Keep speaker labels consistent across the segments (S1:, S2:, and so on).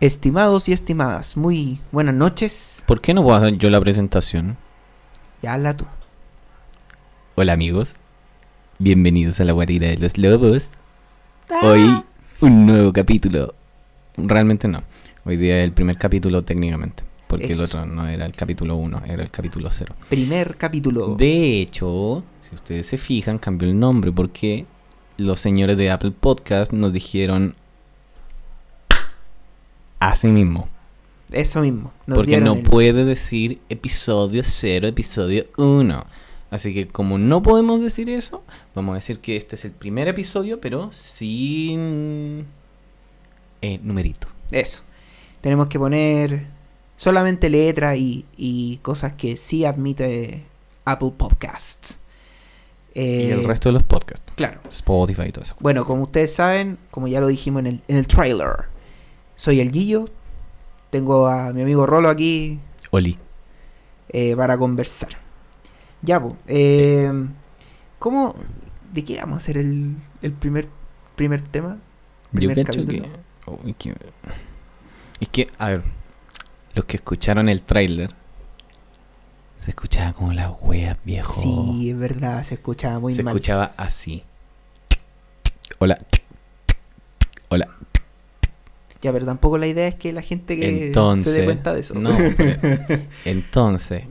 S1: Estimados y estimadas, muy buenas noches.
S2: ¿Por qué no puedo hacer yo la presentación?
S1: Ya habla tú.
S2: Hola amigos, bienvenidos a la guarida de los lobos. Hoy un nuevo capítulo. Realmente no. Hoy día es el primer capítulo técnicamente, porque el
S1: Eso.
S2: otro no era el capítulo 1, era el capítulo 0.
S1: Primer capítulo.
S2: De hecho, si ustedes se fijan, cambió el nombre porque los señores de Apple Podcast nos dijeron así mismo.
S1: Eso mismo. nos
S2: porque
S1: dieron
S2: no
S1: el-
S2: puede decir episodio 0, episodio 1. Así que como no podemos decir eso, vamos a decir que este es el primer episodio, pero sin eh, numerito.
S1: Eso. Tenemos que poner solamente letras y, y cosas que sí admite Apple Podcast.
S2: y
S1: Eh,
S2: el resto de los podcasts,
S1: Claro.
S2: Spotify y todo eso.
S1: Bueno, como ustedes saben, como ya lo dijimos en el, en el trailer, soy el Guillo. Tengo a mi amigo Rolo aquí
S2: Oli.
S1: eh, para conversar. Ya, po, eh, ¿cómo, ¿de qué vamos a hacer el, el primer, primer tema?
S2: Yo
S1: Primer
S2: cacho que,
S1: capítulo.
S2: oh, es que. Es que, a ver, los que escucharon el tráiler se escuchaba como las weas viejo.
S1: Sí, es verdad, se escuchaba muy
S2: se
S1: mal.
S2: escuchaba así. Hola. Hola.
S1: Ya, pero tampoco la idea es que la gente que
S2: Entonces.
S1: se dé cuenta de eso.
S2: No, por eso. Entonces,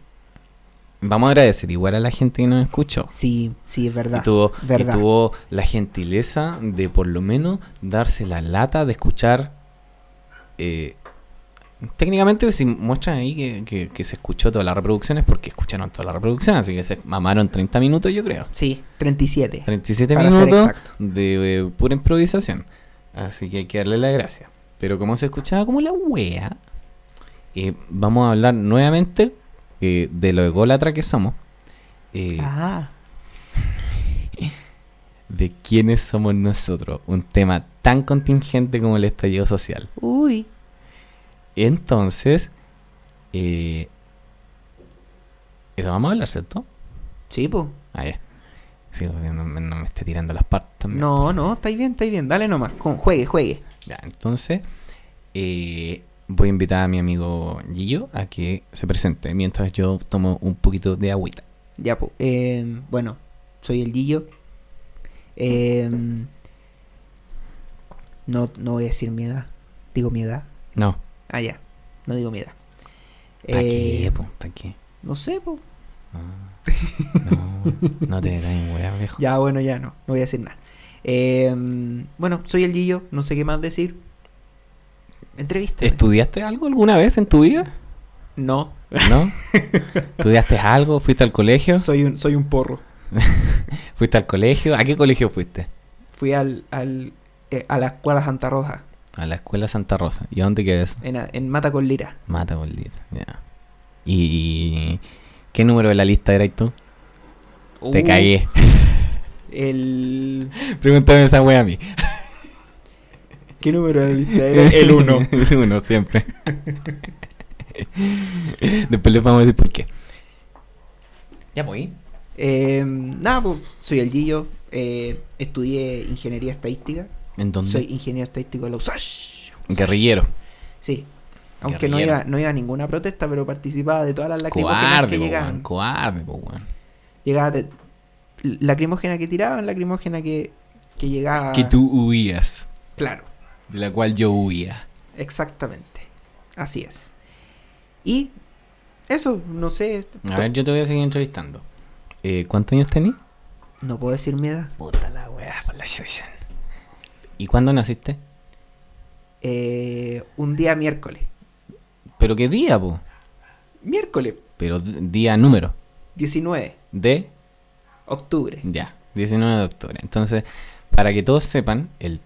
S2: vamos a agradecer igual a la gente que nos escuchó.
S1: sí, sí, es
S2: Y
S1: verdad.
S2: tuvo, y
S1: verdad.
S2: tuvo la gentileza de por lo menos darse la lata de escuchar. eh, técnicamente, si muestran ahí que, que- que se escuchó todas las reproducciones, porque escucharon todas las reproducciones, así que se mamaron 30 minutos, yo creo.
S1: Sí, 37.
S2: 37
S1: Para ser
S2: minutos
S1: exacto.
S2: de eh, pura improvisación. Así que hay que darle la gracia. Pero como se escuchaba como la wea, eh, vamos a hablar nuevamente eh, de lo ególatra que somos. eh,
S1: Ah,
S2: de quiénes somos nosotros, un tema tan contingente como el estallido social.
S1: uy.
S2: Entonces, eh, eso vamos a hablar, ¿cierto?
S1: Sí, pues.
S2: Ah, ya. Sí, porque no, me- no me esté tirando las partes también. pues.
S1: No, no, estáis bien, estáis bien. Dale nomás, con, juegue, juegue.
S2: Ya, entonces, eh, voy a invitar a mi amigo Gillo a que se presente mientras yo tomo un poquito de agüita.
S1: Ya, pues. bueno, soy el Gillo. Eh, no, no voy a decir mi edad. Digo mi edad.
S2: No,
S1: Ah, ya. No digo mi edad.
S2: ¿para
S1: Eh,
S2: qué? po? ¿Pa' qué?
S1: no sé, pues.
S2: Ah, No, no te metas en weas, viejo.
S1: Ya, bueno, ya no. No voy a decir nada. Eh, bueno, soy el Gillo. No sé qué más decir. Entrevista.
S2: ¿Estudiaste algo alguna vez en tu vida?
S1: No,
S2: ¿No? ¿Estudiaste algo? ¿Fuiste al colegio?
S1: soy un, soy un porro.
S2: ¿Fuiste al colegio? ¿A qué colegio fuiste?
S1: Fui al, al, eh, a la escuela Santa Rosa.
S2: A la escuela Santa Rosa. ¿Y a dónde quedas?
S1: En, a- en Mata con Lira.
S2: Mata por Lira. Ya. ¿Y qué número de la lista eras tú? Te
S1: Uh,
S2: cagué.
S1: El.
S2: Pregúntame esa wea a mí.
S1: ¿Qué número de lista era?
S2: el uno, siempre. Después les vamos a decir por qué. Ya voy.
S1: Eh, nada, pues, soy el Gillo. eh, estudié ingeniería estadística.
S2: ¿En dónde?
S1: Soy ingeniero estadístico de la USACH. USACH.
S2: Guerrillero.
S1: Sí. Aunque no
S2: Guerrillero.
S1: iba, no iba a ninguna protesta, pero participaba de todas las lacrimógenas
S2: Cobarde,
S1: que
S2: po,
S1: llegaban.
S2: weón. Cobarde, po, weón.
S1: Llegaba de- lacrimógena que tiraban, lacrimógena que, que llegaba.
S2: Que tú huías.
S1: Claro,
S2: De la cual yo huía.
S1: exactamente. Así es. Y eso, no sé.
S2: A ver, yo te voy a seguir entrevistando. Eh, ¿Cuántos años tenés?
S1: No puedo decir mi edad.
S2: Puta la weá, por la Shoshan. ¿Y cuándo naciste?
S1: Eh, un día miércoles.
S2: ¿Pero qué día, po?
S1: Miércoles,
S2: Pero d- día número.
S1: 19,
S2: De.
S1: octubre.
S2: Ya, 19 de octubre. Entonces, para que todos sepan, el,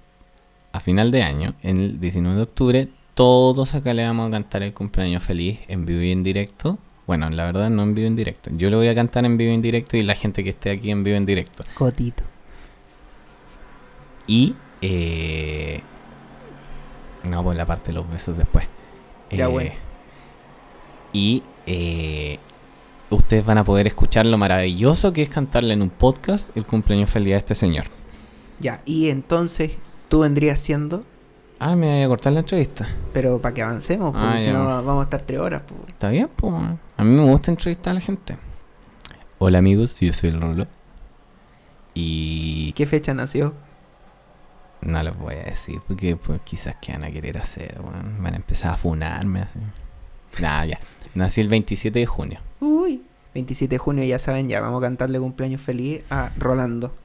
S2: a final de año, el 19 de octubre, todos acá le vamos a cantar el cumpleaños feliz en vivo y en directo. Bueno, la verdad no en vivo y en directo. Yo lo voy a cantar en vivo y en directo y la gente que esté aquí en vivo y en directo.
S1: Cotito.
S2: Y. eh, no, pues la parte de los besos después. Eh,
S1: Ya, bueno.
S2: Y. eh, ustedes van a poder escuchar lo maravilloso que es cantarle en un podcast el cumpleaños feliz a este señor.
S1: Ya, y entonces tú vendrías siendo
S2: Ah, me voy a cortar la entrevista.
S1: Pero para que avancemos,
S2: Ah,
S1: porque si
S2: ya.
S1: no va- vamos a estar tres horas. pues.
S2: Está bien, pues. weón. A mí me gusta entrevistar a la gente. Hola amigos, yo soy el Rulo. Y
S1: ¿Y qué fecha nació?
S2: no los voy a decir porque pues, quizás que van a querer hacer, weón. Van a empezar a funarme así. Nah, ya. Nací el 27 de junio.
S1: Uy. 27 de junio, ya saben, ya vamos a cantarle cumpleaños feliz a Rolando.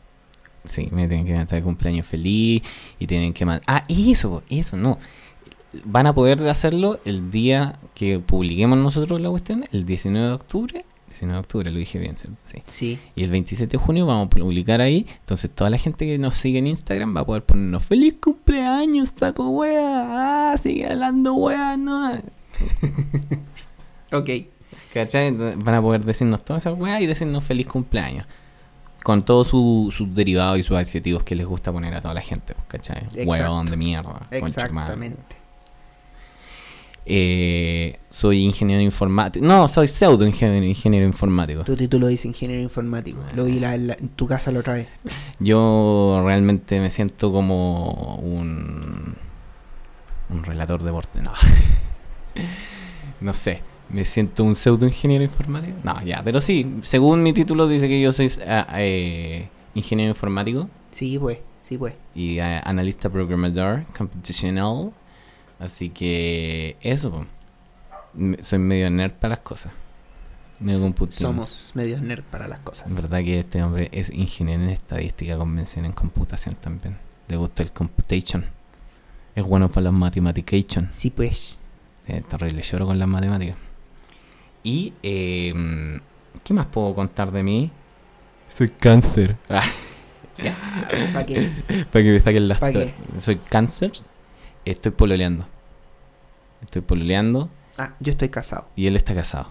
S2: Sí, me tienen que cantar el cumpleaños feliz y tienen que mandar... Ah, eso, po, eso, no. Van a poder hacerlo el día que publiquemos nosotros la cuestión, el 19 de octubre. 19 de octubre, lo dije bien, ¿cierto? Sí.
S1: Sí.
S2: Y el 27 de junio vamos a publicar ahí. Entonces toda la gente que nos sigue en Instagram va a poder ponernos feliz cumpleaños, taco wea. Ah, sigue hablando wea, no.
S1: Ok.
S2: ¿Cachai? Entonces, Van a poder decirnos todas esas weas y decirnos feliz cumpleaños. Con todos sus sus derivados y sus adjetivos que les gusta poner a toda la gente, pues, ¿cachai?
S1: Exacto.
S2: Weón de mierda. concha de madre.
S1: Exactamente.
S2: Eh, soy ingeniero informático. No, soy pseudo ingeniero, ingeniero informático.
S1: Tu título dice ingeniero informático.
S2: Ah.
S1: Lo vi la- la- en tu casa la otra vez.
S2: Yo realmente me siento como un. un relator de borde. No. no sé. Me siento un pseudo ingeniero informático. No, ya, pero sí, según mi título dice que yo soy ah, eh, ingeniero informático
S1: Sí, pues. Sí, pues.
S2: y ah, analista programador computacional. Así que eso, po. Me- soy medio nerd para las cosas. Medio computación.
S1: Somos medios nerd para las cosas.
S2: Es verdad que este hombre es ingeniero en estadística con mención en computación también. Le gusta el computation. Es bueno para las matematications.
S1: Sí, pues.
S2: Eh, terrible, lloro con las matemáticas. Y, eh, ¿qué más puedo contar de mí? Soy cáncer.
S1: ¿Para qué?
S2: para que me saquen las
S1: ¿Pa' qué?
S2: tor- Soy cáncer. Estoy pololeando. Estoy pololeando
S1: Ah, yo estoy casado.
S2: y él está casado.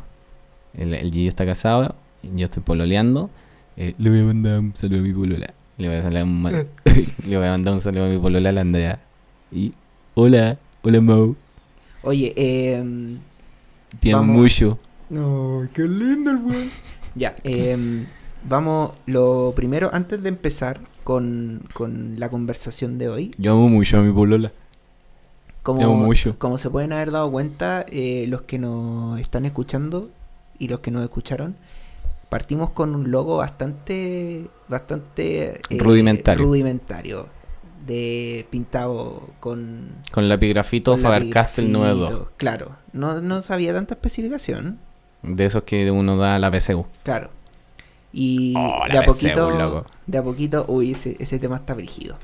S2: El, el Gigi está casado, yo estoy pololeando. eh, le voy a mandar un saludo a mi polola. Le voy a, mandar un, ma- le voy a mandar un saludo a mi polola, la Andrea. Y hola, hola Mau,
S1: Oye, eh.
S2: te amo
S1: Vamos.
S2: mucho.
S1: No, qué lindo el weón. ya, em, vamos, lo primero, antes de empezar con, con la conversación de hoy,
S2: Yo amo mucho a mi polola. Te amo
S1: como,
S2: mucho.
S1: como se pueden haber dado cuenta, eh, los que nos están escuchando y los que nos escucharon, partimos con un logo bastante, bastante eh,
S2: Rudimentario.
S1: rudimentario, de pintado con...
S2: Con lapigrafito
S1: con
S2: Faber Castell
S1: lapigrafito.
S2: 92.
S1: Claro, no, no sabía tanta especificación.
S2: De esos que uno da a la PSU.
S1: Claro. Y
S2: Oh, la
S1: de a
S2: PC,
S1: poquito,
S2: un loco.
S1: de a poquito, uy, ese, ese tema está brígido.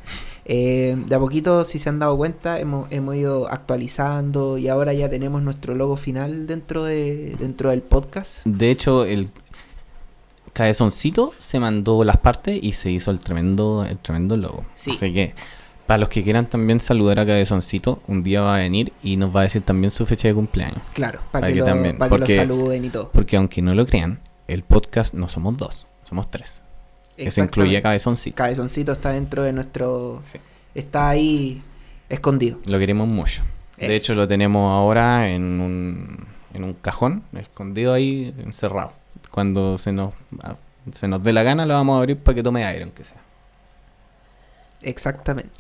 S1: Eh, de a poquito, si se han dado cuenta, hemos, hemos ido actualizando y ahora ya tenemos nuestro logo final dentro de dentro del podcast.
S2: De hecho, el cabezoncito se mandó las partes y se hizo el tremendo, el tremendo logo.
S1: Sí.
S2: Así que, para los que quieran también saludar a cabezoncito, un día va a venir y nos va a decir también su fecha de cumpleaños.
S1: Claro, para
S2: Para
S1: que,
S2: que
S1: lo,
S2: también,
S1: para que lo
S2: porque-
S1: saluden y todo.
S2: Porque aunque no lo crean, el podcast no somos dos, somos tres. Eso incluye a
S1: Exactamente.
S2: cabezoncito.
S1: Cabezoncito está dentro de nuestro.
S2: Sí.
S1: Está ahí escondido.
S2: Lo queremos mucho. De
S1: Eso.
S2: hecho, lo tenemos ahora en un, en un cajón, escondido ahí, encerrado. Cuando se nos, se nos dé la gana, lo vamos a abrir para que tome aire, aunque sea.
S1: Exactamente.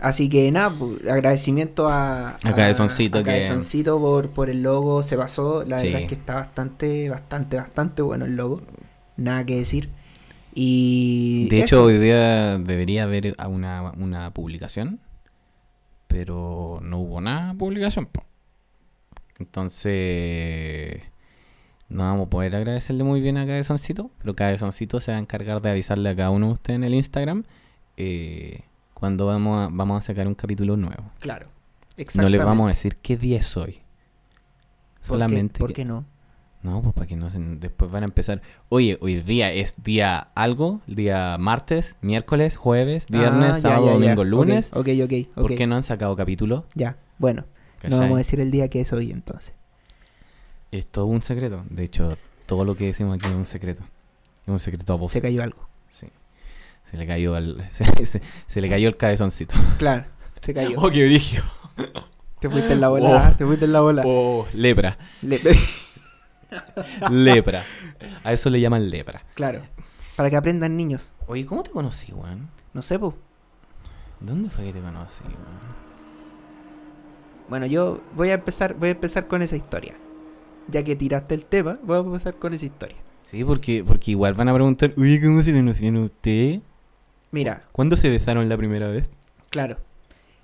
S1: Así que nada, pu- agradecimiento a,
S2: A Cabezoncito
S1: a
S2: que-
S1: Cabezoncito por, por el logo, se pasó, la
S2: Sí.
S1: verdad es que está bastante, bastante, bastante bueno el logo, nada que decir. Y
S2: De
S1: eso.
S2: hecho, hoy día debería haber a una, una publicación, pero no hubo nada de publicación. po. Entonces, no vamos a poder agradecerle muy bien a Cabezoncito, pero Cabezoncito se va a encargar de avisarle a cada uno de ustedes en el Instagram eh, cuando vamos a, vamos a sacar un capítulo nuevo.
S1: claro,
S2: No
S1: exactamente.
S2: le vamos a decir qué día es
S1: ¿Por
S2: hoy.
S1: qué-
S2: Solamente
S1: ¿Por
S2: que-
S1: qué, no?
S2: no, pues para que no se... Después van a empezar... Oye, hoy día es día algo, día martes, miércoles, jueves, viernes,
S1: Ah, ya,
S2: sábado,
S1: ya, ya.
S2: domingo,
S1: Ok,
S2: lunes.
S1: Ok, ok, ok.
S2: ¿Por qué no han sacado capítulo?
S1: Ya, bueno, no
S2: ¿Cachai?
S1: vamos a decir el día que es hoy entonces.
S2: Es todo un secreto. De hecho, todo lo que decimos aquí es un secreto. Es un secreto a voces.
S1: Se cayó algo.
S2: Sí. Se le cayó al... Se, se- se le cayó el cabezoncito.
S1: Claro, se cayó.
S2: ¡Oh, qué brillo!
S1: te fuiste en la bola,
S2: Oh.
S1: te fuiste en la bola.
S2: ¡Oh, lepra!
S1: Le-
S2: ¡Lepra! A eso le llaman lepra.
S1: claro, para que aprendan niños.
S2: Oye, ¿cómo te conocí, weón?
S1: No sé, pues.
S2: ¿Dónde fue que te conocí, weón?
S1: Bueno, yo voy a empezar, voy a empezar con esa historia. Ya que tiraste el tema, voy a empezar con esa historia.
S2: Sí, porque, porque igual van a preguntar, uy, ¿cómo se conocieron usted?
S1: Mira,
S2: ¿Cuándo se besaron la primera vez?
S1: claro.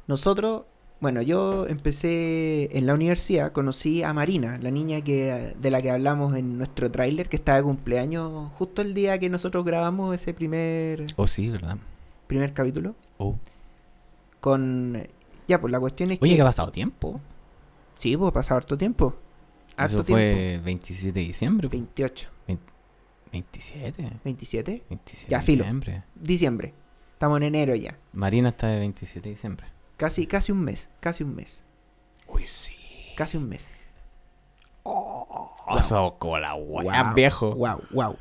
S1: Nosotros, bueno, yo empecé en la universidad, conocí a Marina, la niña que de la que hablamos en nuestro tráiler, que estaba de cumpleaños justo el día que nosotros grabamos ese primer
S2: Oh, sí, ¿verdad?
S1: primer capítulo
S2: Oh.
S1: con ya pues la cuestión es
S2: Oye,
S1: que
S2: que ha pasado tiempo.
S1: sí, pues ha pasado harto tiempo. Harto
S2: Eso
S1: tiempo.
S2: fue 27 de diciembre.
S1: 28,
S2: 27.
S1: 27,
S2: 27
S1: Ya,
S2: de
S1: filo.
S2: diciembre.
S1: diciembre. Estamos en enero ya.
S2: Marina está de 27 de diciembre.
S1: Casi casi un mes, casi un mes,
S2: Uy, sí.
S1: casi un mes.
S2: Oso con Oh, la guay,
S1: Guau,
S2: Ah, viejo.
S1: Wow, wow.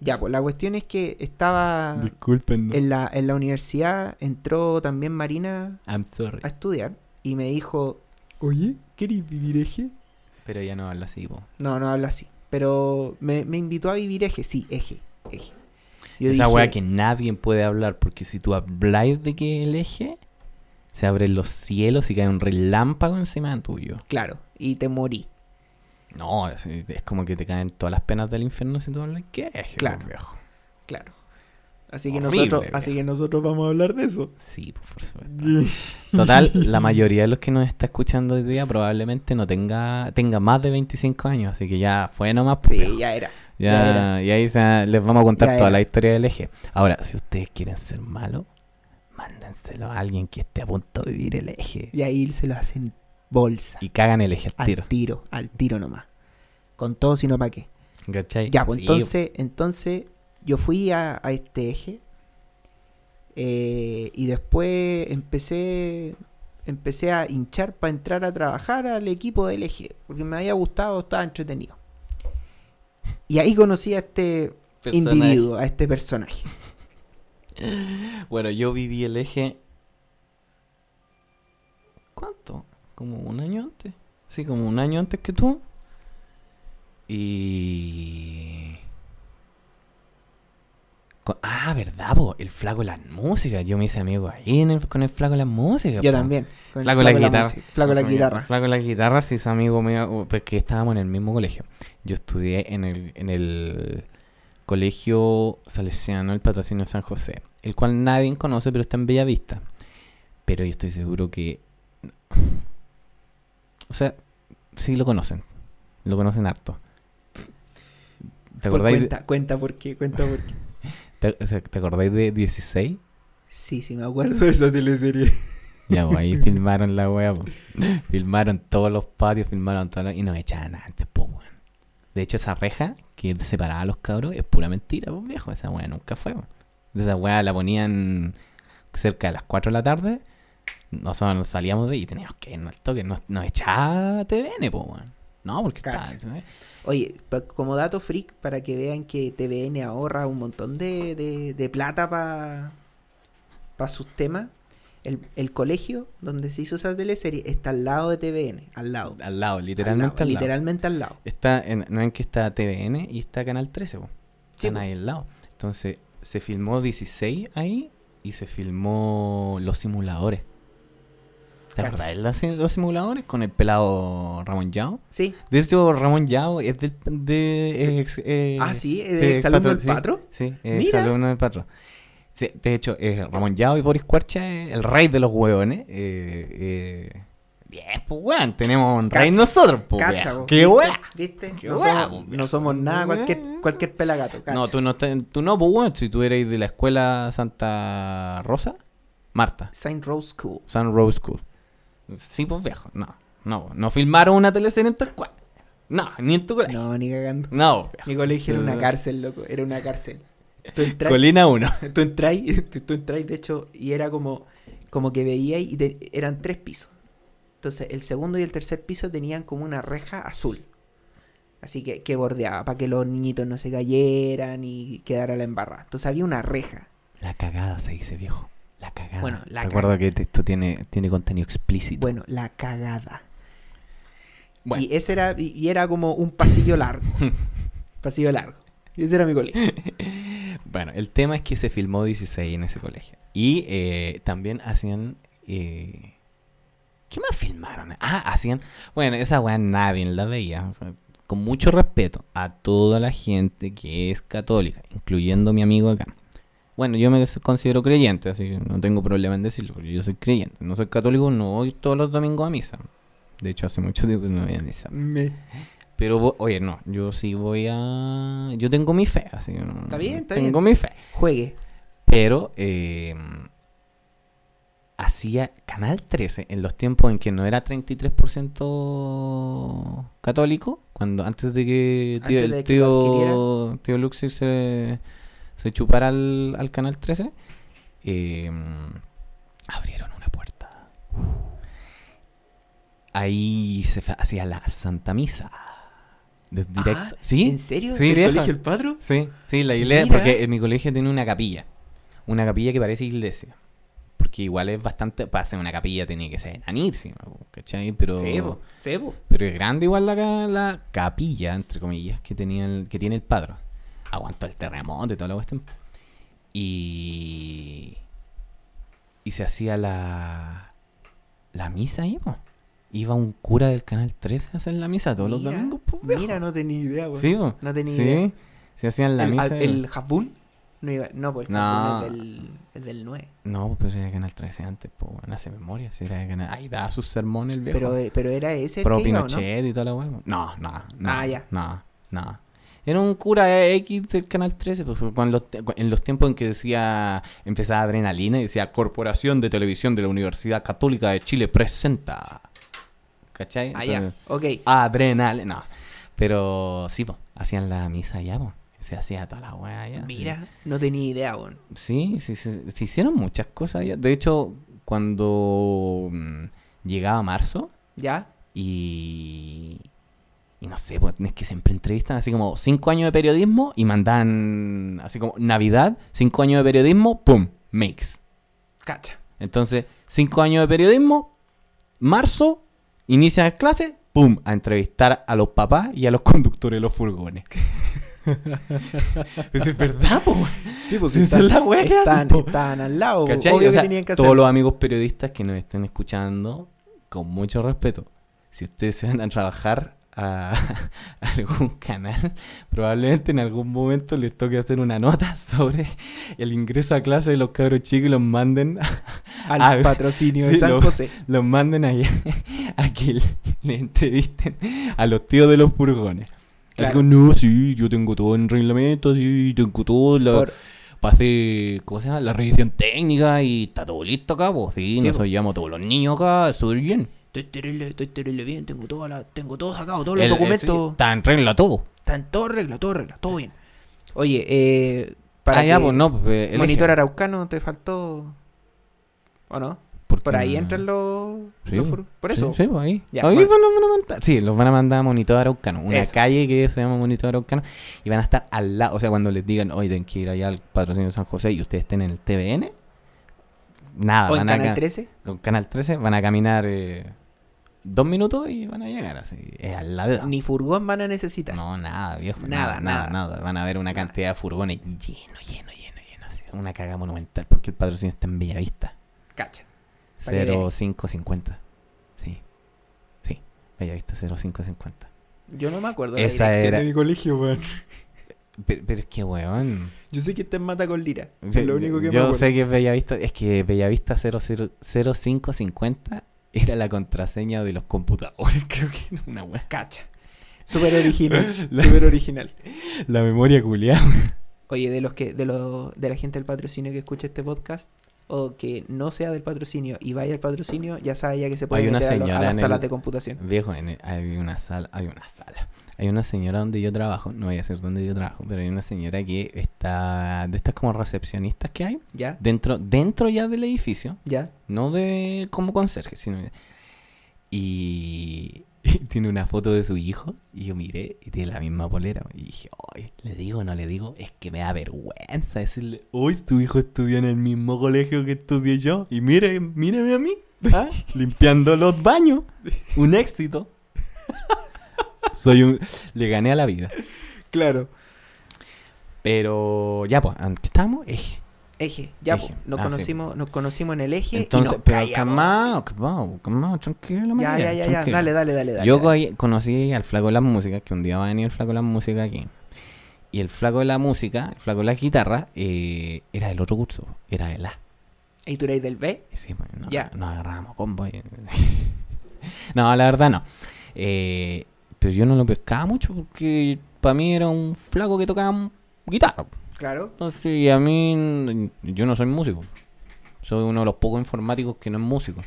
S1: Ya pues la cuestión es que
S3: Ah.
S1: estaba
S2: Disculpen.
S1: en la en la universidad entró también Marina
S2: I'm sorry.
S1: a estudiar y me dijo,
S2: Oye, ¿querés vivir eje? Pero ya no habla así, po.
S1: "No, no habla así." Pero me, me invitó a vivir eje, sí, eje, eje. Yo
S2: Esa
S1: dije,
S2: weá que nadie puede hablar, porque si tú habláis de que el eje, se abren los cielos y cae un relámpago encima tuyo.
S1: claro, y te morí.
S2: No, es, es como que te caen todas las penas del infierno si tú hablas que eje, po,
S1: Claro.
S2: viejo.
S1: Claro. Así que
S2: Horrible,
S1: nosotros,
S2: viejo.
S1: así que nosotros vamos a hablar de eso.
S2: Sí, po, por supuesto. Total, la mayoría de los que nos está escuchando hoy día probablemente no tenga tenga más de 25 años, así que ya fue nomás. po, viejo.
S1: Sí, ya era. ya
S2: Ya, y ahí se- les vamos a contar
S1: Ya
S2: toda
S1: era.
S2: la historia del eje. Ahora, si ustedes quieren ser malos, mándenselo a alguien que esté a punto de vivir el eje.
S1: Y ahí se lo hacen bolsa.
S2: Y cagan el eje al
S1: Al
S2: tiro.
S1: tiro. al tiro nomás. Con todo sino para qué.
S2: ¿Cachai?
S1: Ya, pues
S2: Sí,
S1: entonces, entonces yo fui a, a este eje. eh, y después empecé empecé a hinchar para entrar a trabajar al equipo del eje. Porque me había gustado, estaba entretenido. Y ahí conocí a este
S2: pues, personaje.
S1: individuo, a este personaje.
S2: Bueno, yo viví el eje. ¿Cuánto? Como un año antes. Sí, como un año antes que tú. Y. co- Ah, verdad, po, el flaco de las músicas. Yo me hice amigo ahí en el- con el flaco de las músicas.
S1: Yo
S2: po.
S1: también. con el
S2: Flaco la guitarra.
S1: música, Flaco la
S2: Flaco-
S1: guitarra.
S2: Flaco la guitarra, sí, es amigo mío, porque estábamos en el mismo colegio. Yo estudié en el, en el colegio salesiano, el patrocinio de San José, el cual nadie conoce, pero está en Bellavista. Pero yo estoy seguro que... O sea, sí lo conocen. Lo conocen harto. ¿Te
S1: Por-
S2: acordáis, de,
S1: cuenta, cuenta por qué, cuenta por qué.
S2: te- o sea, ¿te acordáis de 16?
S1: Sí, sí, me acuerdo de esa teleserie.
S2: Ya, pues ahí filmaron la wea, po. Filmaron todos los patios, filmaron todas las... Y nos echaban antes, po, weón. De hecho, esa reja que separaba a los cabros es pura mentira, pues viejo. Esa wea nunca fue, po. Esa wea la ponían cerca de las 4 de la tarde. Nosotros nos salíamos de ahí y teníamos que irnos al toque. Nos, nos echaba TVN, po, weón. No, porque está...
S1: Cacha. Oye, pa- como dato freak, para que vean que TVN ahorra un montón de, de- de plata para sus temas, el, el colegio donde se hizo esa teleserie está al lado de TVN, al lado.
S2: Al lado,
S1: Al
S2: Ah, literalmente
S1: lado,
S2: al lado.
S1: literalmente al lado.
S2: Está en, no en que está TVN y está Canal 13, po.
S1: Sí,
S2: Están
S1: po.
S2: ahí al lado. Entonces, se filmó 16 ahí y se filmó los simuladores. ¿Te
S1: Cacha.
S2: acordás de los, sim- los simuladores con el pelado Ramón Yao?
S1: Sí.
S2: De hecho, Ramón Yao es del. De, es ex- eh,
S1: Ah, sí, es
S2: sí,
S1: exalumno del
S2: sí,
S1: patro.
S2: Sí,
S1: Mira.
S2: es exalumno del patro. Sí, de hecho, eh, Ramón Yao y Boris Cuarcha es el rey de los hueones. Eh, eh, bien, pues, weón, tenemos un rey
S1: Cacha.
S2: nosotros, pues,
S1: Cacha,
S2: weón.
S1: vos,
S2: ¡Qué
S1: ¿viste?
S2: weá!
S1: ¿Viste?
S2: Qué
S1: no,
S2: pues, weá,
S1: somos,
S2: po,
S1: no somos nada, cualquier,
S2: weá.
S1: cualquier pelagato.
S2: No,
S1: cacha.
S2: tú no, te- tú no, pues, weón, si tú eres de la escuela Santa Rosa, Marta,
S1: Saint Rose School.
S2: San Rose School. Sí, pues viejo, no, no, no filmaron una teleserie en tu escuela. No, ni en tu colegio.
S1: No, ni cagando.
S2: No, viejo.
S1: Mi colegio era una cárcel, loco. Era una cárcel. Tú entras,
S2: Colina 1.
S1: tú entras, tú entras, de hecho, y era como, como que veía y te- eran tres pisos. Entonces, el segundo y el tercer piso tenían como una reja azul. Así que, que bordeaba para que los niñitos no se cayeran y quedara la embarrada. Entonces había una reja.
S2: La cagada se dice, viejo. La cagada.
S1: Bueno, la
S2: Recuerdo
S1: cagada.
S2: que te- esto tiene, tiene contenido explícito.
S1: Bueno, la cagada.
S2: Bueno.
S1: Y ese era, y- y era como un pasillo largo. pasillo largo. Y ese era mi colegio.
S2: Bueno, el tema es que se filmó 16 en ese colegio. Y eh, también hacían eh, ¿Qué más filmaron? Ah, hacían. Bueno, esa weá nadie la veía. o sea, con mucho respeto a toda la gente que es católica, incluyendo mi amigo acá. Bueno, yo me considero creyente, así que no tengo problema en decirlo, porque yo soy creyente. No soy católico, no voy todos los domingos a misa. De hecho, hace mucho tiempo que no voy a misa.
S1: Me-
S2: Pero, vo- oye, no, yo sí voy a... Yo tengo mi fe, así que no...
S1: Está bien, está
S2: Tengo mi fe.
S1: Juegue.
S2: Pero eh, hacía Canal 13 en los tiempos en que no era 33% católico, cuando antes de que tío,
S1: Antes de
S2: el
S1: que lo
S2: tío, tío Luxi se, se chupara al, al Canal 13, eh, abrieron una puerta. Ahí se fa- hacía la Santa Misa. De- directo.
S1: Ah,
S2: ¿Sí?
S1: ¿En serio?
S2: Sí,
S1: ¿El
S2: vieja.
S1: colegio El Patro?
S2: Sí, sí, la iglesia,
S1: Mira.
S2: porque en mi colegio tiene una capilla. Una capilla que parece iglesia. Porque igual es bastante. Para ser una capilla tenía que ser enanísima, po, ¿cachai? Pero,
S1: Sebo, sebo.
S2: pero es grande igual la, ca- la capilla, entre comillas, que, tenía el, que tiene el padro. Aguantó el terremoto y toda la cuestión. Y. Y se hacía la. La misa ahí, po. Iba un cura del canal 13 a hacer la misa todos los
S1: Mira,
S2: domingos, po, viejo.
S1: Mira, no tenía idea, weón.
S2: Sí, po.
S1: No tenía
S2: Sí,
S1: idea.
S2: Se hacían la
S1: ¿El,
S2: misa.
S1: al-
S2: y-
S1: el Japón? No, iba, no, porque el
S2: No.
S1: Japón es del, es del 9.
S2: No, pero era de Canal 13 antes, pues, bueno, hace memoria, si era de Canal... Ay, daba sus sermones el viejo.
S1: Pero, eh, pero era ese el
S2: Pro
S1: que iba, ¿o ¿no?
S2: Pinochet y toda la hueá. No, no, no.
S1: Ah, ya.
S2: No, no. Era un cura X del Canal 13, pues, cuando los te- cu- en los tiempos en que decía, empezaba adrenalina y decía, Corporación de Televisión de la Universidad Católica de Chile presenta. ¿Cachai?
S1: Ah, ya.
S2: Entonces,
S1: Ok.
S2: Adrenalina. No. Pero sí, pues, hacían la misa allá, pues. Se hacía toda la hueá allá.
S1: Mira, no tenía idea, weón.
S2: Sí, sí, sí, se hicieron muchas cosas allá. De hecho, cuando mm, llegaba marzo
S1: ¿Ya?
S2: y... Y no sé, pues es que siempre entrevistan así como cinco años de periodismo y mandan así como Navidad, cinco años de periodismo, ¡pum! Mix.
S1: Cacha.
S2: Entonces, cinco años de periodismo, marzo, inician las clases, ¡pum! A entrevistar a los papás y a los conductores de los furgones. Eso es verdad, pues.
S1: Sí,
S2: porque están-
S1: están,
S2: están-
S1: estaban al lado, weón.
S2: pues. ¿Cachai?
S1: Obvio
S2: O sea,
S1: que tenían que hacer.
S2: todos los amigos periodistas que nos estén escuchando, con mucho respeto, si ustedes se van a trabajar a algún canal, probablemente en algún momento les toque hacer una nota sobre el ingreso a clase de los cabros chicos y los manden,
S1: Al
S2: Ah,
S1: patrocinio de
S2: sí,
S1: San
S2: lo-
S1: José.
S2: los manden allá a que le, le entrevisten a los tíos de los furgones. Así
S1: Claro.
S2: como, no, sí, yo tengo todo en reglamento, sí, tengo todo, la,
S1: Por-
S2: pasé, ¿cómo se llama? La revisión técnica y está todo listo acá, pues sí,
S1: Sí, po.
S2: nosotros llevamos a todos los niños acá, súper bien.
S1: Estoy terrible, estoy terrible bien, tengo todo, la, tengo todo sacado, todos los
S2: El- el- sí,
S1: documentos.
S2: está en regla todo.
S1: Están todo regla, todo regla, todo bien. Oye, eh, para
S2: ah, ya,
S1: que
S2: pues no, pues, elige.
S1: monitor araucano te faltó ¿o no?
S2: Porque-
S1: Por ahí entran los,
S2: Mm. Sí,
S1: los
S2: po.
S1: fur- por
S2: Sí,
S1: eso.
S2: Sí, pues ahí.
S1: Ya,
S2: Ahí
S1: bueno.
S2: van a- van a mandar- Sí, los van a mandar a Monitor Araucano, una
S1: Eso.
S2: calle que se llama Monitor Araucano, y van a estar al lado, o sea, cuando les digan, oye, tienen que ir allá al patrocinio de San José y ustedes estén en el TVN, nada,
S1: O en
S2: Ah, van a
S1: Canal
S2: ca-
S1: 13.
S2: con Canal 13 van a caminar eh, dos minutos y van a llegar así, es al lado.
S1: Ni furgón van a necesitar.
S2: No, nada, viejo.
S1: Nada,
S2: Nada, nada,
S1: nada.
S2: nada. Van a ver una
S1: Nada.
S2: cantidad de furgones lleno, lleno, lleno, lleno. así, Una caga monumental porque el patrocinio está en Bellavista.
S1: Cacha. Para que veas.
S2: 0550. Sí. Sí. Bellavista 0550.
S1: Yo no me acuerdo
S2: Esa
S1: dirección
S2: era-
S1: de mi colegio, weón.
S2: Pero, pero es que, weón.
S1: Yo sé que está en Mata con Lira.
S2: Sí,
S1: es lo único que me
S2: yo
S1: acuerdo.
S2: sé que Bellavista. Es que Bellavista 00 0550 era la contraseña de los computadores. Creo que era una weón.
S1: Cacha. Súper original,
S2: La-
S1: súper original.
S2: La memoria culiada.
S1: Oye, de los que de los de la gente del patrocinio que escucha este podcast o que no sea del patrocinio y vaya al patrocinio, ya sabe ya que se puede
S2: Hay una
S1: meter a, los- a
S2: señora
S1: las
S2: en
S1: salas
S2: el-
S1: de computación.
S2: Viejo, en el- hay una sala, hay una sala. Hay una señora donde yo trabajo, no voy a decir donde yo trabajo, pero hay una señora que está de estas como recepcionistas que hay
S1: ¿Ya?
S2: dentro dentro ya del edificio,
S1: ¿Ya?
S2: no de como conserje, sino y, y tiene una foto de su hijo y yo miré y tiene la misma polera y dije, "Ay, le digo o no le digo, es que me da vergüenza decirle, "Uy, tu hijo estudia en el mismo colegio que estudié yo y mire, míreme a mí."
S1: ¿Ah?
S2: limpiando los baños. Un éxito. Soy un. Le gané a la vida.
S1: Claro.
S2: Pero ya, pues, ¿en ¿qué estamos? Eje.
S1: Eje, ya po,
S2: Eje.
S1: nos,
S2: Ah, sí.
S1: conocimos, nos conocimos en el eje. y
S2: Entonces,
S1: nos
S2: pero
S1: callamos.
S2: calmado, calmado, calmado, tranquilo,
S1: Ya,
S2: María,
S1: ya, ya, ya.
S2: tranquilo.
S1: Dale, dale, dale, dale.
S2: Yo
S1: dale.
S2: coy- conocí al flaco de la música, que un día va a venir el flaco de la música aquí. Y el flaco de la música, el flaco de la guitarra, eh, era del otro curso, era de la.
S1: ¿Y tú eres del B?
S2: Y sí, pues, no,
S1: Ya.
S2: nos agarramos combo. y- no, la verdad no. Eh, pero yo no lo pescaba mucho porque para mí era un flaco que tocaba guitarra.
S1: Claro.
S2: Entonces, y a mí, n- yo no soy músico. Soy uno de los pocos informáticos que no es músico.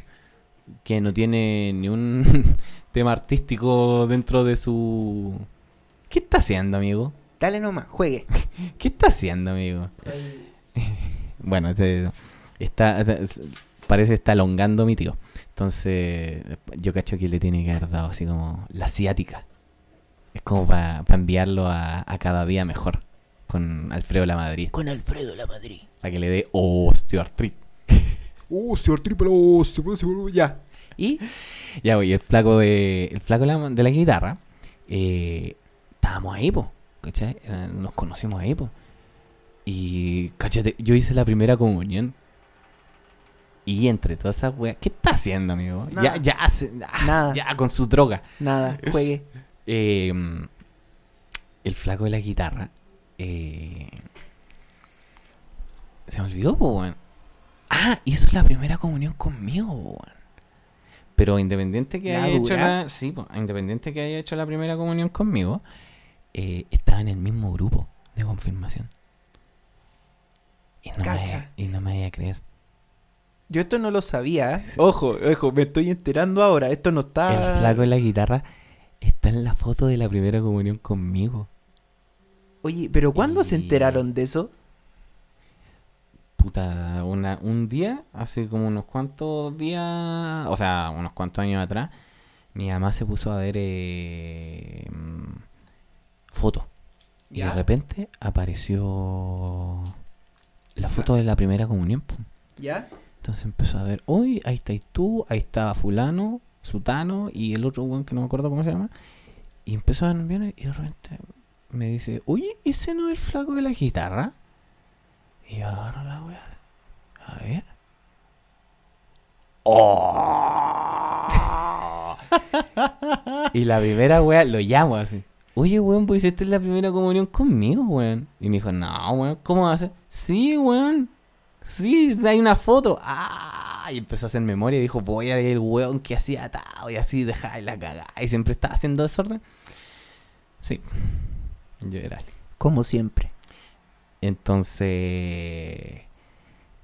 S2: Que no tiene ni un tema artístico dentro de su... ¿Qué está haciendo, amigo?
S1: Dale nomás, juegue.
S2: ¿Qué está haciendo, amigo? Bueno, este- está, es- parece que está alongando mi tío. Entonces, yo cacho que le tiene que haber dado así como la asiática. Es como para enviarlo a, a cada día mejor con Alfredo La Madrid.
S1: Con Alfredo La Madrid.
S2: Para que le dé osteoartritis.
S1: Hostia, triple, hostia, ya. ¿Y?
S2: Ya, güey, el flaco de, el flaco de la, de la guitarra, eh, estábamos ahí, po, ¿cachai? Era- Nos conocimos ahí, po. Y, cachate, yo hice la primera comunión. Y entre todas esas weas, ¿qué está haciendo, amigo?
S1: Nada.
S2: Ya, ya, hace- ah,
S1: Nada.
S2: ya, con su droga.
S1: Nada, juegue.
S2: Eh, el flaco de la guitarra, eh, se me olvidó, po, weón. Ah, hizo la primera comunión conmigo, po, weón. Pero independiente que
S1: ¿La
S2: haya hecho
S1: dura?
S2: la. Sí, po, independiente que haya hecho la primera comunión conmigo, eh, estaba en el mismo grupo de confirmación. Y no, me
S1: Cacha.
S2: vaya, y no me vaya a creer.
S1: Yo esto no lo sabía. ¿eh? Ojo, ojo, me estoy enterando ahora. Esto no está.
S2: El flaco de la guitarra está en la foto de la primera comunión conmigo.
S1: Oye, pero ¿cuándo se
S2: Y-
S1: enteraron de eso?
S2: puta, una, un día, hace como unos cuantos días, o sea, unos cuantos años atrás, mi mamá se puso a ver eh, mm, fotos. Y de
S1: Ya.
S2: repente apareció la foto de la primera comunión. po.
S1: ¿Ya?
S2: Entonces empezó a ver, uy, ahí estáis tú, ahí está fulano, sutano y el otro weón que no me acuerdo cómo se llama. Y empezó a enviar y de repente me dice, oye, ¿ese no es el flaco de la guitarra? Y yo agarro la weá. A ver. ¡Oh! y la primera weá lo llamo así. Oye, weón, pues esta es la primera comunión conmigo, weón. Y me dijo, no, weón, ¿cómo va a ser? Sí, weón. Sí, hay una foto. ¡Ah! Y empezó a hacer memoria y dijo, voy a ver el weón que hacía atado y así dejaba la cagada. Y siempre estaba haciendo desorden. Sí. Yo era.
S1: Como siempre.
S2: Entonces.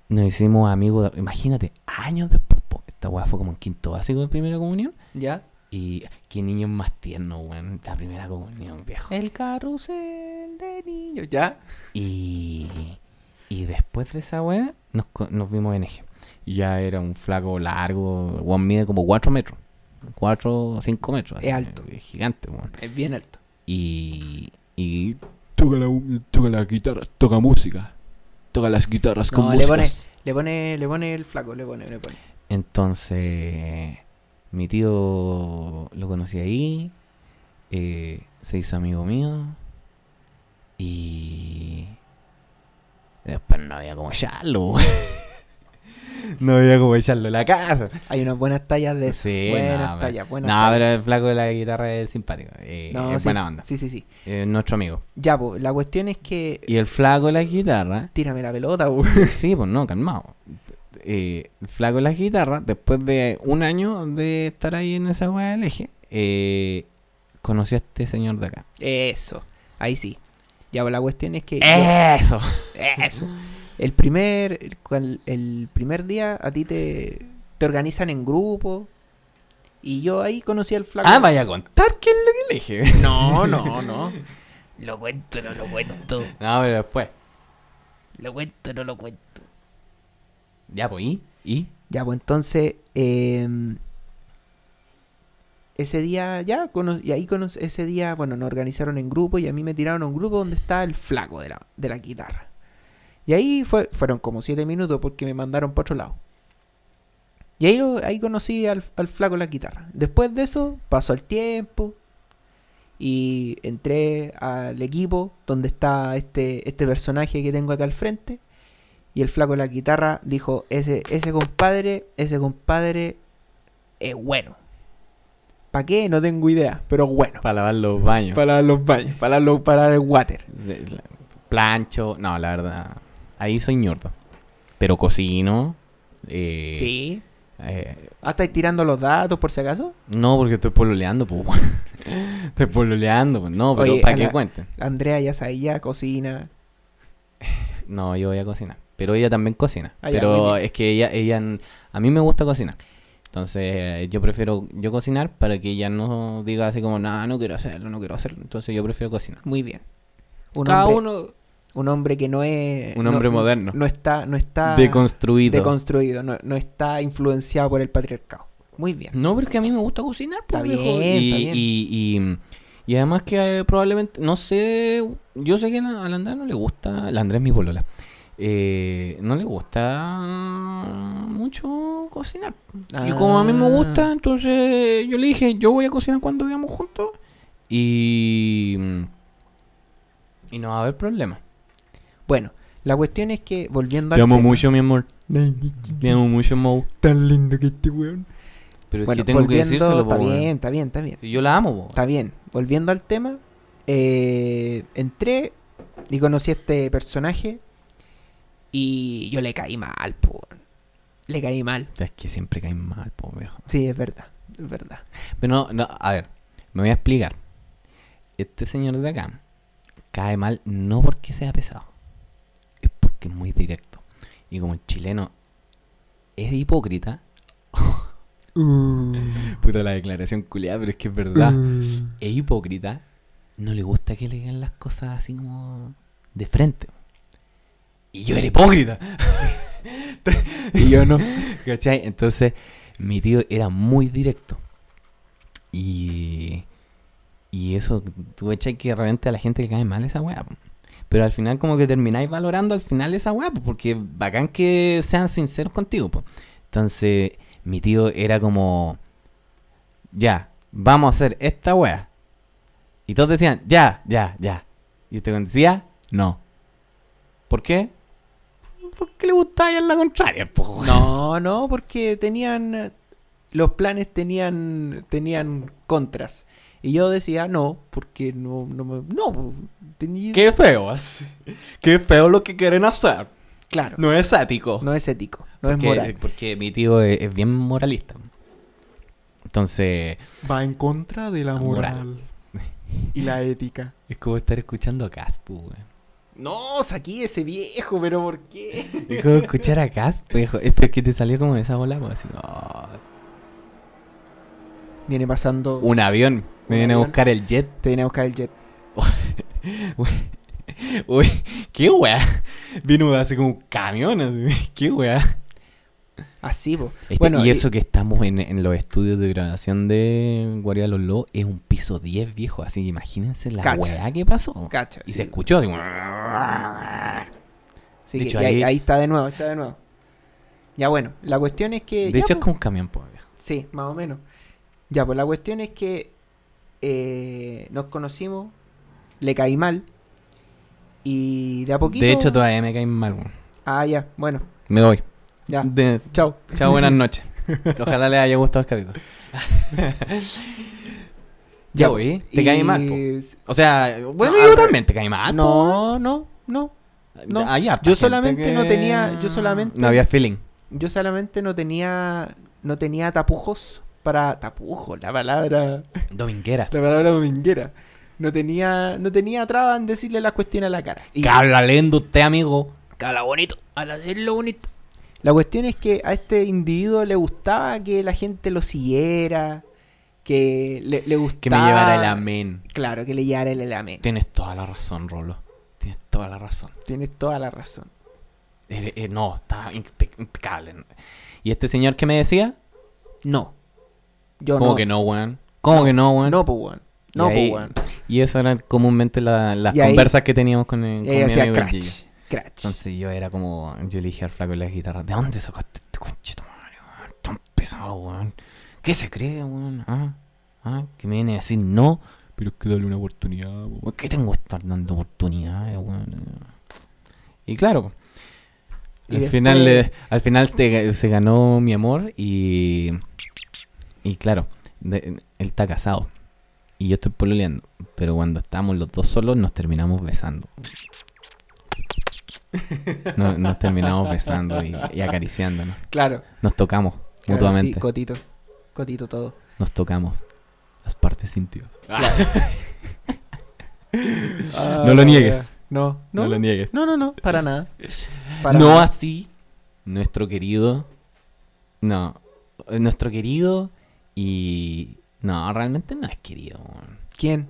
S2: Nos hicimos amigos. de- imagínate, años después. po. esta weá fue como en quinto básico de primera comunión.
S1: ¿Ya?
S2: Y qué niño más tierno, weón. La primera comunión, viejo.
S1: El carrusel de niños. ¿Ya?
S2: Y, y después de esa weá, nos, co- nos vimos en eje. Ya era un flaco largo, weón, mide como 4 metros. 4 o 5 metros.
S1: Es alto.
S2: eh, Gigante, weón.
S1: Es bien alto.
S2: Y, y
S3: Toca la, toca la guitarra, toca música. Toca las guitarras
S2: Pues
S3: con
S1: No, le pone,
S3: músicas.
S1: le pone, le pone el flaco, le pone, le pone.
S2: entonces mi tío lo conocí ahí, eh, se hizo amigo mío y después no había como echarlo. weón. no había como echarlo en la casa.
S1: Hay unas buenas tallas de eso.
S2: Sí,
S1: buenas
S2: no, pero-
S1: tallas, buenas
S2: no,
S1: tallas.
S2: pero el flaco de la guitarra es simpático. eh,
S1: No,
S2: es
S1: sí,
S2: buena onda.
S1: Sí, sí, sí.
S2: Eh, nuestro amigo.
S1: Ya, po, la cuestión es que.
S2: Y el flaco de la guitarra.
S1: Tírame la pelota, po.
S2: sí, pues no, calmado. Eh, el flaco de la guitarra, después de un año de estar ahí en esa weá del eje, eh, conoció a este señor de acá.
S1: Eso. Ahí sí. Ya, po, la cuestión es que. Eh, yo-
S2: ¡Eso!
S1: Eso. El primer, el, cual- el primer día a ti te, te organizan en grupo. Y yo ahí conocí al flaco.
S2: Ah, vaya a contar qué es lo que el eje.
S1: No, no, no. Lo cuento, no lo cuento.
S2: no, pero después.
S1: Lo cuento, no lo cuento.
S2: Ya, pues, ¿y? ¿Y?
S1: Ya, pues entonces. eh, ese día ya, cono- y ahí cono- ese día, bueno, nos organizaron en grupo y a mí me tiraron a un grupo donde estaba el flaco de la, de la guitarra. Y ahí fue, fueron como siete minutos porque me mandaron para otro lado. Y ahí, lo- ahí conocí al, al flaco de la guitarra. Después de eso, pasó el tiempo y entré al equipo donde está este, este personaje que tengo acá al frente. Y el flaco de la guitarra dijo, ese, ese compadre, ese compadre es bueno. ¿Para qué? No tengo idea, pero bueno.
S2: Para lavar los baños.
S1: Para los baños, para, los, para el water.
S2: De- la- Plancho. No, la verdad. Ahí soy ñordo. Pero cocino. eh,
S1: Sí.
S2: eh,
S1: Ah, ¿estáis tirando los datos por si acaso?
S2: no, porque estoy pololeando, pues. weón. estoy pololeando, pues. No, pero
S1: Oye,
S2: para
S1: a
S2: que
S1: la-
S2: cuenten.
S1: Andrea ya sabía, cocina.
S2: No, yo voy a cocinar. Pero ella también cocina.
S1: Ah, ya, muy
S2: pero
S1: bien.
S2: es que ella, ella. n- A mí me gusta cocinar. Entonces, eh, yo prefiero yo cocinar para que ella no diga así como, no, no quiero hacerlo, no quiero hacerlo. Entonces, yo prefiero cocinar.
S1: Muy bien. Un,
S2: Cada
S1: hombre,
S2: uno
S1: un hombre que no es...
S2: Un
S1: no-
S2: hombre moderno.
S1: No está... No está
S2: deconstruido.
S1: deconstruido, no, no está influenciado por el patriarcado. Muy bien.
S2: No, pero es que a mí me gusta cocinar,
S1: Está
S2: pues, viejo.
S1: bien,
S2: y,
S1: está bien.
S2: Y, y, y además que eh, probablemente, no sé, yo sé que a la a la Andrea no le gusta, la Andrea es mi bolola, eh, no le gusta mucho cocinar. Y como a mí me
S1: Ah.
S2: gusta, entonces yo le dije, yo voy a cocinar cuando vivamos juntos y, y no va a haber problema.
S1: Ah, Bueno, la cuestión es que, volviendo
S2: Te amo
S1: tema-
S2: mucho, mi amor. Te amo mucho, Mo.
S3: Tan lindo que este weón.
S2: Pero es
S1: Bueno,
S2: que tengo que
S1: volviendo-
S2: decírselo,
S1: está
S2: po, weón.
S1: bien, está bien, está bien.
S2: Si yo la amo, po.
S1: Está bien. Volviendo al tema, eh, entré y conocí a este personaje y yo le caí mal, po, weón. Le caí mal.
S2: Es que siempre caen mal, po, viejo.
S1: Sí, es verdad, es verdad.
S2: Pero no, no, a ver, me voy a explicar. Este señor de acá cae mal no porque sea pesado, es porque es muy directo. Y como el chileno es hipócrita,
S3: Uh.
S2: puta la declaración culiada, pero es que es verdad,
S3: Uh.
S2: es e hipócrita, no le gusta que le digan las cosas así como de frente. Y yo era hipócrita.
S1: Y yo no.
S2: ¿Cachai? Entonces, mi tío era muy directo. Y. Y eso, tú echas que realmente a la gente le cae mal esa weá. po. Pero al final, como que termináis valorando al final esa weá, po, porque bacán que sean sinceros contigo. po. Entonces, mi tío era como. Ya, vamos a hacer esta weá. Y todos decían, ya, ya, ya. Y este weón decía, no. ¿Por qué? Porque le gustaba ir a la contraria, po.
S1: No, no, porque tenían. Los planes tenían. tenían contras. Y yo decía no, porque no, no me- No, tenía.
S2: Qué feo, así. qué feo lo que quieren hacer.
S1: Claro. No,
S2: No es ético.
S1: es ético, no es
S2: porque,
S1: moral.
S2: porque mi tío es, es bien moralista. Entonces,
S3: Va en contra de la
S2: moral.
S3: y la ética.
S2: es como estar escuchando a Caspu, güey.
S1: No, saqué ese viejo, pero ¿por qué?
S2: Es como escuchar a Caspu, hijo. Es porque te salió como de esa bola, pues, así, oh,
S1: Viene pasando.
S2: un avión. Me
S1: Un
S2: viene
S1: avión.
S2: a buscar el jet.
S1: Te viene a buscar el jet.
S2: Uy, qué weá. Vino así como un camión, así. Qué weá.
S1: Así, po.
S2: Este- y eso que estamos en, en los estudios de grabación de Guardia de los Lobos es un piso 10 viejo, así que imagínense la
S1: Cacha.
S2: weá que pasó.
S1: Cacha.
S2: Y
S1: sí.
S2: se escuchó así.
S1: Así
S2: de
S1: que-
S2: hecho,
S1: y ahí,
S2: ahí-
S1: ahí está de nuevo, ahí está de nuevo. Ya bueno, la cuestión es que.
S2: De
S1: ya,
S2: hecho, es
S1: po.
S2: como un camión, po, viejo.
S1: Sí, más o menos. Ya, pues la cuestión es que eh, nos conocimos, le caí mal. Y de a poquito.
S2: De hecho, todavía me caen mal, weón.
S1: Ah, ya, bueno,
S2: Me voy.
S1: ya.
S2: De-
S1: Chao.
S2: Chao, buenas noches. Ojalá les haya gustado el capítulo. ya,
S1: po.
S2: güey. Te
S1: pues, Y-
S2: caí mal, pues. Ah, po. O sea, bueno,
S1: No,
S2: yo
S1: al re-
S2: también te caí mal.
S1: No, no, no.
S2: po.
S1: no.
S2: Hay harta
S1: Yo
S2: gente
S1: solamente no
S2: que-
S1: tenía- yo solamente-
S2: No había feeling.
S1: Yo solamente no tenía. No tenía tapujos para. Tapujos, la palabra.
S2: Dominguera.
S1: La palabra dominguera. No tenía. No tenía traba en decirle las cuestiones a la cara. Y-
S2: Que habla lento usted, amigo.
S1: Que habla bonito, habla de lo bonito. La cuestión es que a este individuo le gustaba que la gente lo siguiera, que le, le gustaba...
S2: Que me llevara el amén.
S1: Claro, que le llevara el amén.
S2: Tienes toda la razón, Rolo. Tienes toda la razón.
S1: Tienes toda la razón.
S2: Eh, eh, no, está impe- impecable. ¿Y este señor que me decía?
S1: No. Yo
S2: ¿Cómo
S1: no.
S2: que no, weón? ¿Cómo que no, weón?
S1: No, pues, weón. No,
S2: Y
S1: pues,
S2: ahí-
S1: weón.
S2: Y eso eran comúnmente la- las
S1: Y ahí-
S2: conversas que teníamos con, el-
S1: Y
S2: con
S1: ahí
S2: mi
S1: Eh, hacía
S2: amigo el Gillo.
S1: crash. Crash.
S2: Entonces yo era como, yo le dije al flaco de la guitarra, ¿de dónde sacaste este conchito, madre, weón? Tan pesado, weón. ¿Qué se cree, weón? ¿Ah? ¿Ah? ¿Que me viene a decir no?
S3: Pero es que dale una oportunidad, po.
S2: ¿Por qué tengo que estar dando oportunidades, weón? Y claro,
S1: Y
S2: al,
S1: después-
S2: final, le- al final se, ga- se ganó mi amor y. Y claro, de- él está casado. Y yo estoy pololeando. Pero cuando estábamos los dos solos, nos terminamos besando. No- nos terminamos besando y, y acariciándonos.
S1: Claro.
S2: Nos tocamos
S1: claro,
S2: mutuamente.
S1: Sí, cotito. Cotito todo.
S2: nos tocamos las partes íntimas. No lo niegues.
S1: Ah, No, no.
S2: No lo niegues.
S1: No, no, no, para nada. Para
S2: no
S1: nada.
S2: así, nuestro querido. No, eh, nuestro querido y. No, realmente no es querido. weón.
S1: ¿Quién?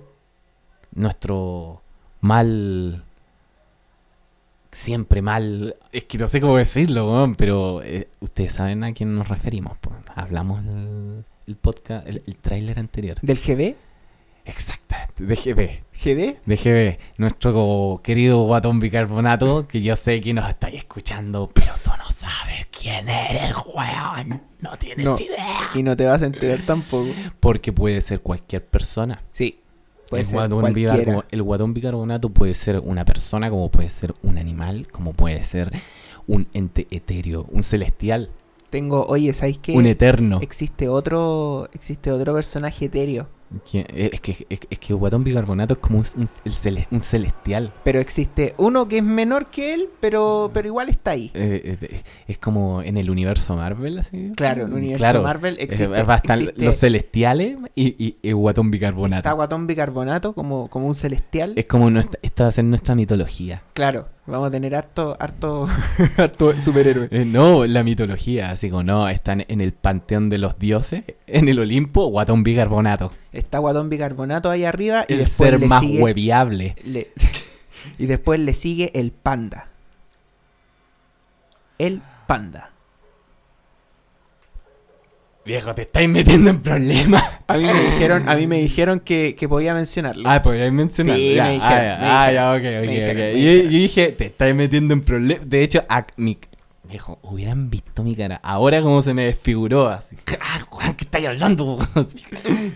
S2: Nuestro mal. Siempre mal. Es que no sé cómo decirlo, weón, pero eh, ustedes saben a quién nos referimos. po. Hablamos el, el podcast, el, el tráiler anterior.
S1: ¿Del GB?
S2: Exactamente, de GB.
S1: ¿GB?
S2: DGB, nuestro querido guatón bicarbonato, que yo sé que nos estáis escuchando, pero tú no sabes quién eres, weón. No tienes
S1: No.
S2: idea.
S1: Y no te vas a enterar tampoco.
S2: Porque puede ser cualquier persona.
S1: Sí. Puede
S2: el,
S1: ser
S2: guatón
S1: cualquiera.
S2: bicarbo- el guatón bicarbonato puede ser una persona, como puede ser un animal, como puede ser un ente etéreo, un celestial,
S1: Tengo, oye, ¿sabéis qué?
S2: un eterno.
S1: Existe otro, existe otro personaje etéreo,
S2: Que- eh, Es que, es, es que el guatón bicarbonato es como un, un- el cele- un celestial.
S1: pero existe uno que es menor que él, pero, pero igual está ahí.
S2: Eh, es, de- es como en el universo Marvel, así.
S1: Claro, en el universo
S2: Claro.
S1: Marvel existe,
S2: Eh, va a estar
S1: existe-
S2: los celestiales y, y, y Guatón Bicarbonato.
S1: está Guatón Bicarbonato como, como un celestial.
S2: Es como nuestra, esta va a ser nuestra mitología.
S1: Claro, vamos a tener harto, harto, harto superhéroe.
S2: Eh, no, la mitología, así como no, están en el panteón de los dioses, en el Olimpo, Guatón Bicarbonato.
S1: Está Guatón Bicarbonato ahí arriba y
S2: El
S1: después
S2: ser
S1: le
S2: más
S1: sigue,
S2: hueviable.
S1: le- y después le sigue el panda. El panda.
S2: Viejo, te estáis metiendo en problemas.
S1: A mí me dijeron, a mí me dijeron que, que podía mencionarlo.
S2: Ah, podías mencionar.
S1: Sí,
S2: ya,
S1: me dijeron,
S2: ah,
S1: me
S2: ya, ah,
S1: dijeron, me
S2: ya, ok, ok,
S1: dijeron,
S2: ok.
S1: me
S2: Y-
S1: dijeron.
S2: Y dije, te estáis metiendo en problemas. De hecho, a mi... Viejo, hubieran visto mi cara. Ahora como se me desfiguró así. Ah, weón, ¿Qué estáis hablando? weón?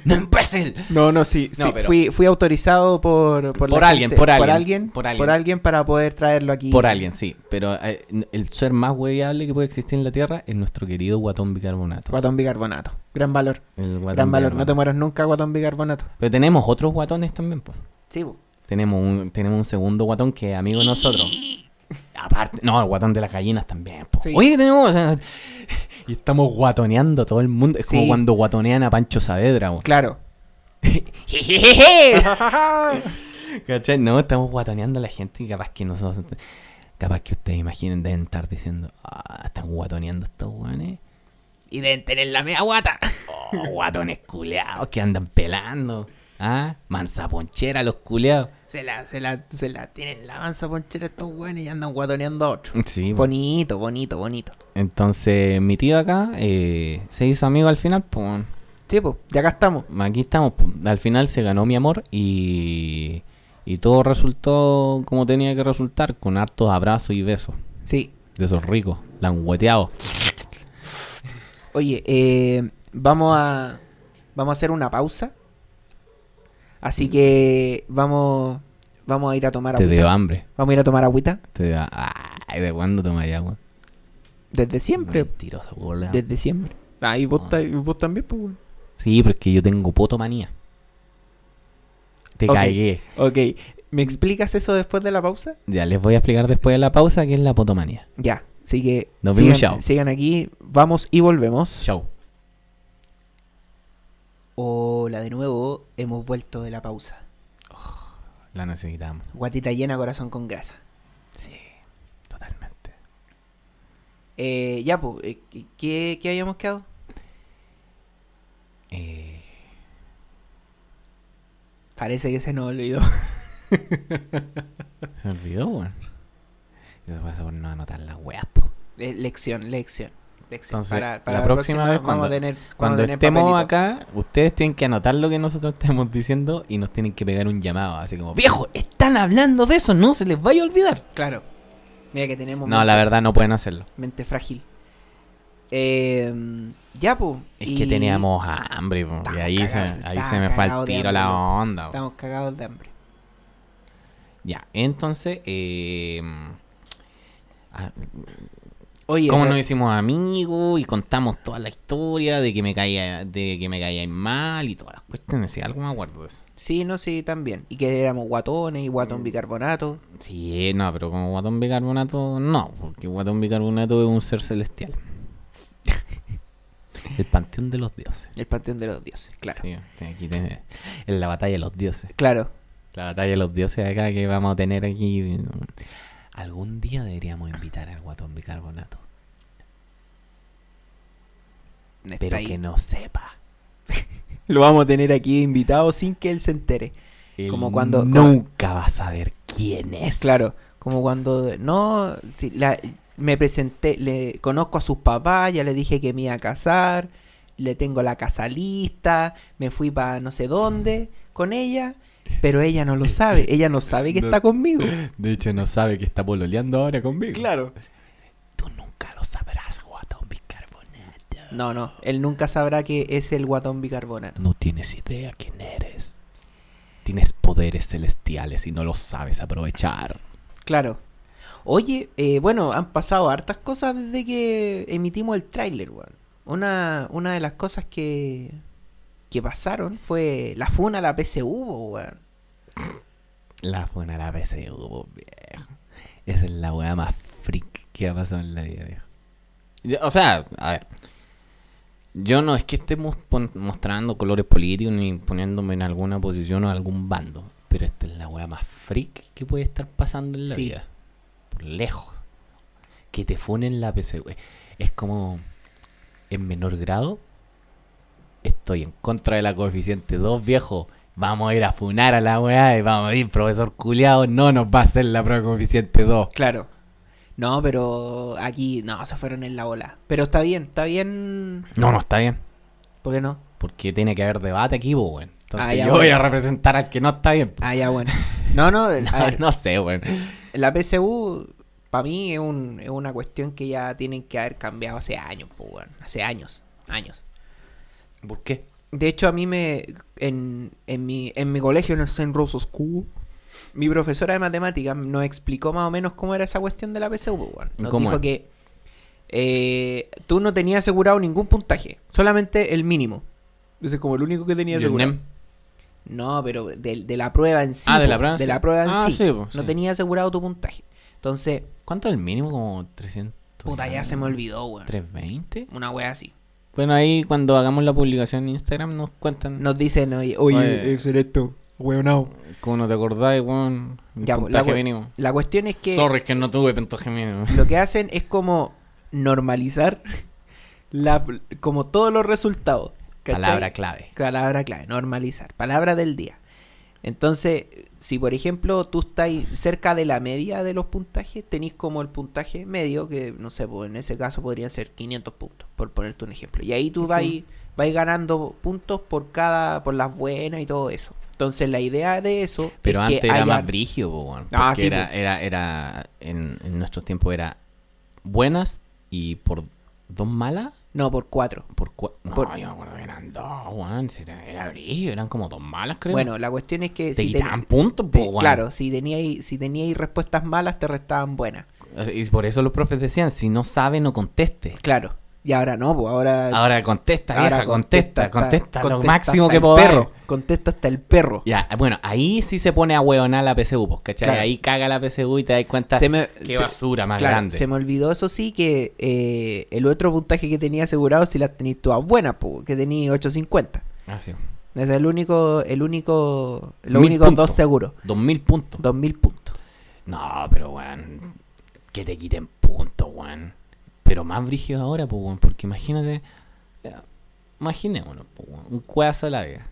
S2: ¡No empecé!
S1: No, no, sí,
S2: No,
S1: sí,
S2: pero-
S1: fui, fui autorizado por, por, la
S2: Por alguien,
S1: gente,
S2: por alguien,
S1: por
S2: por
S1: alguien,
S2: alguien.
S1: por alguien para poder traerlo aquí.
S2: Por alguien, sí. Pero eh, el ser más hueviable que puede existir en la Tierra es nuestro querido guatón bicarbonato.
S1: Guatón bicarbonato, gran valor,
S2: El guatón
S1: gran valor. No te
S2: bicarbonato.
S1: mueras nunca, guatón bicarbonato.
S2: Pero tenemos otros guatones también, pues.
S1: Sí, bu.
S2: Tenemos un, tenemos un segundo guatón que es amigo de nosotros. Aparte, no, el guatón de las gallinas también. po.
S1: Sí.
S2: Oye, tenemos. o sea, y estamos guatoneando a todo el mundo. Es
S1: Sí.
S2: como cuando guatonean a Pancho Saavedra. po.
S1: claro.
S2: ¿Cachai? No, estamos guatoneando a la gente y capaz que nosotros. Capaz que ustedes imaginen deben estar diciendo. Ah, están guatoneando estos guanes. Y deben tener la media guata. Oh, guatones culeados que andan pelando. Ah, mansa ponchera los culeados.
S1: Se la, se la, se la tienen la mansa ponchera estos buenos y andan guatoneando a otro.
S2: Sí, po.
S1: Bonito, bonito, bonito.
S2: Entonces, mi tío acá eh, se hizo amigo al final. Pues,
S1: Sí, pues, ya acá estamos.
S2: aquí estamos. po. Al final se ganó mi amor y, y todo resultó como tenía que resultar, con hartos abrazos y besos.
S1: Sí.
S2: De esos ricos, langueteados.
S1: Oye, eh, vamos a vamos a hacer una pausa. Así que vamos vamos a ir a tomar
S2: Mm. Te
S1: agüita.
S2: dio hambre.
S1: Vamos a ir a tomar agüita
S2: Te dio... Ay, ¿de cuándo tomas agua?
S1: desde siempre.
S2: Mentiroso, boludo.
S1: Desde siempre. Ah, y vos, ta- y vos también, pues, weón.
S2: Sí, pero es que yo tengo potomanía. Te
S1: Ok.
S2: cagué.
S1: Ok, ¿me explicas eso después de la pausa?
S2: Ya les voy a explicar después de la pausa qué es la potomanía.
S1: Ya, así que
S2: Nos vemos,
S1: sigan,
S2: chao.
S1: sigan aquí, vamos y volvemos.
S2: Chau.
S1: Hola de nuevo, hemos vuelto de la pausa.
S2: La necesitamos.
S1: Guatita llena, corazón con grasa.
S2: Sí, totalmente.
S1: Eh, ya, pues, eh, ¿qué, ¿qué habíamos quedado?
S2: Eh,
S1: Parece que se nos olvidó.
S2: se me olvidó, weón. Eso pasa por no anotar las weas, po.
S1: Eh, lección, lección. lección.
S2: Entonces, la próxima vez
S1: vamos a
S2: cuando-
S1: tener, vamos a
S2: Cuando
S1: tener
S2: estemos
S1: papelito.
S2: acá, ustedes tienen que anotar lo que nosotros estamos diciendo y nos tienen que pegar un llamado. Así como, viejo, están hablando de eso, no se les vaya a olvidar.
S1: Claro. Mira que tenemos
S2: No, la
S1: mente-
S2: verdad no pueden hacerlo.
S1: Mente frágil. Eh, ya, pues.
S2: Es que teníamos hambre, po, y
S1: Estamos
S2: ahí
S1: cagados,
S2: se, ahí
S1: estaba
S2: se me fue
S1: cagado
S2: al
S1: de
S2: tiro
S1: hambre,
S2: la
S1: loco.
S2: onda. po.
S1: Estamos cagados de hambre.
S2: Ya, entonces, eh, em, ah,
S1: Oye,
S2: Cómo
S1: re-
S2: nos hicimos amigos y contamos toda la historia de que me caía, de que me caía mal y todas las cuestiones. Sí, algo me acuerdo de eso.
S1: Sí, no, sí, también. Y que éramos guatones y
S2: Mm.
S1: guatón bicarbonato.
S2: Sí, no, pero como guatón bicarbonato, no, porque guatón bicarbonato es un ser celestial. El panteón de los dioses.
S1: El panteón de los dioses, claro.
S2: Sí, aquí tiene- en la batalla de los dioses.
S1: Claro.
S2: La batalla de los dioses acá que vamos a tener aquí. mm. Algún día deberíamos invitar al guatón bicarbonato.
S1: Está
S2: Pero
S1: ahí.
S2: que no sepa.
S1: Lo vamos a tener aquí invitado sin que él se entere.
S2: Él
S1: Como cuando-
S2: Nunca va a saber quién es.
S1: Claro, como cuando no si la- me presenté, le conozco a sus papás, ya le dije que me iba a casar, le tengo la casa lista, me fui para no sé dónde con ella, pero ella no lo sabe, ella no sabe que
S2: No.
S1: está conmigo.
S2: De hecho, no sabe que está pololeando ahora conmigo.
S1: Claro.
S2: Tú nunca lo sabrás, guatón bicarbonato.
S1: No, no, él nunca sabrá que es el guatón bicarbonato.
S2: No tienes idea quién eres. Tienes poderes celestiales y no los sabes aprovechar.
S1: Claro. Oye, eh, bueno, han pasado hartas cosas desde que emitimos el tráiler, weón. Una, una de las cosas que, que pasaron fue la funa a la PCU, po, weón.
S2: La buena la PCU, viejo. Esa es la weá más freak que ha pasado en la vida, viejo. Yo- o sea, a ver. Yo no es que estemos pon- mostrando colores políticos ni poniéndome en alguna posición o algún bando. Pero esta es la weá más freak que puede estar pasando en la
S1: Sí.
S2: vida. Por lejos. Que te funen la PCU. Es como. En menor grado. Estoy en contra de la coeficiente 2, viejo. Vamos a ir a funar a la weá y vamos a ir, profesor culiao, no nos va a hacer la prueba de coeficiente 2.
S1: Claro. No, pero aquí, no, se fueron en la ola. Pero está bien, está bien.
S2: No, no, está bien.
S1: ¿Por qué no?
S2: Porque tiene que haber debate aquí, po, weón. Entonces
S1: Ah, ya,
S2: yo
S1: bueno.
S2: voy a representar al que no está bien.
S1: Ah, ya, bueno. No, no, a
S2: No,
S1: ver,
S2: no sé, weón.
S1: la PCU para mí es, un- es una cuestión que ya tienen que haber cambiado hace años, po, weón. Hace años, años.
S2: ¿Por qué?
S1: De hecho, a mí me. En, en mi, en mi colegio, en el St. Rose's School, mi profesora de matemáticas nos explicó más o menos cómo era esa cuestión de la PSU. pues, weón. Nos
S2: ¿Cómo
S1: dijo
S2: es?
S1: que eh, tú no tenías asegurado ningún puntaje, solamente el mínimo. Ese es como el único que tenías asegurado. No, pero de, de la prueba en sí. pues,
S2: Ah, de la
S1: po,
S2: prueba en sí.
S1: en
S2: Ah,
S1: sí.
S2: sí, po,
S1: No
S2: sí.
S1: tenías asegurado tu puntaje. Entonces,
S2: ¿Cuánto es el mínimo? Como 300.
S1: puta, ya se me olvidó, weón.
S2: 320.
S1: Una wea así.
S2: Bueno, ahí cuando hagamos la publicación en Instagram nos cuentan.
S1: Nos dicen, oye, oye,
S2: Oye.
S1: es esto, weonao.
S2: ¿Cómo no te acordáis, weón? El
S1: Ya, po, la
S2: puntaje
S1: we-
S2: mínimo.
S1: La cuestión es que.
S2: Sorry, es que no tuve puntaje mínimo.
S1: lo que hacen es como normalizar la, como todos los resultados. ¿cachai?
S2: Palabra clave.
S1: Palabra clave, normalizar. Palabra del día. Entonces, si por ejemplo tú estás cerca de la media de los puntajes, tenéis como el puntaje medio, que no sé, pues, en ese caso podrían ser 500 puntos, por ponerte un ejemplo. Y ahí tú vas, vas ganando puntos por cada, por las buenas y todo eso. Entonces la idea de eso
S2: Pero
S1: es
S2: antes
S1: que
S2: era
S1: haya-
S2: más brígido, po, weón.
S1: Ah,
S2: Porque
S1: sí,
S2: era,
S1: po.
S2: era, era, en, en nuestro tiempo era buenas y por dos malas,
S1: No, por cuatro.
S2: por cua- No,
S1: Por-
S2: yo me acuerdo que eran dos, weón. Si Era, era brígido, eran como dos malas, creo.
S1: Bueno, la cuestión es que
S2: te
S1: si
S2: quitaban
S1: teni-
S2: puntos, po,
S1: Te-
S2: weón.
S1: claro, si teníais, si teníais respuestas malas, te restaban buenas.
S2: Y por eso los profes decían, si no sabe, no conteste.
S1: Claro. Y ahora no, pues ahora.
S2: Ahora contesta,
S1: ahora
S2: vieja, contesta, contesta,
S1: hasta-
S2: lo
S1: contesta
S2: máximo
S1: hasta
S2: que
S1: el
S2: podáis.
S1: perro. Contesta hasta el perro.
S2: Ya, bueno, ahí sí se pone a hueonar la PCU, pues, ¿cachai?
S1: Claro.
S2: Ahí caga la PCU y te das cuenta
S1: Se me-
S2: qué
S1: se-
S2: basura más
S1: claro,
S2: grande.
S1: se me olvidó eso sí que eh, el otro puntaje que tenía asegurado si las tenías todas buenas, pues, que tenía 850.
S2: Ah, sí.
S1: Ese es el único, el único, los
S2: Mil
S1: únicos
S2: puntos.
S1: dos seguros,
S2: Dos mil puntos.
S1: 2000 puntos.
S2: No, pero weón. Que te quiten puntos, weón. Pero más brígido ahora, pues, weón. Porque imagínate. ya, Imaginémonos, pues, weón. Un cuedazo de la vida.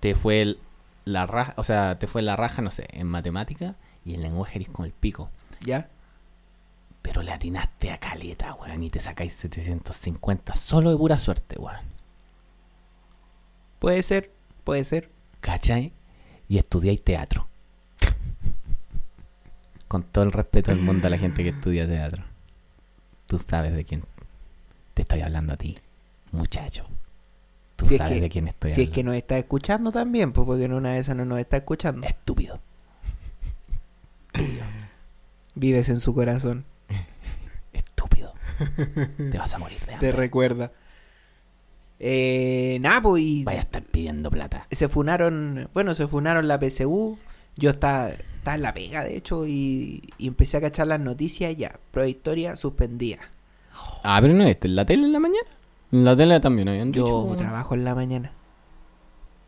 S2: Te fue el- la raja. O sea, te fue la raja, no sé, en matemática. Y en lenguaje eres con el pico.
S1: ¿Ya?
S2: Pero le atinaste a caleta, weón. Y te sacáis 750. Solo de pura suerte, weón.
S1: Puede ser, puede ser.
S2: ¿Cachai? Y estudiáis teatro. Con todo el respeto del mundo a la gente que estudia teatro. Tú sabes de quién te estoy hablando a ti, muchacho. Tú
S1: Si es
S2: sabes
S1: que-
S2: de quién estoy
S1: si es que
S2: hablando.
S1: nos está escuchando también, pues porque en una de esas no nos está escuchando.
S2: Estúpido.
S1: Vives en su corazón.
S2: Te vas a morir de
S1: Te
S2: hambre.
S1: recuerda. Eh, nada, pues, y
S2: Vaya a estar pidiendo plata.
S1: se funaron, bueno, se funaron la PSU, yo estaba, estaba en la pega, de hecho, y, y empecé a cachar las noticias y ya, Pro Historia suspendida.
S2: Ah, pero no, ¿está en la tele en la mañana? En la tele también habían
S1: Yo
S2: dicho, weón.
S1: trabajo en la mañana.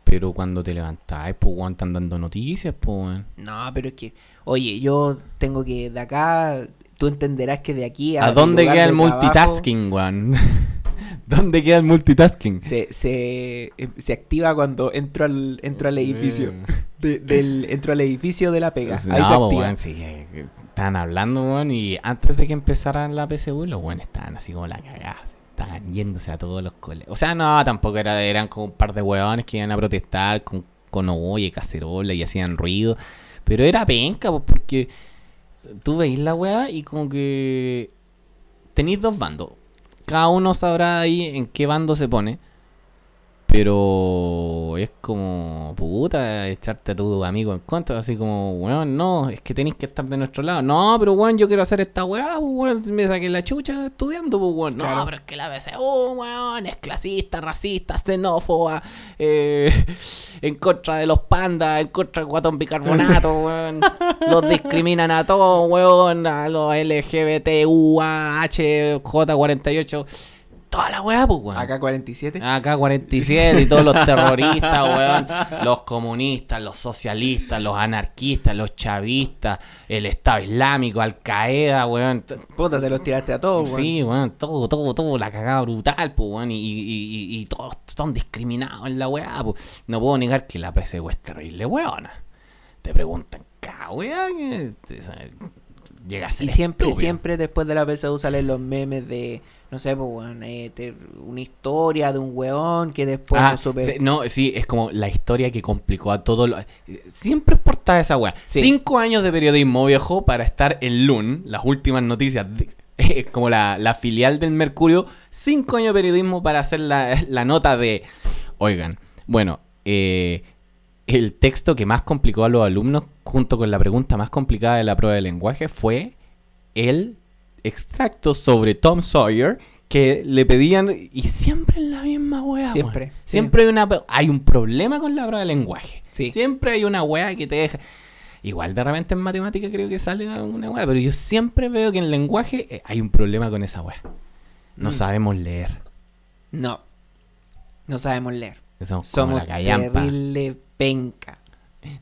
S2: Pero cuando te levantás, pues, weón, están dando noticias, pues, weón.
S1: No, pero es que, oye, yo tengo que, de acá, tú entenderás que de aquí
S2: ¿A
S1: mi
S2: dónde
S1: lugar
S2: queda
S1: de
S2: el
S1: trabajo
S2: multitasking, weón? ¿Dónde queda el multitasking?
S1: Se, se, eh, se activa cuando entro al, entro al edificio.
S2: Mm.
S1: de- del, entro al edificio de la pega.
S2: Pues,
S1: Ahí se
S2: no,
S1: activa.
S2: pues, weón, sí, que- que estaban hablando, weón, y antes de que empezara la PSU, los weón estaban así como la cagada. así, Estaban yéndose a todos los colegios. O sea, no, tampoco era, eran como un par de huevones que iban a protestar con, con olla y cacerola y hacían ruido. Pero era penca, pues, porque tú veis la weá y como que tenéis dos bandos. Cada uno sabrá ahí en qué bando se pone. Pero es como, puta, echarte a tu amigo en contra. Así como, weón, no, es que tenéis que estar de nuestro lado. No, pero weón, yo quiero hacer esta weá, pues, weón. Me saqué la chucha estudiando, pues, weón. No,
S1: Claro.
S2: pero es que la BCU, weón, es clasista, racista, xenófoba. eh, en contra de los pandas, en contra del guatón bicarbonato, weón. Los discriminan a todos, weón. A los LGBTUAHJ48. Toda la weá, pues, weón.
S1: Acá 47.
S2: Acá 47 y todos los terroristas, weón. Los comunistas, los socialistas, los anarquistas, los chavistas, el Estado Islámico, Al Qaeda, weón. T-
S1: Puta, te los tiraste a todos, weón.
S2: Sí, weón, todo, todo, todo, la cagada brutal, pues, weón. Y, y, y- y todos son discriminados en la weá, pues. No puedo negar que la PSU es terrible, weón. Te preguntan, cada weá, que- o sea, llega a ser
S1: Y siempre,
S2: estúpido.
S1: siempre después de la PSU salen los memes de, no sé, pues, weón, eh, te- una historia de un weón que después
S2: Ah,
S1: no supe.
S2: de- no, sí, es como la historia que complicó a todo lo... Siempre es portada esa weá.
S1: Sí.
S2: Cinco años de periodismo viejo para estar en LUN, las últimas noticias, de- eh, como la, la filial del Mercurio. Cinco años de periodismo para hacer la, la nota de... Oigan, bueno, eh, el texto que más complicó a los alumnos, junto con la pregunta más complicada de la prueba de lenguaje, fue el extracto sobre Tom Sawyer que le pedían y siempre es la misma wea.
S1: Siempre,
S2: weón.
S1: sí.
S2: Siempre hay una hay un problema con la prueba de lenguaje.
S1: Sí.
S2: Siempre hay una wea que te deja Igual de repente en matemática creo que sale una wea, pero yo siempre veo que en lenguaje eh, hay un problema con esa wea. No
S1: Mm.
S2: sabemos leer.
S1: No. No sabemos leer.
S2: Somos, como
S1: Somos
S2: la callampa.
S1: terrible penca.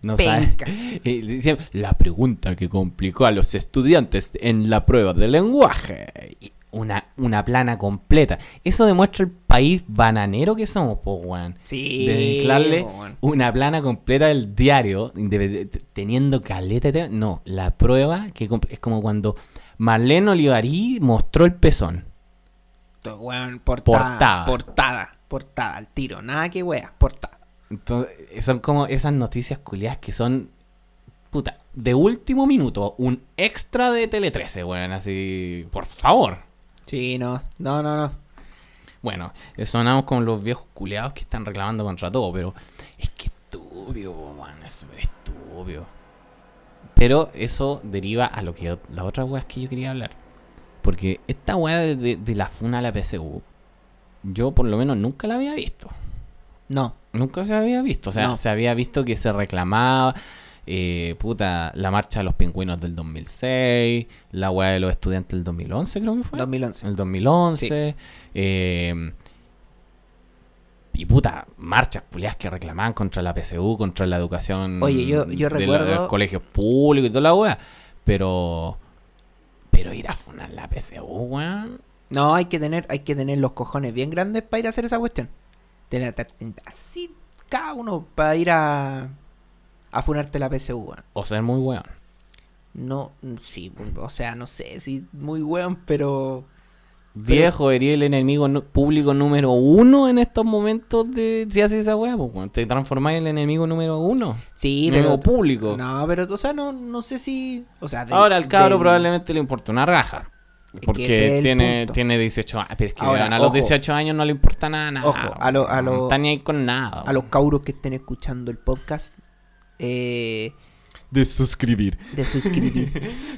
S2: No sabe-
S1: penca.
S2: Y decía, la pregunta que complicó a los estudiantes en la prueba de lenguaje. Y Una, una plana completa. Eso demuestra el país bananero que somos, po, weón.
S1: Sí.
S2: De mezclarle
S1: po, weón.
S2: una plana completa del diario, independe- t- teniendo caleta. de tema. No, la prueba que compl- es como cuando Marlene Olivarí mostró el pezón.
S1: To- weón, portada,
S2: Portada.
S1: portada. Portada. al tiro. Nada que wea. Portada.
S2: Entonces, son como esas noticias culiadas que son. Puta, de último minuto, un extra de Tele 13, weón. Así, por favor.
S1: Sí, no. No, no, no.
S2: Bueno, eh, sonamos con los viejos culeados que están reclamando contra todo, pero es que estúpido, po, man, es súper estúpido. Pero eso deriva a lo que ot- la otra weá es que yo quería hablar. Porque esta weá de, de- de la funa a la PSU, yo por lo menos nunca la había visto.
S1: No.
S2: Nunca se había visto. O sea,
S1: No.
S2: se había visto que se reclamaba. eh, puta, la marcha de los pingüinos del 2006, la weá de los estudiantes del 2011, creo que fue.
S1: 2011.
S2: En el 2011. eh, y puta, marchas culiadas que reclamaban contra la PSU, contra la educación
S1: Oye, yo- yo
S2: de, lo- de
S1: recuerdo-
S2: los colegios públicos y toda la weá. Pero. Pero ir a funar la PSU, weón.
S1: No, hay que tener, hay que tener los cojones bien grandes para ir a hacer esa cuestión. Tener ta- ta- así cada uno para ir a a funarte la PSU, weón.
S2: O ser muy weón.
S1: No, mm, sí, o sea, no sé si muy weón, pero
S2: Viejo, eres el enemigo nu- público número uno en estos momentos de si haces esa weá, pues, weón. Te transformáis en el enemigo número uno.
S1: sí,
S2: enemigo
S1: pero
S2: público.
S1: no, pero o sea, no, no sé si, o sea, del-
S2: Ahora al cabro
S1: del-
S2: probablemente le importa una raja.
S1: Es que ese es
S2: Porque
S1: el
S2: tiene,
S1: punto.
S2: tiene 18 años. Pero es que
S1: Ahora,
S2: weón, a los
S1: ojo.
S2: 18 años no le importa nada. nada
S1: Ojo, a lo- a
S2: weón.
S1: lo-
S2: No está ni ahí con nada.
S1: a los cauros que estén escuchando el podcast, eh,
S2: de suscribir.
S1: de suscribir.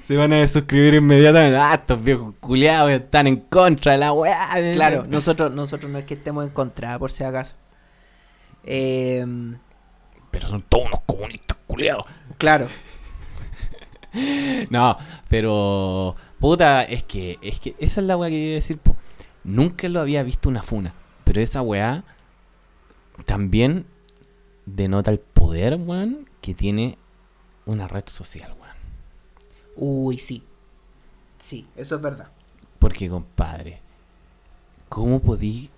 S2: Se van a desuscribir inmediatamente. Ah, estos viejos culiados están en contra de la weá.
S1: claro, nosotros, nosotros no es que estemos en contra, por si acaso. Em,
S2: Pero son todos unos comunistas culiados.
S1: claro,
S2: No, pero. Puta, es que, es que esa es la weá que iba a decir. po. Nunca lo había visto una funa. Pero esa weá también denota el poder, weón, que tiene una red social, weón.
S1: uy, sí. Sí, eso es verdad.
S2: Porque, compadre, ¿cómo podí?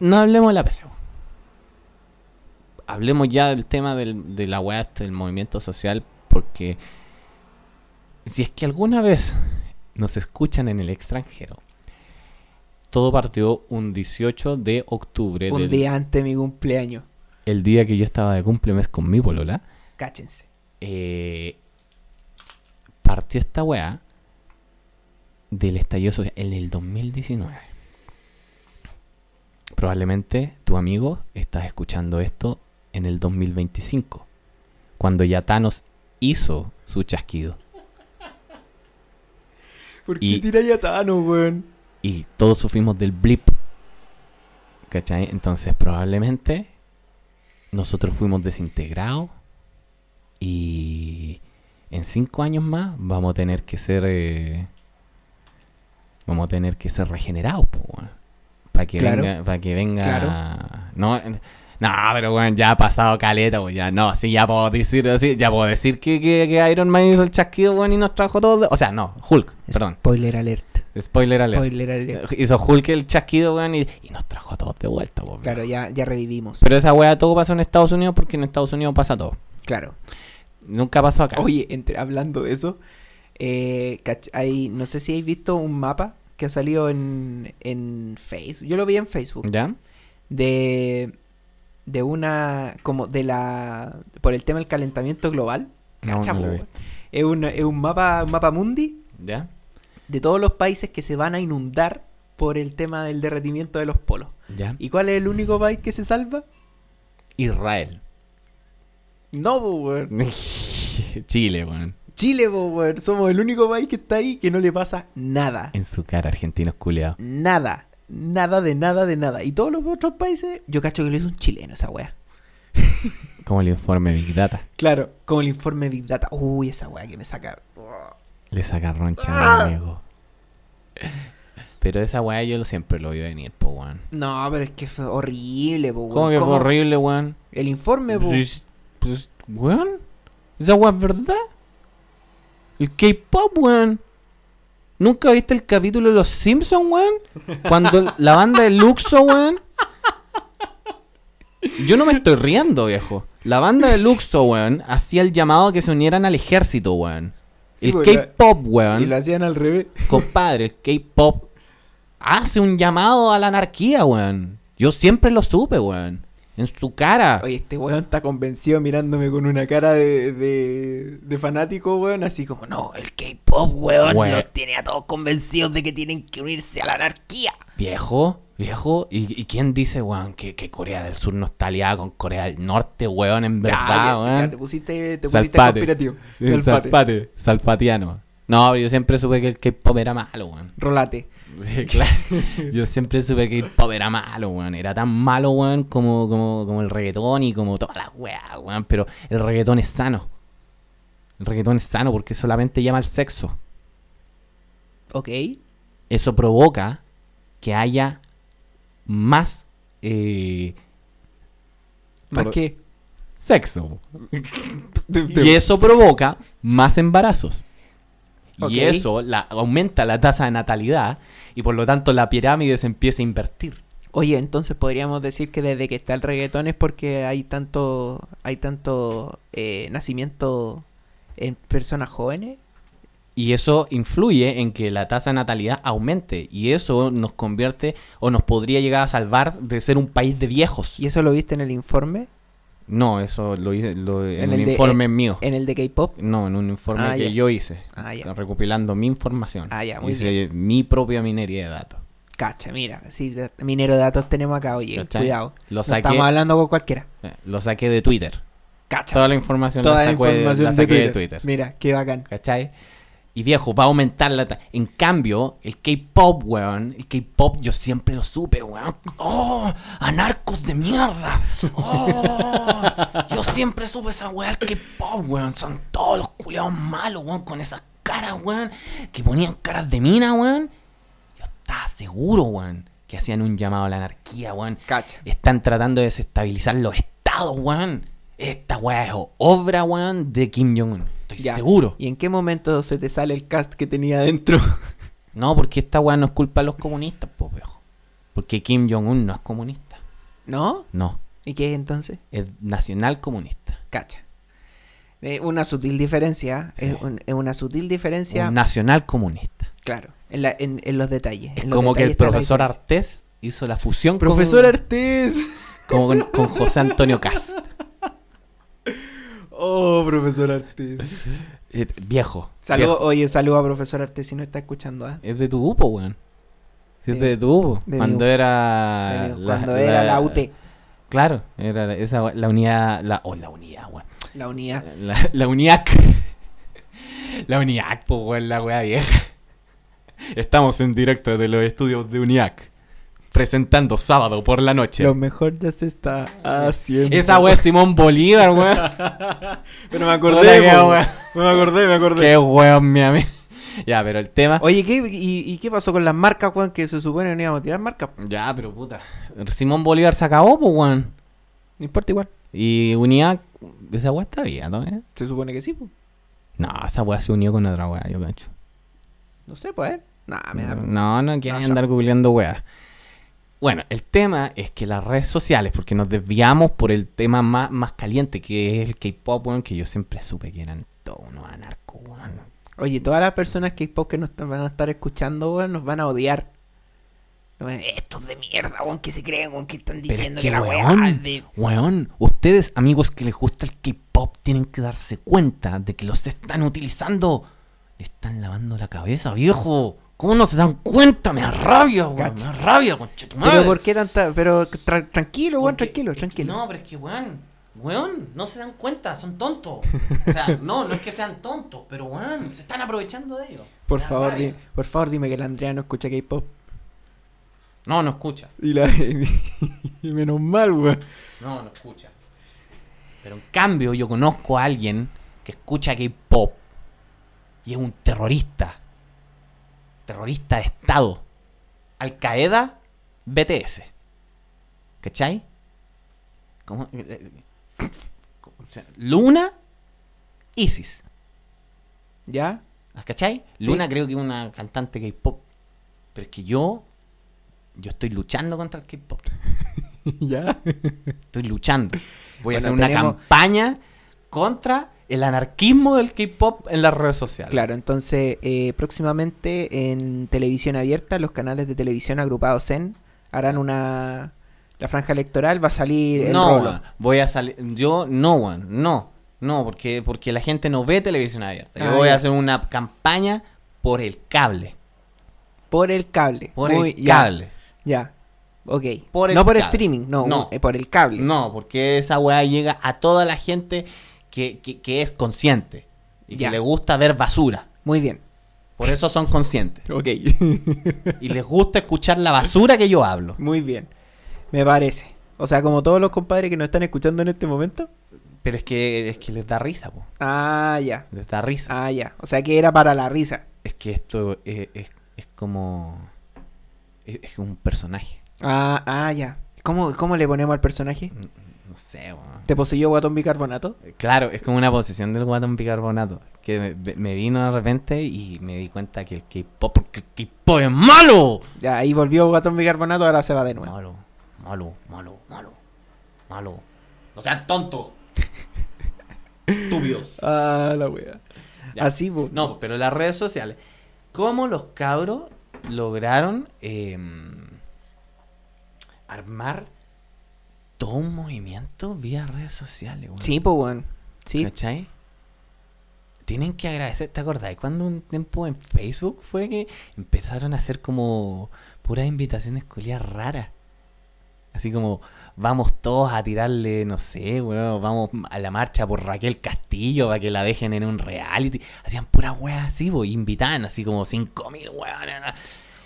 S2: No hablemos de la PC. weón. Hablemos ya del tema del- de la weá, este, del movimiento social, porque si es que alguna vez nos escuchan en el extranjero, todo partió un 18 de octubre,
S1: Un
S2: Eh, del-
S1: día antes de mi cumpleaños,
S2: el día que yo estaba de cumplemes con mi polola
S1: cáchense.
S2: eh, partió esta weá del estallido social en el 2019. Probablemente tu amigo estás escuchando esto en el 2025, cuando ya Thanos hizo su chasquido
S1: ¿Por
S2: qué Y-
S1: tiráis a Thanos, weón?
S2: y todos sufrimos del blip. ¿Cachai? Entonces probablemente nosotros fuimos desintegrados y en cinco años más vamos a tener que ser eh, vamos a tener que ser regenerados para que
S1: Claro.
S2: venga para que venga
S1: Claro.
S2: no eh, no pero bueno ya ha pasado caleta pues ya no sí ya puedo decir sí, ya puedo decir que, que- que Iron Man hizo el chasquido bueno y nos trajo todo de- o sea no Hulk perdón
S1: Spoiler alert.
S2: spoiler alert
S1: Spoiler alert.
S2: Eh, Hizo Hulk el chasquido, weón, y, y nos trajo a todos de vuelta, weón.
S1: Claro, ya, ya revivimos.
S2: Pero esa weá todo pasó en Estados Unidos porque en Estados Unidos pasa todo.
S1: Claro.
S2: Nunca pasó acá.
S1: Oye, entre- hablando de eso, eh, cach- hay, no sé si habéis visto un mapa que ha salido en, en Facebook. Yo lo vi en Facebook.
S2: ¿Ya?
S1: De, de una. como de la. por el tema del calentamiento global.
S2: No,
S1: Cacha,
S2: no lo
S1: po, weón.
S2: he visto.
S1: Es un, es un mapa, un mapa mundi
S2: ¿Ya?
S1: de todos los países que se van a inundar por el tema del derretimiento de los polos.
S2: ¿Ya?
S1: ¿Y cuál es el único país que se salva?
S2: Israel.
S1: No, po, weón.
S2: Chile, weón.
S1: Chile, po, weón. Somos el único país que está ahí que no le pasa nada.
S2: En su cara, argentinos culeados.
S1: Nada. Nada de nada de nada. Y todos los otros países, yo cacho que lo hizo un chileno esa wea.
S2: Como el informe Big Data.
S1: Claro, como el informe Big Data. Uy, esa wea que me saca.
S2: Le saca roncha
S1: Ah.
S2: al amigo. Pero esa weá yo lo- siempre lo veo venir, po, weón.
S1: No, pero es que fue horrible, po, weón.
S2: ¿Cómo que fue horrible, weón?
S1: El informe, po.
S2: Pues, pues, weón. Esa weá es verdad. El K-pop, weón. ¿Nunca viste el capítulo de Los Simpsons, weón? Cuando la banda de Luxo, weón. Yo no me estoy riendo, viejo. La banda de Luxo, weón, hacía el llamado a que se unieran al ejército, weón.
S1: Sí,
S2: el
S1: pues, la-
S2: K-pop, weón.
S1: Y lo hacían al revés.
S2: Compadre, el K-pop hace un llamado a la anarquía, weón. Yo siempre lo supe, weón. En su cara.
S1: Oye, este weón está convencido mirándome con una cara de, de, de fanático, weón. Así como, no, el K-pop, weón,
S2: Weón.
S1: los tiene a todos convencidos de que tienen que unirse a la anarquía.
S2: Viejo, viejo, ¿y, y quién dice, weón, que, que Corea del Sur no está aliada con Corea del Norte, weón, en
S1: Ah, ya,
S2: verdad,
S1: ya,
S2: weón?
S1: te pusiste, te pusiste
S2: Salpate.
S1: conspirativo.
S2: El
S1: Salpate.
S2: Salpate, salpatiano. No, yo siempre supe que el K-pop era malo, weón.
S1: Rolate.
S2: Sí, claro. Yo siempre supe que el pop era malo, weón. Era tan malo, weón, como, como, como el reggaetón y como todas las weas, weón. Pero el reggaetón es sano. El reggaetón es sano porque solamente llama al sexo.
S1: Ok.
S2: eso provoca que haya más eh,
S1: Más
S2: Por-
S1: que.
S2: sexo. Y eso provoca más embarazos. Y
S1: Ok.
S2: eso la- aumenta la tasa de natalidad y por lo tanto la pirámide se empieza a invertir.
S1: Oye, entonces podríamos decir que desde que está el reggaetón es porque hay tanto. Hay tanto eh, nacimiento en personas jóvenes.
S2: Y eso influye en que la tasa de natalidad aumente. Y eso nos convierte o nos podría llegar a salvar de ser un país de viejos.
S1: ¿Y eso lo viste en el informe?
S2: No, eso lo hice lo-
S1: En
S2: en,
S1: el
S2: un
S1: de-
S2: informe mío.
S1: ¿En el de K-pop?
S2: No, en un informe
S1: Ah,
S2: que
S1: ya.
S2: yo hice.
S1: Ah, ya.
S2: recopilando mi información.
S1: Ah, ya, muy
S2: Hice mi propia minería de datos.
S1: Cacha, mira, sí, de- minero de datos tenemos acá, oye,
S2: ¿Cachai?
S1: cuidado.
S2: Lo
S1: No
S2: saqué,
S1: estamos hablando con cualquiera.
S2: eh, lo saqué de Twitter.
S1: Cacha.
S2: Toda la información
S1: Toda
S2: la
S1: la
S2: saco de-
S1: información
S2: la
S1: de,
S2: saqué
S1: Twitter.
S2: de Twitter.
S1: Mira, qué bacán.
S2: ¿Cachai? Y viejo, va a aumentar la... ta- En cambio, el K-pop, weón. El K-pop yo siempre lo supe, weón. ¡Oh! ¡Anarcos de mierda! ¡Oh! Yo siempre supe esa weá, el K-pop, weón. Son todos los culiados malos, weón. Con esas caras, weón. Que ponían caras de mina, weón. Yo estaba seguro, weón. Que hacían un llamado a la anarquía, weón.
S1: Cacha.
S2: Están tratando de desestabilizar los estados, weón. Esta weá es obra, weón, de Kim Jong-un. Estoy
S1: Ya.
S2: seguro.
S1: ¿Y en qué momento se te sale el cast que tenía adentro?
S2: No, porque esta weá no es culpa de los comunistas, po, viejo. Porque Kim Jong-un no es comunista.
S1: ¿No?
S2: No,
S1: ¿Y qué entonces?
S2: es nacional comunista.
S1: Cacha. Eh, una sutil diferencia.
S2: Sí.
S1: Es, un- es una sutil diferencia.
S2: Un nacional comunista.
S1: Claro. En, la- en- en los detalles.
S2: Es
S1: en los
S2: como que el
S1: detalles está la
S2: profesor
S1: diferencia.
S2: Artés hizo la fusión con-
S1: Profesor Artés.
S2: como con, con José Antonio Cast.
S1: Oh, profesor Artés.
S2: Eh, viejo.
S1: Saludo,
S2: viejo.
S1: oye, saludo a profesor Artés si no está escuchando. ¿ah?
S2: Es de tu grupo, weón. Sí, es
S1: De-
S2: de tu grupo.
S1: de mi
S2: Cuando
S1: grupo.
S2: era.
S1: Amigo, Cuando era la UT,
S2: Claro, era esa, we- la unidad. La, oh, la unidad, weón.
S1: la unidad.
S2: La, la UNIAC. La UNIAC, pues, weón, la weá vieja. Estamos en directo de los estudios de UNIAC. Presentando sábado por la noche.
S1: Lo mejor ya se está haciendo.
S2: Esa weá es Simón Bolívar, weón.
S1: Pero me
S2: Hola,
S1: acordé,
S2: qué
S1: po,
S2: weón.
S1: me acordé, me acordé.
S2: Qué weón, mi amigo. Ya, pero el tema.
S1: Oye, ¿qué, y, y qué pasó con las marcas, Juan? Que se supone que no íbamos a tirar marcas.
S2: Ya, pero puta. Simón Bolívar se acabó, pues, weón.
S1: No importa igual.
S2: Y UNIAC. Esa weá está bien, ¿no? eh?
S1: Se supone que sí, pues.
S2: No, esa weá se unió con otra weá, yo cacho.
S1: No sé, pues, ¿eh? Nah, me da...
S2: No, no, que
S1: No,
S2: hay
S1: ya.
S2: andar googleando weas. Bueno, el tema es que las redes sociales, porque nos desviamos por el tema más, más caliente, que es el K-pop, weón, que yo siempre supe que eran todos unos anarcos, weón.
S1: Oye, todas las personas que pop que nos están- van a estar escuchando, weón, nos van a odiar. Nos van a decir, Estos de mierda, weón, que se creen, weón, que están
S2: Pero es
S1: diciendo
S2: que,
S1: que, la
S2: weón,
S1: weá es de...
S2: Weón, ustedes, amigos que les gusta el K-pop, tienen que darse cuenta de que los están utilizando. Le están lavando la cabeza, viejo. ¿Cómo no se dan cuenta? Me da rabia, weón.
S1: Cacha.
S2: Me da rabia, conchetumadre.
S1: Pero ¿por qué tanta...? Pero tra- tranquilo, weón,
S2: Porque-
S1: tranquilo,
S2: es que
S1: tranquilo.
S2: No, pero es que, weón, weón, no se dan cuenta, son tontos. O sea, no, no es que sean tontos, pero weón, se están aprovechando de ellos.
S1: Por
S2: Me da
S1: favor,
S2: rabia.
S1: di- por favor, dime que la Andrea no escucha K-pop.
S2: No, no escucha.
S1: Y, la... y menos mal, weón.
S2: No, no escucha. Pero en cambio, yo conozco a alguien que escucha K-pop y es un terrorista. Terrorista de Estado. Al Qaeda, BTS. ¿Cachai? ¿Cómo? Eh, eh, o sea, Luna, ISIS.
S1: ¿Ya?
S2: ¿Cachai? Luna creo que es una cantante K-pop. Pero es que yo. Yo estoy luchando contra el K-pop.
S1: ¿Ya?
S2: Estoy luchando. Voy
S1: Bueno,
S2: a hacer una
S1: tenemos-
S2: campaña contra el anarquismo del K-pop en las redes sociales.
S1: Claro, entonces eh, próximamente en televisión abierta, los canales de televisión agrupados en harán una. La franja electoral va a salir el
S2: No,
S1: rolo.
S2: weón, voy a salir. Yo, no, weón, no. No, porque, porque la gente no ve televisión abierta. Yo
S1: Ah,
S2: voy
S1: ya.
S2: a hacer una campaña por el cable.
S1: Por el cable.
S2: Por
S1: Muy-
S2: el
S1: ya,
S2: cable.
S1: Ya. Ok.
S2: Por el
S1: no por
S2: cable.
S1: streaming, no.
S2: No.
S1: eh, por el cable.
S2: No, porque esa weá llega a toda la gente que, que- que es consciente y
S1: Ya.
S2: que le gusta ver basura.
S1: Muy bien.
S2: Por eso son conscientes.
S1: Ok.
S2: Y les gusta escuchar la basura que yo hablo.
S1: Muy bien. Me parece. O sea, como todos los compadres que nos están escuchando en este momento.
S2: Pero es que, es que les da risa, po.
S1: Ah, ya.
S2: Les da risa.
S1: Ah, ya. O sea que era para la risa.
S2: Es que esto es, es- es como... Es, es un personaje.
S1: Ah, ah, ya. ¿Cómo, ¿Cómo le ponemos al personaje?
S2: No, no sé, weón.
S1: ¿Te poseyó Guatón Bicarbonato?
S2: Claro, es como una posición del guatón bicarbonato. Que me, me vino de repente y me di cuenta que el K-pop... Porque el K-pop es malo.
S1: Ya, ahí volvió Guatón Bicarbonato, ahora se va de nuevo.
S2: Malo, malo, malo, malo, malo. No sean tontos. Estúpidos.
S1: Ah, la wea.
S2: Ya.
S1: Así, bu-
S2: No, pero las redes sociales. ¿Cómo los cabros lograron eh, armar todo un movimiento vía redes sociales? weón?
S1: Sí, pues, weón. Sí.
S2: ¿Cachai? Tienen que agradecer, ¿te acordás? Cuando un tiempo en Facebook fue que empezaron a hacer como puras invitaciones culias raras. Así como vamos todos a tirarle, no sé, weón, vamos a la marcha por Raquel Castillo para que la dejen en un reality. Hacían puras weas así, bo, invitaban así como 5.000 weones.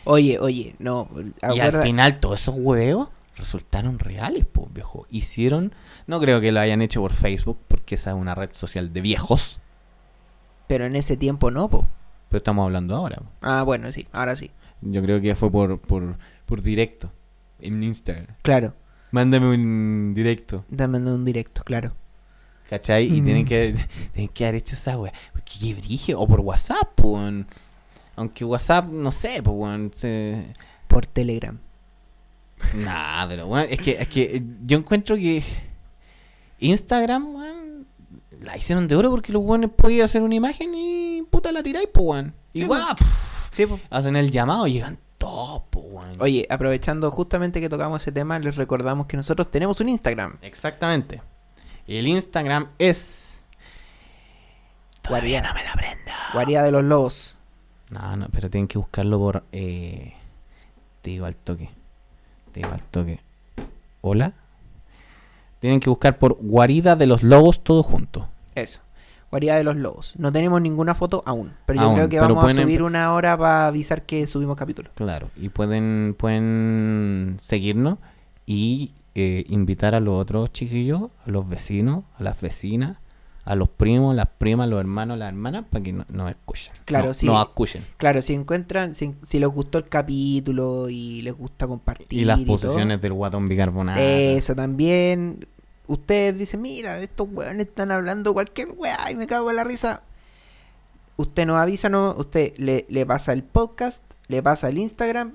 S1: Oye, oye, no.
S2: Y
S1: acuerda-
S2: al final todos esos huevos resultaron reales, pues viejo. Hicieron, no creo que lo hayan hecho por Facebook, porque esa es una red social de viejos,
S1: Pero en ese tiempo no, po.
S2: pero estamos hablando ahora. po.
S1: Ah, bueno, sí, ahora sí.
S2: Yo creo que fue por, por, por directo, en Instagram.
S1: Claro,
S2: Mándame un directo.
S1: dame un directo, claro.
S2: ¿Cachai? Y
S1: Mm.
S2: tienen que, tienen que haber hecho esa wea. Porque qué brige. O por WhatsApp, po, weón. Aunque WhatsApp, no sé, pues, weón. se-
S1: Por Telegram.
S2: Nah, pero bueno, es que, es que eh, yo encuentro que Instagram, weón, la hicieron de oro porque los weones podían hacer una imagen y puta la tiráis, pues, weón. Y
S1: Sí,
S2: guau,
S1: Sí, po.
S2: hacen el llamado y llegan todos, pues, weón.
S1: Oye, aprovechando justamente que tocamos ese tema, les recordamos que nosotros tenemos un Instagram.
S2: Exactamente. El Instagram es. Todavía
S1: Guardián.
S2: no me la prenda.
S1: Guarida de los Lobos.
S2: No, no, pero tienen que buscarlo por. Eh... Te digo al toque. Te digo al toque. Hola. Tienen que buscar por Guarida de los Lobos todo junto.
S1: Eso. Guarida de los Lobos. No tenemos ninguna foto aún, pero yo
S2: Aún,
S1: creo que
S2: pero
S1: vamos a
S2: pueden em-
S1: subir una hora para avisar que subimos capítulo.
S2: Claro, y pueden, pueden seguirnos y eh, invitar a los otros chiquillos, a los vecinos, a las vecinas, a los primos, las primas, los hermanos, las hermanas, para que no- nos escuchen.
S1: Claro,
S2: No-
S1: sí.
S2: Nos escuchen.
S1: Claro, si encuentran, si, si les gustó el capítulo y les gusta compartir
S2: Y las
S1: todo,
S2: posiciones del guatón bicarbonato.
S1: Eso también. Ustedes dicen, mira, estos weones están hablando cualquier weá y me cago en la risa. Usted nos avisa, no, usted le, le pasa el podcast, le pasa el Instagram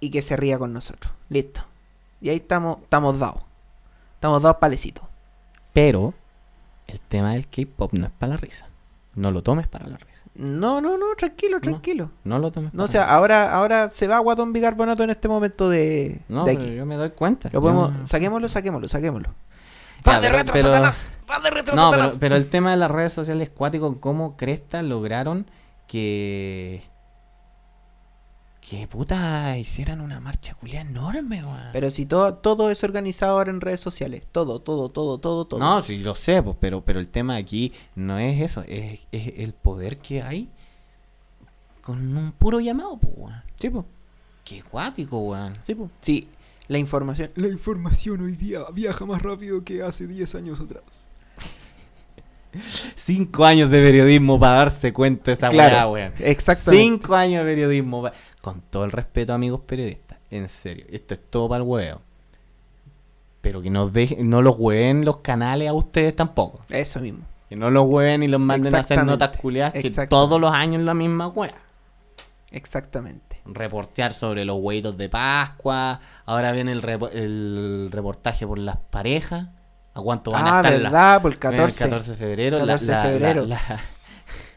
S1: y que se ría con nosotros. Listo. Y ahí estamos, estamos dados. Estamos dados palecitos.
S2: Pero el tema del K-pop no es para la risa. No lo tomes para la risa.
S1: No, no, no, tranquilo, tranquilo.
S2: No lo tomes
S1: No,
S2: para
S1: o sea,
S2: la
S1: ahora, ahora se va Guatón Bicarbonato en este momento de,
S2: risa. No,
S1: de
S2: pero
S1: aquí.
S2: yo me doy cuenta.
S1: Lo podemos, ¡Ah,
S2: Yo-
S1: saquémoslo, saquémoslo, saquémoslo.
S2: Ya, pero- pero-
S1: ¡Va de retro
S2: No, pero, pero el tema de las redes sociales cuático, cómo Cresta lograron que. Que puta, hicieran una marcha culia enorme, weón.
S1: Pero si todo, todo es organizado ahora en redes sociales. Todo, todo, todo, todo, todo.
S2: No, sí, lo sé, pues, pero, pero el tema aquí no es eso, es, es el poder que hay con un puro llamado, pues, weón.
S1: Sí, po.
S2: Qué cuático, weón.
S1: Sí, pues. po. Sí, la información.
S3: La información hoy día viaja más rápido que hace 10 años atrás.
S2: Cinco años de periodismo para darse cuenta de esa
S1: Claro,
S2: weá, weón.
S1: exactamente.
S2: Cinco años de periodismo. pa- Con todo el respeto, amigos periodistas. En serio. Esto es todo para el hueveo. Pero que no, dejen, no los hueven los canales a ustedes tampoco.
S1: Eso mismo.
S2: Que no los hueven y los manden a hacer
S1: Exactamente,
S2: notas culiadas que
S1: exactamente.
S2: todos los años la misma hueá.
S1: Exactamente.
S2: Reportear sobre los hueitos de Pascua. Ahora viene el, repo- el reportaje por las parejas. ¿A cuánto van a
S1: Ah,
S2: estar las
S1: ¿verdad? Por el
S2: Ven, el
S1: 14.
S2: 14 de febrero. la-
S1: 14 de
S2: la- la-
S1: febrero.
S2: la-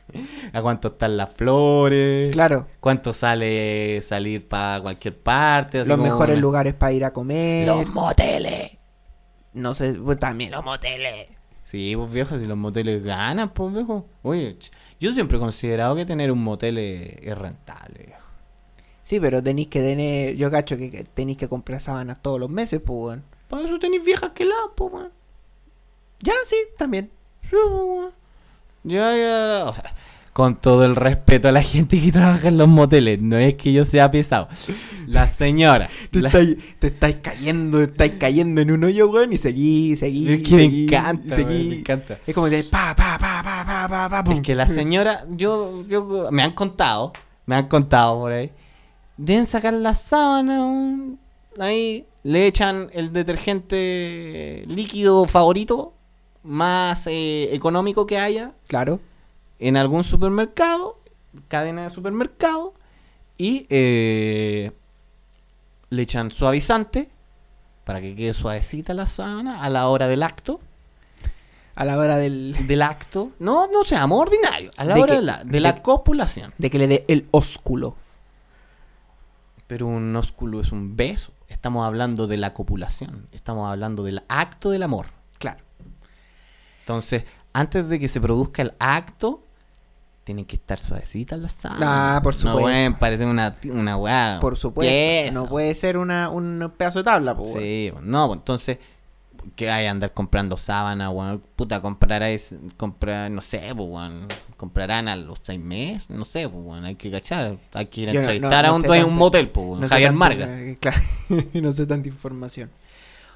S2: ¿A cuánto están las flores?
S1: Claro.
S2: ¿Cuánto sale salir para cualquier parte? Así
S1: Los
S2: como
S1: mejores
S2: una-
S1: lugares para ir a comer.
S2: Los moteles.
S1: No sé, pues, también los moteles.
S2: Sí, pues viejo, si los moteles ganan, pues viejo. Oye, ch- yo siempre he considerado que tener un motel es, es rentable, viejo.
S1: Sí, pero tenéis que tener. Yo cacho que- que tenéis que comprar sábanas todos los meses, pues, weón.
S2: Para eso tenéis viejas que la, pues, weón.
S1: Ya, sí, también.
S2: Sí, pues, weón. Ya, ya, o sea, con todo el respeto a la gente que trabaja en los moteles, no es que yo sea pesado. La señora.
S1: Te,
S2: la-
S1: estáis, te estáis cayendo, te estáis cayendo en un hoyo, weón, y seguí, seguí.
S2: Es que me
S1: seguí,
S2: encanta, weón,
S1: seguí.
S2: me encanta.
S1: Es como que pa, pa, pa, pa, pa, pa, pa,
S2: Es
S1: pum.
S2: que la señora, yo, yo, me han contado, me han contado por ahí. Deben sacar la sábana, un- ahí le echan el detergente líquido favorito, más eh, económico que haya,
S1: Claro.
S2: en algún supermercado, cadena de supermercado, y eh, le echan suavizante para que quede suavecita la sábana a la hora del acto
S1: A la hora del.
S2: del acto, no, no seamos ordinarios, a la
S1: De
S2: hora
S1: que-
S2: de la, de
S1: de
S2: la
S1: que-
S2: copulación.
S1: De que le dé el ósculo.
S2: Pero un ósculo es un beso. Estamos hablando de la copulación, estamos hablando del acto del amor.
S1: Claro.
S2: Entonces, antes de que se produzca el acto, Tienen que estar suavecitas las sábanas.
S1: Ah, por
S2: No
S1: supuesto.
S2: pueden parecer una, una weá.
S1: Por supuesto.
S2: tiesa.
S1: No puede ser una, un pedazo de tabla, pues. weón.
S2: Sí, no, pues, entonces, ¿qué hay andar comprando sábana, weón? Puta, comprarás, comprar, no sé, pues, weón. Comprarán a los seis meses, no sé, pues, weón. Hay que cachar, hay que ir a
S1: Yo no-
S2: entrevistar
S1: no-
S2: a
S1: no
S2: un
S1: sé
S2: dueño de un
S1: tanto.
S2: motel, pues, weón.
S1: No sé
S2: Javier
S1: tanta-
S2: Marga.
S1: eh, Claro, no sé tanta información.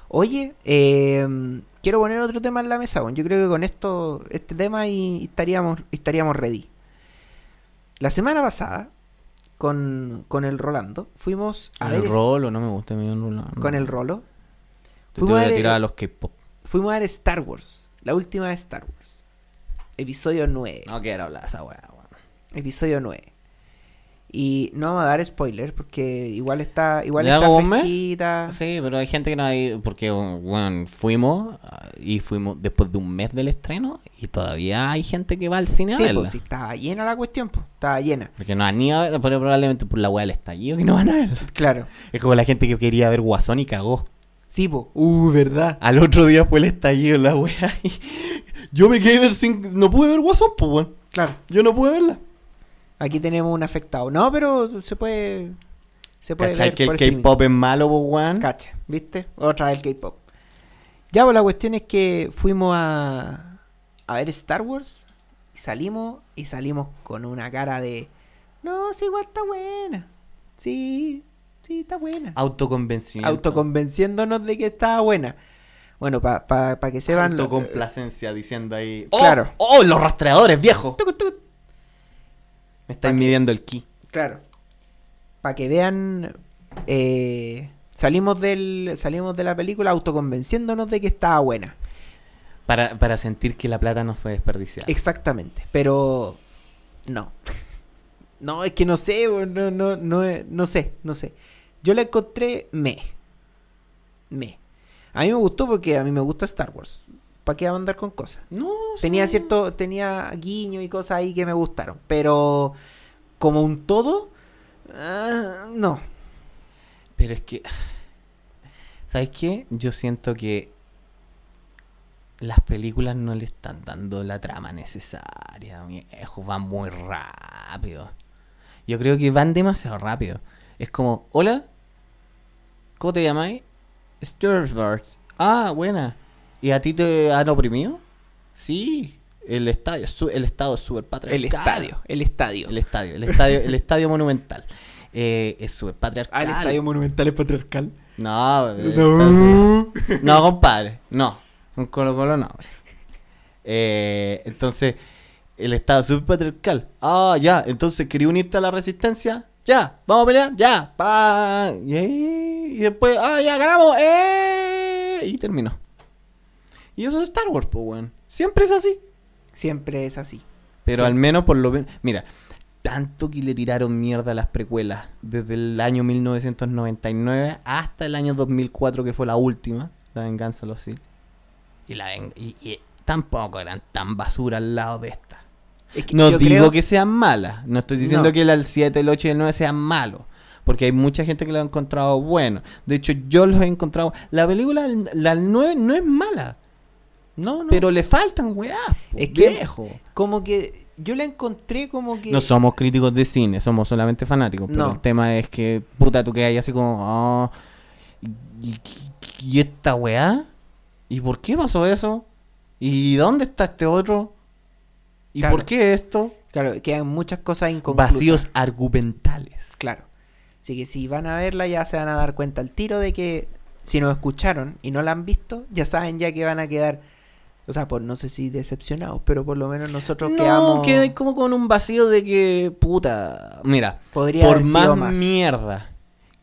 S1: Oye, eh, quiero poner otro tema en la mesa, weón. Yo creo que con esto, este tema y, y estaríamos, estaríamos ready. La semana pasada, con, con el Rolando, fuimos a ver
S2: el
S1: es-
S2: rolo, no me gusta medio un rolo.
S1: con el Rolo.
S2: Te
S1: Fuimos a,
S2: tuve que
S1: ver,
S2: tirar a los K-pop.
S1: fuimos a ver Star Wars, la última de Star Wars. Episodio 9.
S2: No quiero hablar de esa weá, weón.
S1: Episodio 9. Y no vamos a dar spoiler porque igual está igual
S2: ¿Le
S1: está
S2: hago un mes?
S1: fresquita.
S2: Sí, pero hay gente que no ha ido, porque, bueno, fuimos ah, y fuimos después de un mes del estreno y todavía hay gente que va al cine
S1: Sí, pues,
S2: a verla.
S1: sí, estaba llena la cuestión, pues. Estaba llena.
S2: Porque no han ido a verla, pero probablemente por la hueá del estallido que no van a verla.
S1: Claro.
S2: Es como la gente que quería ver Guasón y cagó.
S1: Sí, pues. Uh, verdad.
S2: Al otro día fue el estallido la hueá y yo me quedé ver sin... No pude ver Guasón, pues, weón.
S1: Claro.
S2: Yo no pude verla.
S1: Aquí tenemos un afectado. No, pero se puede. Se puede.
S2: ¿Cachai
S1: ver
S2: que el
S1: por streaming.
S2: K-pop es malo, pues, weón?
S1: Cacha, ¿viste? Otra vez el K-pop. Ya, pues la cuestión es que fuimos a, a ver Star Wars y salimos y salimos con una cara de. No, sí, igual está buena. Sí, sí, está buena.
S2: Ah, Autoconvencimiento.
S1: Autoconvenciéndonos de que estaba buena. Bueno, para pa, pa que se van.
S2: Autocomplacencia diciendo ahí... ¡Oh!
S1: Claro.
S2: ¡Oh, los rastreadores, viejo! Me estáis midiendo el ki.
S1: Claro. Para que vean. eh, salimos, del, salimos de la película autoconvenciéndonos de que estaba buena.
S2: Para, para sentir que la plata no fue desperdiciada.
S1: Exactamente, pero no. No, es que no sé, bo, no, no, no, eh, no sé, no sé. Yo la encontré me. Me. A mí me gustó porque a mí me gusta Star Wars. ¿Para qué andar con cosas?
S2: no.
S1: Tenía
S2: sí.
S1: cierto, tenía guiño y cosas ahí que me gustaron, pero como un todo, ah, no.
S2: Pero es que. ¿Sabes qué? Yo siento que. Las películas no le están dando la trama necesaria, viejo. Van muy rápido. Yo creo que van demasiado rápido. Es como, hola, ¿cómo te llamáis? Star Wars. Ah, buena. ¿Y a ti te han oprimido? Sí. El estadio, su- el estado es súper
S1: El
S2: patriarcal.
S1: estadio, el estadio.
S2: El estadio, el estadio, el estadio monumental. Eh, es súper
S1: Ah,
S2: patriarcal.
S1: el estadio monumental es patriarcal.
S2: No, eh, entonces-
S1: No.
S2: no, compadre, no. Un Colo Colo no. Eh, entonces, el Estado es súper patriarcal. Ah, ya, entonces quería unirte a la resistencia. Ya, vamos a pelear, ya. Pa. Y, ahí- y después, ah, ya ganamos. ¡eh! Y terminó. Y eso es Star Wars, pues, weón. Siempre es así.
S1: Siempre es así.
S2: Pero
S1: Sí.
S2: al menos por lo menos. Mira, tanto que le tiraron mierda a las precuelas. Desde el año 1999 hasta el año 2004, que fue la última. La venganza de los Sith. Y, la ven- y, y tampoco eran tan basura al lado de esta.
S1: Es que
S2: No
S1: yo
S2: digo
S1: creo-
S2: que sean malas. No estoy diciendo
S1: No.
S2: que el 7, el 8 y el 9 sean malos. Porque hay mucha gente que lo ha encontrado bueno. De hecho, yo los he encontrado. La película, la 9, no es mala.
S1: No, no.
S2: Pero le faltan, weá.
S1: Es que-
S2: viejo.
S1: Como que yo la encontré como que.
S2: No somos críticos de cine, somos solamente fanáticos. Pero
S1: No.
S2: el tema es que, puta, tú quedas ahí así como, "Ah, y, y- y esta weá? ¿Y por qué pasó eso? ¿Y dónde está este otro? ¿Y
S1: Claro.
S2: por qué esto?
S1: Claro, quedan muchas cosas inconclusas.
S2: Vacíos argumentales.
S1: Claro. Así que si van a verla ya se van a dar cuenta al tiro de que si nos escucharon y no la han visto, ya saben ya que van a quedar. O sea, por no sé si decepcionados, pero por lo menos nosotros
S2: No,
S1: quedamos.
S2: quedáis como con un vacío de que, puta, mira,
S1: Podría
S2: por
S1: haber
S2: más,
S1: sido más.
S2: mierda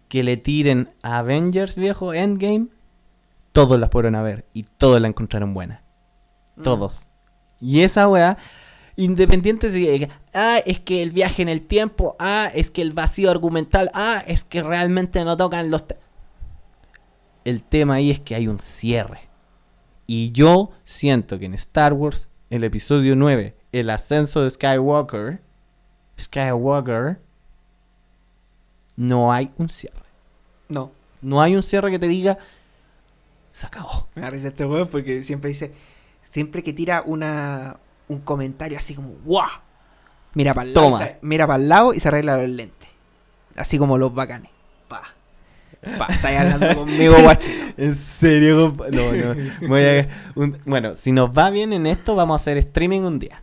S2: que le tiren a Avengers viejo Endgame, todos la fueron a ver y todos la encontraron buena.
S1: Mm.
S2: Todos. Y esa weá, independiente si diga, ah, es que el viaje en el tiempo, ah, es que el vacío argumental, ah, es que realmente no tocan los... te-". el tema ahí es que hay un cierre. Y yo siento que en Star Wars, el episodio 9, el ascenso de Skywalker, Skywalker, no hay un cierre.
S1: No.
S2: No hay un cierre que te diga, se acabó.
S1: Me da risa este weón porque siempre dice. Siempre que tira una un comentario así como ¡guau! Mira para el lado, y
S2: Toma.
S1: se- mira para el lado y se arregla los lentes. Así como los bacanes. Pa. Pa, estáis hablando conmigo, guachino.
S2: ¿En serio? compa- No, no. Voy a- un- bueno, si nos va bien en esto, vamos a hacer streaming un día.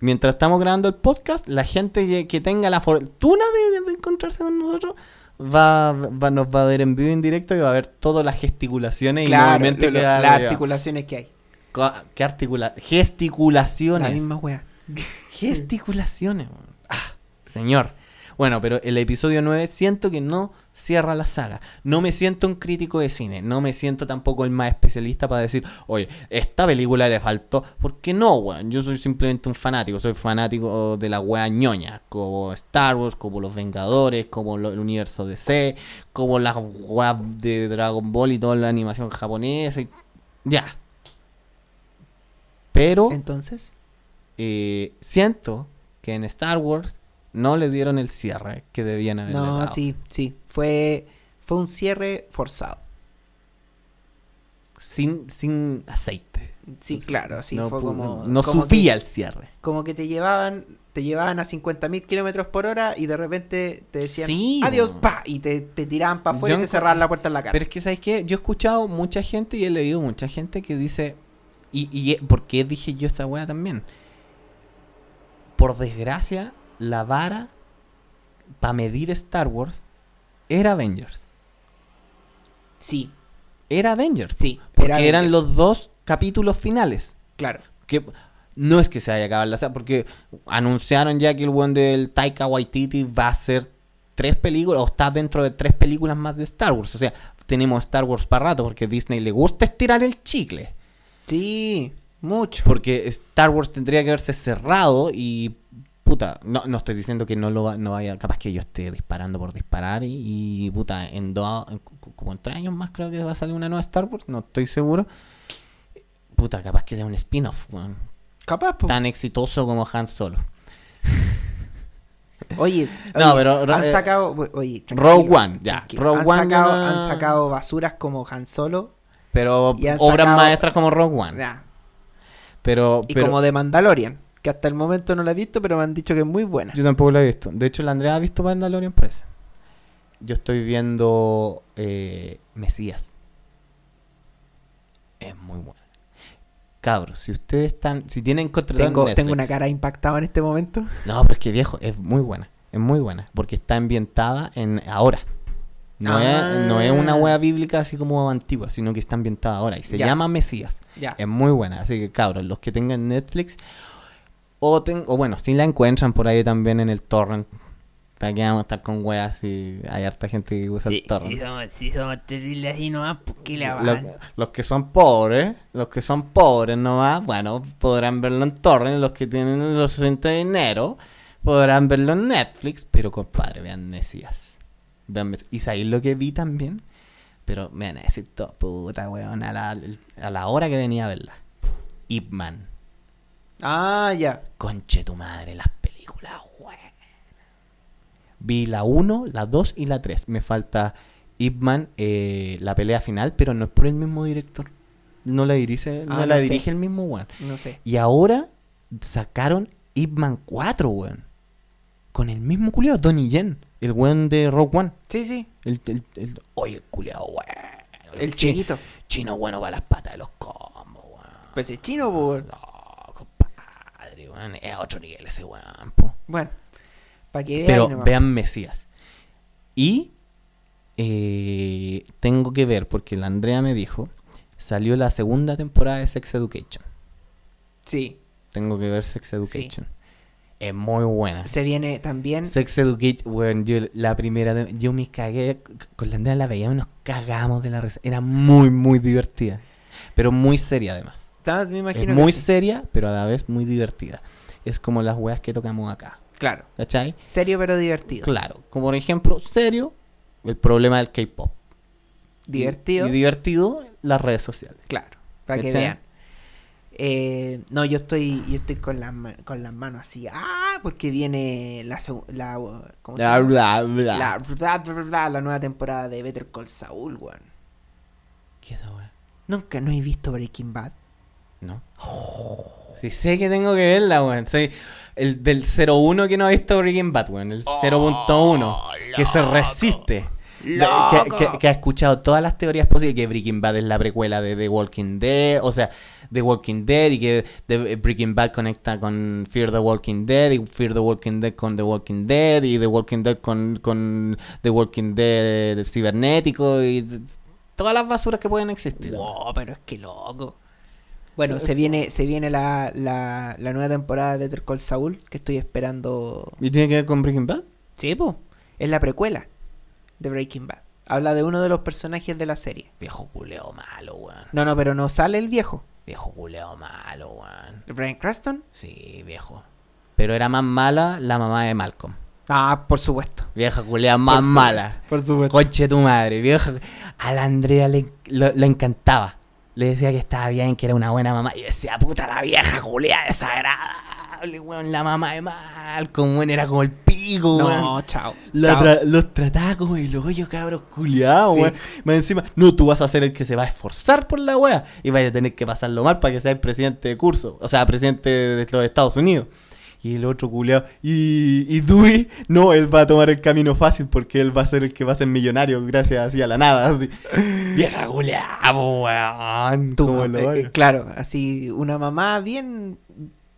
S2: Mientras estamos grabando el podcast, la gente que, que tenga la fortuna de, de encontrarse con nosotros va, va- nos va a ver en vivo en directo y va a ver todas las gesticulaciones y
S1: Claro,
S2: movimientos
S1: lo- lo-
S2: que
S1: las
S2: haga.
S1: articulaciones que hay.
S2: Co- ¿Qué articula
S1: La
S2: gesticulaciones?
S1: misma wea.
S2: Gesticulaciones. weón. Ah, señor. Bueno, pero el episodio 9 siento que no cierra la saga. No me siento un crítico de cine. No me siento tampoco el más especialista para decir, oye, esta película le faltó. Porque no, weón. Yo soy simplemente un fanático. Soy fanático de la wea ñoña. Como Star Wars, como Los Vengadores, como lo- el universo DC, como las weas de Dragon Ball y toda la animación japonesa. y- Ya. Pero
S1: Entonces,
S2: eh, siento que en Star Wars no le dieron el cierre que debían haberle
S1: no,
S2: dado.
S1: sí, sí. Fue, fue un cierre forzado.
S2: Sin, sin aceite.
S1: Sí, claro, sí.
S2: no
S1: fue
S2: pu-
S1: como,
S2: no
S1: como que-
S2: subía el cierre.
S1: como que te llevaban te llevaban a 50.000 kilómetros por hora y de repente te decían
S2: Sí,
S1: adiós
S2: bo.
S1: pa y te, te tiraban para afuera
S2: Yo
S1: y te
S2: encon-
S1: cerraban la puerta en la cara
S2: Pero es que, ¿sabes qué? Yo he escuchado mucha gente y he leído mucha gente que dice. ¿Y, y eh, por qué dije yo esta wea también? Por desgracia, la vara para medir Star Wars era Avengers.
S1: sí
S2: Era Avengers.
S1: sí
S2: Porque
S1: era
S2: eran
S1: Avengers,
S2: los dos capítulos finales.
S1: claro
S2: que no es que se haya acabado la saga, porque anunciaron ya que el buen del Taika Waititi va a hacer tres películas, o está dentro de tres películas más de Star Wars. O sea, tenemos Star Wars para rato, porque a Disney le gusta estirar el chicle.
S1: sí mucho
S2: Porque Star Wars tendría que haberse cerrado y. Puta, no, no estoy diciendo que no lo va- no vaya, capaz que yo esté disparando por disparar y, y, puta, en dos, en co- como en tres años más creo que va a salir una nueva Star Wars, no estoy seguro. Puta, capaz que sea un spin-off, weón
S1: capaz po.
S2: tan exitoso como Han Solo.
S1: oye,
S2: No,
S1: oye,
S2: pero,
S1: han
S2: eh,
S1: sacado oye tranquilo,
S2: Rogue One, ya,
S1: tranquilo.
S2: Rogue
S1: han
S2: One
S1: sacado
S2: no-
S1: han sacado basuras como Han Solo
S2: Pero
S1: Y han
S2: obras
S1: sacado-
S2: maestras como Rogue One.
S1: nah.
S2: Pero,
S1: y
S2: pero-
S1: como de Mandalorian que hasta el momento no la he visto pero me han dicho que es muy buena
S2: yo tampoco la he visto. De hecho, la Andrea ha visto Mandalorian Press. Yo estoy viendo eh, Mesías. Es muy buena. Cabros, si ustedes están, si tienen contratado
S1: tengo,
S2: en
S1: tengo una
S2: Netflix-
S1: cara impactada en este momento
S2: No, pero es que viejo, es muy buena. Es muy buena. Porque está ambientada en ahora. No, es, no es una
S1: Ah.
S2: wea bíblica así como antigua, sino que está ambientada ahora. Y se
S1: Ya.
S2: llama Mesías.
S1: ya
S2: Es muy buena, así que cabros, los que tengan Netflix o, ten- o bueno, si la encuentran por ahí también en el torrent. Para que vamos a estar con weas y hay harta gente que usa el torrent.
S1: somos, sí somos terribles así nomás, ¿por qué
S2: Lo- los que son pobres, los que son pobres nomás, bueno, podrán verlo en torrent, los que tienen los suficiente dinero podrán verlo en Netflix, pero compadre, vean Mesías. Vean Mesías. Y sabéis lo que vi también, pero me van a decir todo, puta weón, a la, a la hora que venía a verla. Ip Man.
S1: Ah, ya.
S2: Conche tu madre, las películas, weón. Vi la 1, la 2 y la 3. Me falta Ip Man, eh, la pelea final, pero no es por el mismo director. No la dirige, no
S1: Ah, no
S2: la
S1: sé.
S2: dirige el mismo weón.
S1: No sé.
S2: Y ahora sacaron Ip Man 4, weón. Con el mismo culiao, Donnie Yen, el weón de Rock One.
S1: Sí, sí.
S2: El, el, el- oye, el culiao, weón.
S1: El
S2: chi-
S1: chiquito.
S2: chino bueno para las patas de los combos, weón.
S1: Pues es chino, pues.
S2: No, compadre, weón. Es a otro nivel ese weón, po.
S1: Bueno. Para que vean.
S2: Pero
S1: nomás.
S2: vean Mesías. Y eh, tengo que ver, porque la Andrea me dijo, salió la segunda temporada de Sex Education.
S1: Sí.
S2: Tengo que ver Sex Education. Es muy buena.
S1: Se viene también.
S2: Sex Education, weón, yo la primera, de- yo me cagué, c- c- con la Andrea la veíamos y nos cagamos de la risa. Era muy, muy divertida. Pero muy seria además.
S1: Está- Me imagino.
S2: es
S1: que
S2: muy
S1: sí.
S2: seria, pero a la vez muy divertida. Es como las weas que tocamos acá.
S1: Claro.
S2: ¿Cachai?
S1: Serio pero divertido.
S2: Claro. Como por ejemplo, serio, el problema del K-pop.
S1: Divertido.
S2: Y, y divertido, las redes sociales.
S1: claro. Para que
S2: ¿Cachai?
S1: vean. Eh, no, yo estoy yo estoy con las ma- con las manos así. Ah, porque viene la segu- la ¿cómo se
S2: Bla,
S1: llama?
S2: bla, bla.
S1: La, bla, bla, bla, la nueva temporada de Better Call Saul, weón.
S2: ¿Qué es esa wea?
S1: Nunca no he visto Breaking Bad.
S2: No. Sí, sé que tengo que verla, weón. Sí, el del 01 que no ha visto Breaking Bad, weón. El 0.1. Que se resiste. De- que, que- que ha escuchado todas las teorías posibles. Que Breaking Bad es la precuela de The Walking Dead. O sea, The Walking Dead. Y que The- Breaking Bad conecta con Fear the Walking Dead. Y Fear the Walking Dead con The Walking Dead. Y The Walking Dead con, con The Walking Dead cibernético. Y todas las basuras que pueden existir.
S1: Wow, pero es que loco. Bueno, se viene, se viene la, la, la nueva temporada de Better Call Saul, que estoy esperando.
S2: ¿Y tiene que ver con Breaking Bad?
S1: Sí, po, es la precuela de Breaking Bad. Habla de uno de los personajes de la serie.
S2: Viejo culeo malo, weón.
S1: No, no, pero no sale el viejo.
S2: Viejo culeo malo, weón.
S1: ¿El Brian Cranston?
S2: Sí, viejo. Pero era más mala la mamá de Malcolm.
S1: Ah, por supuesto.
S2: Vieja culea más
S1: Por
S2: mala.
S1: Por supuesto.
S2: Conche tu madre, vieja. A la Andrea le lo, lo encantaba. Le decía que estaba bien, que era una buena mamá. Y decía, puta la vieja culea desagradable, weón. La mamá de Malcolm, weón. Era como el pico, weón.
S1: No, chao.
S2: La
S1: chao.
S2: tra- los trataba como el hoyo, cabros, culiados,
S1: Sí.
S2: weón. Más encima, no, tú vas a ser el que se va a esforzar por la wea y vas a tener que pasarlo mal para que seas presidente de curso, o sea, presidente de los Estados Unidos. Y el otro culiado, y, y Dewey, no, él va a tomar el camino fácil porque él va a ser el que va a ser millonario gracias así a la nada, así. Vieja culiada, weón.
S1: Tú,
S2: como
S1: eh,
S2: lo
S1: eh,
S2: odio.
S1: claro, así una mamá bien,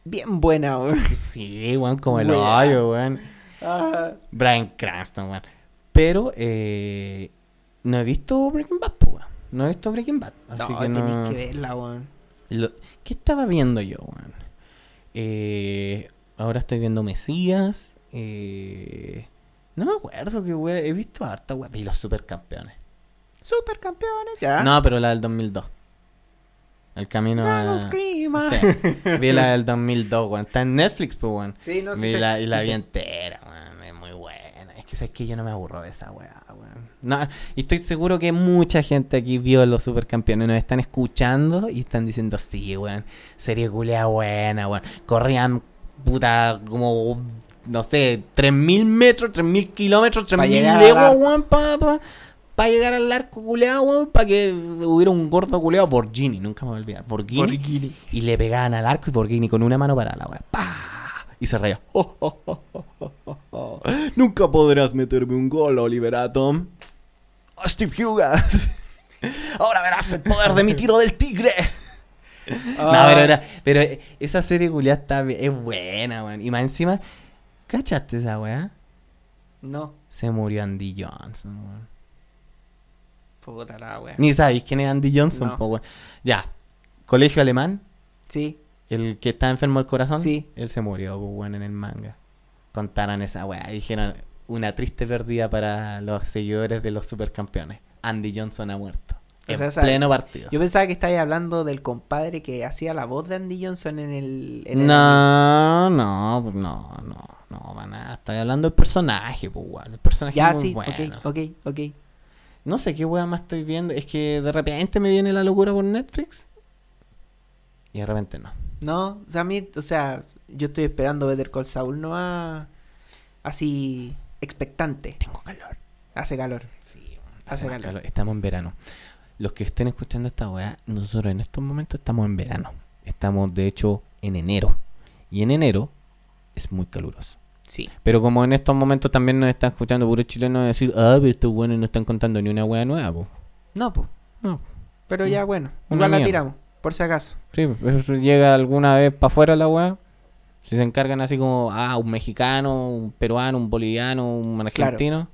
S1: bien buena. weón.
S2: Sí, weón, como el
S1: Weá.
S2: hoyo, weón. Ah, Brian Cranston, weón. Pero eh, no he visto Breaking Bad, po, weón. No he visto Breaking Bad. Así
S1: no,
S2: que
S1: tenéis
S2: no...
S1: que verla, weón.
S2: Lo- ¿Qué estaba viendo yo, weón? Eh, ahora estoy viendo Mesías. eh, No me acuerdo que weón. He visto harta, weón. Vi los supercampeones.
S1: Supercampeones, ya.
S2: No, pero la del 2002. El camino
S1: Dragon
S2: a...
S1: Screamer.
S2: Sí, vi la del 2002, weón. Está en Netflix, pues, weón.
S1: Sí, no
S2: Vi
S1: sé.
S2: la, y la
S1: sí,
S2: vi
S1: sé.
S2: entera, weón. Es muy buena. Es que sabes que yo no me aburro de esa weá, weón. No, y estoy seguro que mucha gente aquí vio los supercampeones. Nos están escuchando y están diciendo, sí, weón. Serie culea buena, weón. Corrían, puta, como, no sé, 3.000 metros, 3.000 kilómetros,
S1: Pa
S2: 3.000
S1: llegar
S2: leguas,
S1: al arco.
S2: weón, para llegar al arco culeado, weón, para que hubiera un gordo culeado, Borghini, nunca me voy a olvidar, Borghini,
S1: Borghini.
S2: y le pegaban al arco y Borghini con una mano para la weá. ¡Pah! Y se ¡Oh, reía. oh, Nunca podrás meterme un gol, Oliver Atom. ¡Oh, Steve Hugas. Ahora verás el poder de mi tiro del tigre. No, pero, era- pero eh, esa serie culiá está bi- es buena, weón. Y más encima, ¿cachaste esa weá?
S1: No.
S2: Se murió Andy Johnson, weón.
S1: Puta la weón.
S2: Ni sabéis quién es Andy Johnson,
S1: No.
S2: po, weón. Ya, colegio alemán,
S1: Sí.
S2: El que está enfermo del corazón.
S1: Sí.
S2: Él se murió, pues, weón, en el manga. Contaron esa weá. Dijeron, una triste pérdida para los seguidores de los supercampeones. Andy Johnson ha muerto.
S1: O
S2: en
S1: sea, esa-
S2: pleno
S1: esa-
S2: partido.
S1: Yo pensaba que estabais hablando del compadre que hacía la voz de Andy Johnson en el. en el-
S2: No, no, pues, no, no, no, para nada. Estoy hablando del personaje, pues, weón. El personaje
S1: Ya,
S2: es muy
S1: sí.
S2: bueno.
S1: Ok, ok, ok.
S2: No sé qué weá más estoy viendo. Es que de repente me viene la locura por Netflix. Y de repente no.
S1: No, o sea, a mí, o sea, yo estoy esperando Better Call Saul, no a. Así. expectante.
S2: Tengo calor.
S1: Hace calor.
S2: Sí,
S1: Hace
S2: hace más
S1: calor.
S2: calor. Estamos en verano. Los que estén escuchando esta weá, nosotros en estos momentos estamos en verano. Estamos, de hecho, en enero. Y en enero es muy caluroso.
S1: Sí.
S2: Pero como en estos momentos también nos están escuchando puros chilenos decir, ah, pero estos buenos no están contando ni una weá nueva, po".
S1: No, pues.
S2: No. Mm.
S1: Pero ya, bueno.
S2: Una
S1: Igual la
S2: mierda.
S1: tiramos, por si acaso.
S2: Sí, eso llega alguna vez para afuera la weá. Si se encargan así como, ah, un mexicano, un peruano, un boliviano, un
S1: Claro.
S2: argentino.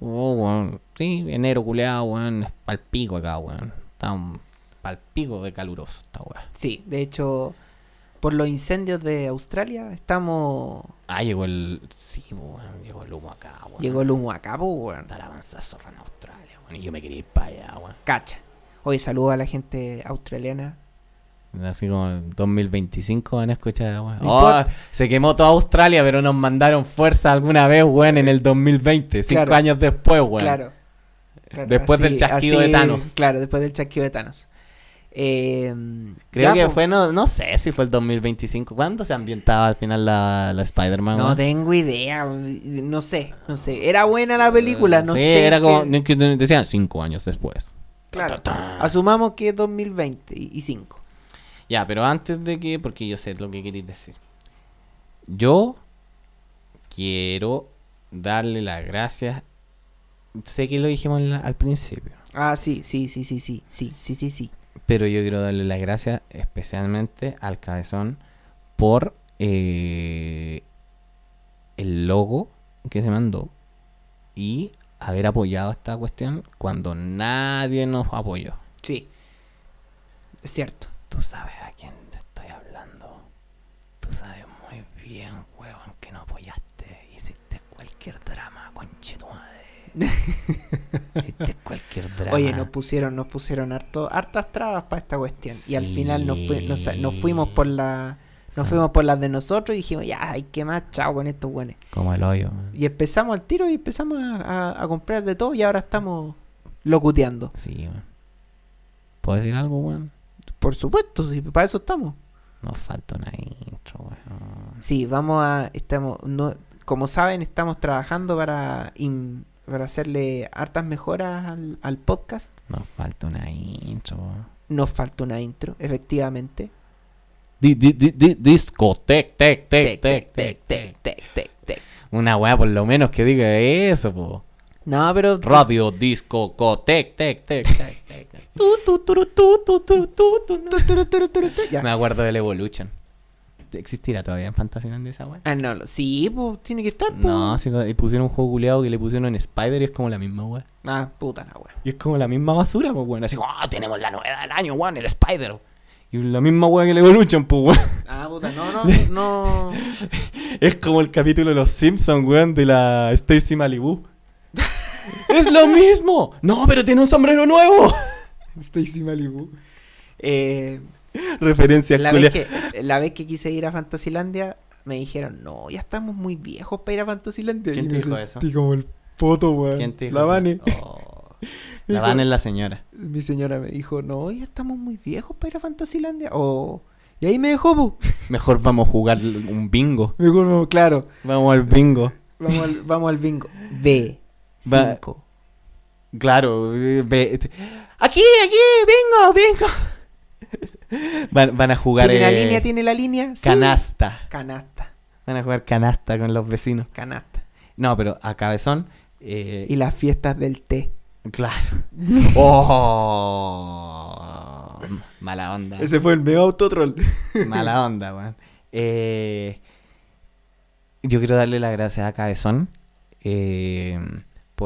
S2: Oh, weón. Sí, enero culeado, weón. Es pal pico acá, weón. Está un pal pico de caluroso esta weá.
S1: Sí, de hecho, por los incendios de Australia, estamos.
S2: Ah, llegó el. Sí, pues, weón. Llegó el humo acá, weón.
S1: Llegó el humo a cabo, weón.
S2: Está la avanzada zorra en Australia, weón. Y yo me quería ir para allá, weón.
S1: Cacha. Hoy saludo a la gente australiana.
S2: Así como en 2025 van a escuchar, weón.
S1: No
S2: Oh,
S1: importa.
S2: se quemó toda Australia, pero nos mandaron fuerza alguna vez, weón, en el 2020. Cinco
S1: Claro.
S2: años después, weón.
S1: Claro. Claro,
S2: Después del chasquido de Thanos.
S1: Claro, después del chasquido de Thanos. Eh, ya,
S2: Creo que
S1: po.
S2: fue, no, no sé si fue el 2025. ¿Cuándo se ambientaba al final la, la Spider-Man?
S1: No
S2: weón?
S1: tengo idea. No sé, no sé. Era buena la película, no
S2: Sí,
S1: sé.
S2: era como.
S1: qué-
S2: que Decían cinco años después.
S1: Claro.
S2: Ta, ta, ta.
S1: Asumamos que es 2025.
S2: Ya, pero antes de que, porque yo sé lo que queréis decir. Yo quiero darle las gracias. Sé que lo dijimos en la- al principio,
S1: Ah, sí, sí, sí, sí, sí, sí, sí, sí, sí.
S2: pero yo quiero darle las gracias especialmente al Cabezón por eh, el logo que se mandó y haber apoyado esta cuestión cuando nadie nos apoyó.
S1: Sí. Es cierto.
S2: Tú sabes a quién te estoy hablando. Tú sabes muy bien, huevón, que no apoyaste. Hiciste cualquier drama, conchetumadre. Hiciste cualquier drama.
S1: Oye, nos pusieron, nos pusieron harto, hartas trabas para esta cuestión. Y al final nos, fui- nos,
S2: Sí.
S1: nos fuimos por la, nos
S2: Sí.
S1: fuimos por las de nosotros y dijimos, ya, hay que más, chao con estos buenos.
S2: Como el hoyo.
S1: Y empezamos al tiro y empezamos a, a- a comprar de todo y ahora estamos locuteando.
S2: Sí, weón. ¿Puedo decir algo, weón?
S1: Por supuesto, si para eso estamos.
S2: Nos falta una intro, weón.
S1: Sí, vamos a, estamos, no- como saben, estamos trabajando para, in- para hacerle hartas mejoras al, al podcast.
S2: Nos falta una intro, weón.
S1: Nos falta una intro, efectivamente.
S2: Di- di- di- di- Disco, tec, tec, tec,
S1: Tec, tec,
S2: tec, tec.
S1: tec, tec, tec, tec.
S2: Una weá por lo menos que diga eso, po.
S1: No, pero
S2: Radio, disco, cotec, tec, tec, tec, tec.
S1: Tu, tu, turu, tu, tu, turu, tu, tu, tu, turu, turu, turu, tu. Ya.
S2: Me acuerdo del Evolution. ¿Existirá todavía en Fantasyland esa weá?
S1: Ah, no, lo- sí, pues tiene que estar. pues.
S2: No, si no, y pusieron un juego culeado que le pusieron en Spider y es como la misma weá.
S1: Ah, puta la wea.
S2: Y es como la misma basura, pues weón. Así como, "Ah, tenemos la novedad del año, weón, el Spider. Y la misma weá que el Evolution, pues weón.
S1: Ah, puta, no, no, no.
S2: Es como el capítulo de los Simpsons, weón, de la Stacy Malibu. ¡Es lo mismo! ¡No, pero tiene un sombrero nuevo!
S1: Stacy Malibu. Eh,
S2: Referencia
S1: la,
S2: culia.
S1: vez que, la vez que quise ir a Fantasilandia, me dijeron, no, ya estamos muy viejos para ir a Fantasilandia.
S2: ¿Quién
S1: Y
S2: te
S1: me
S2: dijo
S1: sentí
S2: eso?
S1: como el poto, weón.
S2: ¿Quién te dijo
S1: La
S2: eso?
S1: Vane.
S2: Oh. La Vane es la señora.
S1: Mi señora me dijo, no, ya estamos muy viejos para ir a Fantasilandia. Oh. Y ahí me dejó, pues.
S2: Mejor vamos a jugar un bingo.
S1: Me dijo, "No, claro.
S2: Vamos al bingo.
S1: Vamos al, vamos al bingo. B.
S2: Va-
S1: 5.
S2: Claro, eh, ve- este- aquí, aquí, bingo, bingo. Van, van a jugar
S1: ¿Tiene la
S2: eh,
S1: línea? ¿Tiene la línea? Sí.
S2: canasta.
S1: Canasta.
S2: Van a jugar canasta con los vecinos.
S1: Canasta.
S2: No, pero a cabezón. eh,
S1: Y las fiestas del té.
S2: Claro. Oh, mala onda.
S1: fue el medio autotrol.
S2: Mala onda, weón. Eh, yo quiero darle las gracias a Cabezón eh,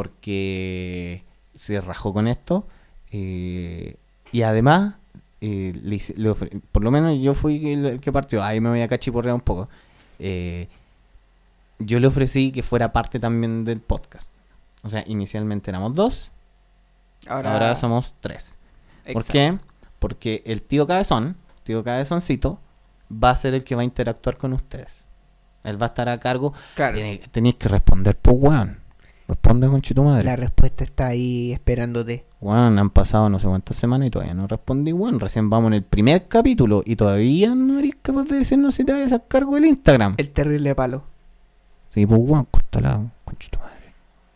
S2: porque se rajó con esto eh, y además, eh, le hice- le ofre- por lo menos yo fui el el que partió, ahí me voy a cachiporrear un poco. Eh, yo le ofrecí que fuera parte también del podcast. O sea, inicialmente éramos dos,
S1: Ahora,
S2: ahora somos tres. ¿Por
S1: Exacto.
S2: qué? Porque el tío Cabezón, tío Cabezoncito, va a ser el que va a interactuar con ustedes. Él va a estar a cargo.
S1: Claro.
S2: Tiene- Tenéis que responder, pues, weón. Responde con tu madre.
S1: La respuesta está ahí esperándote.
S2: Weón, han pasado no sé cuántas semanas y todavía no respondí, weón. Recién vamos en el primer capítulo y todavía no eres capaz de decirnos si te vas a hacer cargo del Instagram.
S1: El terrible palo.
S2: Sí, pues, weón, córtala, concha tu madre.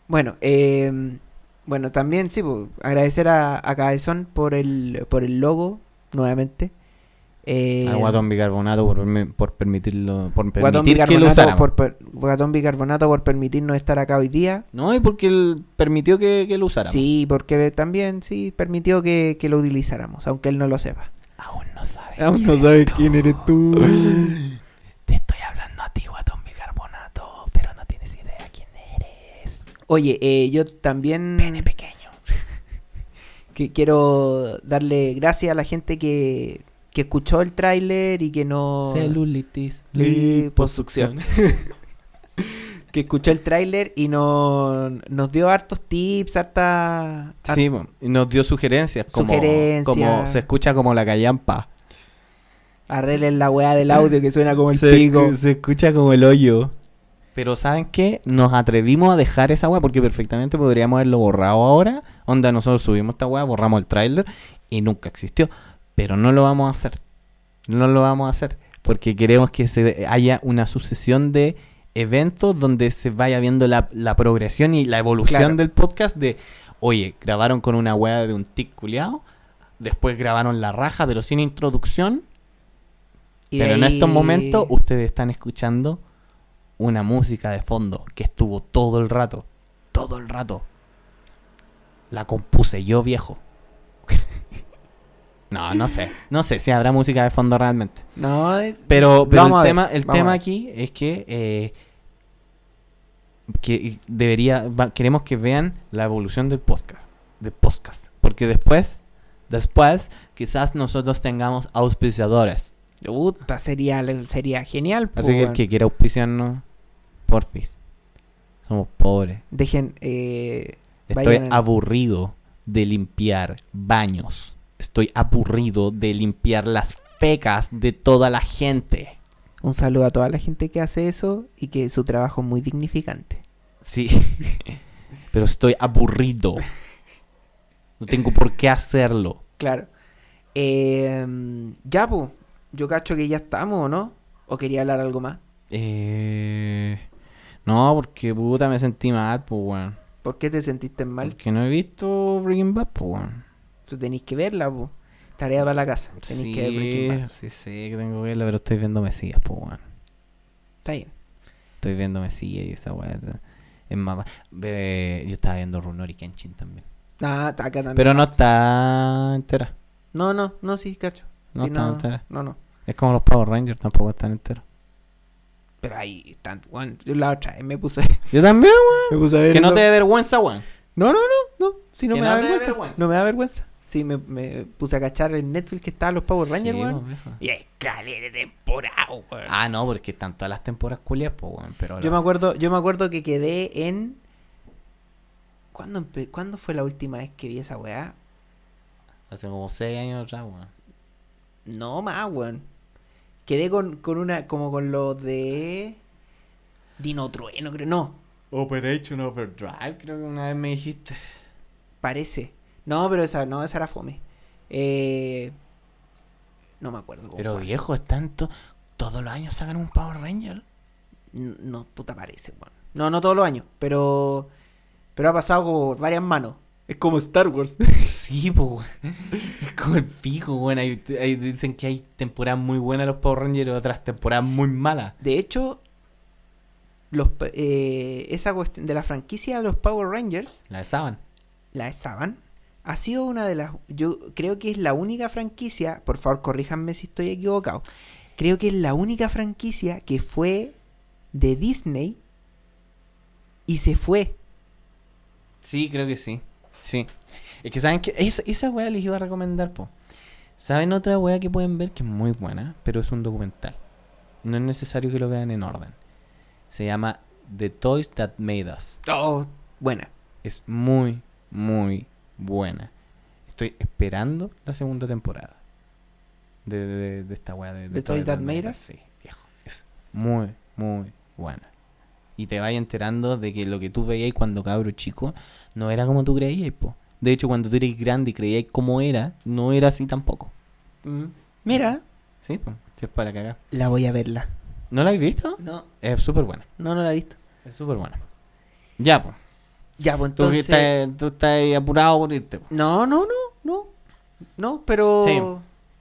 S1: Bueno, eh, bueno, también sí, po, agradecer a, a Cabezón por el, por el logo, nuevamente. Eh,
S2: Al guatón bicarbonato por, permi- por permitirlo, por permitir
S1: Guatón
S2: que lo
S1: Bicarbonato
S2: usáramos.
S1: por, per- Guatón Bicarbonato por permitirnos estar acá hoy día.
S2: No, y porque él permitió que, que lo usáramos.
S1: Sí, porque también sí permitió que, que lo utilizáramos, aunque él no lo sepa.
S2: Aún no sabes.
S3: Aún no sabes quién eres tú.
S2: Te estoy hablando a ti, Guatón Bicarbonato, pero no tienes idea quién eres.
S1: Oye, eh, yo también
S2: pequeño.
S1: que quiero darle gracias a la gente que, que escuchó el tráiler y que no...
S2: Celulitis.
S1: Liposucción. que escuchó el tráiler y no, nos dio hartos tips, harta... har-
S2: Sí, bo, y nos dio sugerencias como,
S1: Sugerencias.
S2: como se escucha como la callampa.
S1: Arreglen la weá del audio que suena como el
S2: se,
S1: pico.
S2: se escucha como el hoyo. Pero ¿saben qué? Nos atrevimos a dejar esa weá porque perfectamente podríamos haberlo borrado ahora. Onda, nosotros subimos esta weá, borramos el tráiler y nunca existió. Pero no lo vamos a hacer. No lo vamos a hacer. Porque queremos que se haya una sucesión de eventos donde se vaya viendo la, la progresión y la evolución
S1: Claro.
S2: del podcast de, oye, grabaron con una weá de un tic culiao, después grabaron la raja pero sin introducción,
S1: Y
S2: Pero en
S1: ahí-
S2: estos momentos ustedes están escuchando una música de fondo que estuvo todo el rato. Todo el rato. La compuse yo viejo. No, no sé. No sé si habrá música de fondo realmente.
S1: No, eh,
S2: Pero, pero
S1: Vamos a
S2: el
S1: ver,
S2: tema, el
S1: vamos
S2: tema
S1: a ver.
S2: aquí es que, eh, que debería va- queremos que vean la evolución del podcast. Del podcast. Porque después, después, quizás nosotros tengamos auspiciadores.
S1: puta, sería, sería genial. po,
S2: Así que el
S1: Pues, weón.
S2: que quiera auspiciarnos, porfis. Somos pobres.
S1: Dejen. eh,
S2: Estoy
S1: Vayan a-
S2: aburrido de limpiar baños. Estoy aburrido de limpiar las fecas de toda la gente.
S1: un saludo a toda la gente que hace eso y que su trabajo es muy dignificante.
S2: Sí. Pero estoy aburrido. No tengo por qué hacerlo.
S1: Claro. Eh, ya, po. Yo cacho que ya estamos, ¿o no? ¿O quería hablar algo más?
S2: Eh, No, porque puta me sentí mal, pues, weón.
S1: ¿Por qué te sentiste mal?
S2: Porque no he visto Breaking Bad, pues, weón.
S1: Tú tenés que verla, po. Tarea para la casa. Tenés
S2: Sí,
S1: que ver Breaking Bad.
S2: sí, sí, que tengo que verla, pero estoy viendo Mesías, pues, weón.
S1: Está bien.
S2: Estoy viendo Mesías y esa weá. esa- Es más, eh, yo estaba viendo Runori Kenshin también.
S1: Ah, está acá también.
S2: Pero no está entera.
S1: No, no, no, sí, cacho.
S2: No
S1: Sí,
S2: está entera.
S1: no, no.
S2: Es como los Power Rangers, tampoco están enteros.
S1: Pero ahí están, weón. Yo la otra vez me puse,
S2: Yo también,
S1: me puse a ver.
S2: weón. Que no
S1: esa-
S2: te dé vergüenza, weón.
S1: No, no, no, no. Si no
S2: Que
S1: me
S2: no
S1: da
S2: te dé
S1: vergüenza.
S2: vergüenza.
S1: No me da vergüenza. Sí, me, me puse a cachar en Netflix que estaban los Power Rangers,
S2: Sí,
S1: weón.
S2: pues, viejo.
S1: Y es caleta de temporada, weón.
S2: Ah, no, porque están todas las temporadas culias, pues, weón. Pero
S1: Yo
S2: la-
S1: me acuerdo, yo me acuerdo que quedé en. ¿Cuándo, empe- ¿Cuándo fue la última vez que vi esa weá?
S2: hace como seis años atrás, weón.
S1: No más, weón. Quedé con, con una. como con los de. Dino Trueno, creo. No,
S2: Operation Overdrive, creo que una vez me dijiste.
S1: parece. No, pero esa, no, esa era fome. Eh, no me acuerdo cómo
S2: Pero
S1: fue.
S2: viejo, están to- todos los años sacan un Power Ranger.
S1: N- No, puta parece, weón. No, no todos los años, pero. Pero ha pasado por varias manos. Es como Star Wars.
S2: Sí, pues, weón. Es como el pico, weón. Hay- hay- dicen que hay temporadas muy buenas de los Power Rangers y otras temporadas muy malas.
S1: De hecho, los, pe- eh, esa cuestión de la franquicia de los Power Rangers,
S2: La de Saban.
S1: la de Saban, ha sido una de las. Yo creo que es la única franquicia. Por favor, corríjanme si estoy equivocado. Creo que es la única franquicia que fue de Disney y se fue.
S2: Sí, creo que sí. Sí. Es que saben que esa, esa weá les iba a recomendar, po. ¿Saben otra weá que pueden ver que es muy buena, pero es un documental? No es necesario que lo vean en orden. Se llama The Toys That Made Us.
S1: Oh, buena.
S2: Es muy, muy buena. Estoy esperando la segunda temporada de, de- de- de esta weá de,
S1: ¿The
S2: de
S1: Toys That Made Us?
S2: Sí, viejo. Es muy, muy buena. Y te vas enterando de que lo que tú veías cuando cabro chico no era como tú creías, po. De hecho, cuando tú eres grande y creías como era, no era así tampoco.
S1: Mm. Mira,
S2: Sí, po. Sí, es para cagar.
S1: la voy a verla.
S2: ¿No la has visto?
S1: No,
S2: Es súper buena.
S1: no, no la he visto.
S2: Es súper buena. Ya, po.
S1: Ya, pues
S2: Tú, que
S1: entonces.
S2: estás- tú estás apurado por irte, po.
S1: No, no, no, no. No, pero
S2: Sí.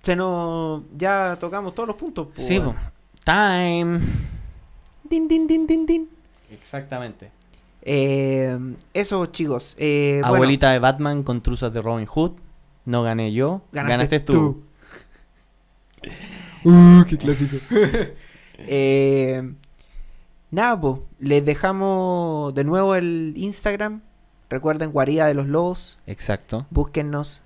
S1: se nos ya tocamos todos los puntos. po,
S2: Sí, po.
S1: weón.
S2: Time.
S1: Din, din, din, din, din.
S2: Exactamente.
S1: Eh, eso, chicos. eh, bueno,
S2: Abuelita de Batman con truzas de Robin Hood. No gané yo. Ganaste, tú.
S3: Uh, qué clásico.
S1: eh, nada, po, les dejamos de nuevo el Instagram. Recuerden, Guarida de los Lobos.
S2: Exacto.
S1: Búsquennos.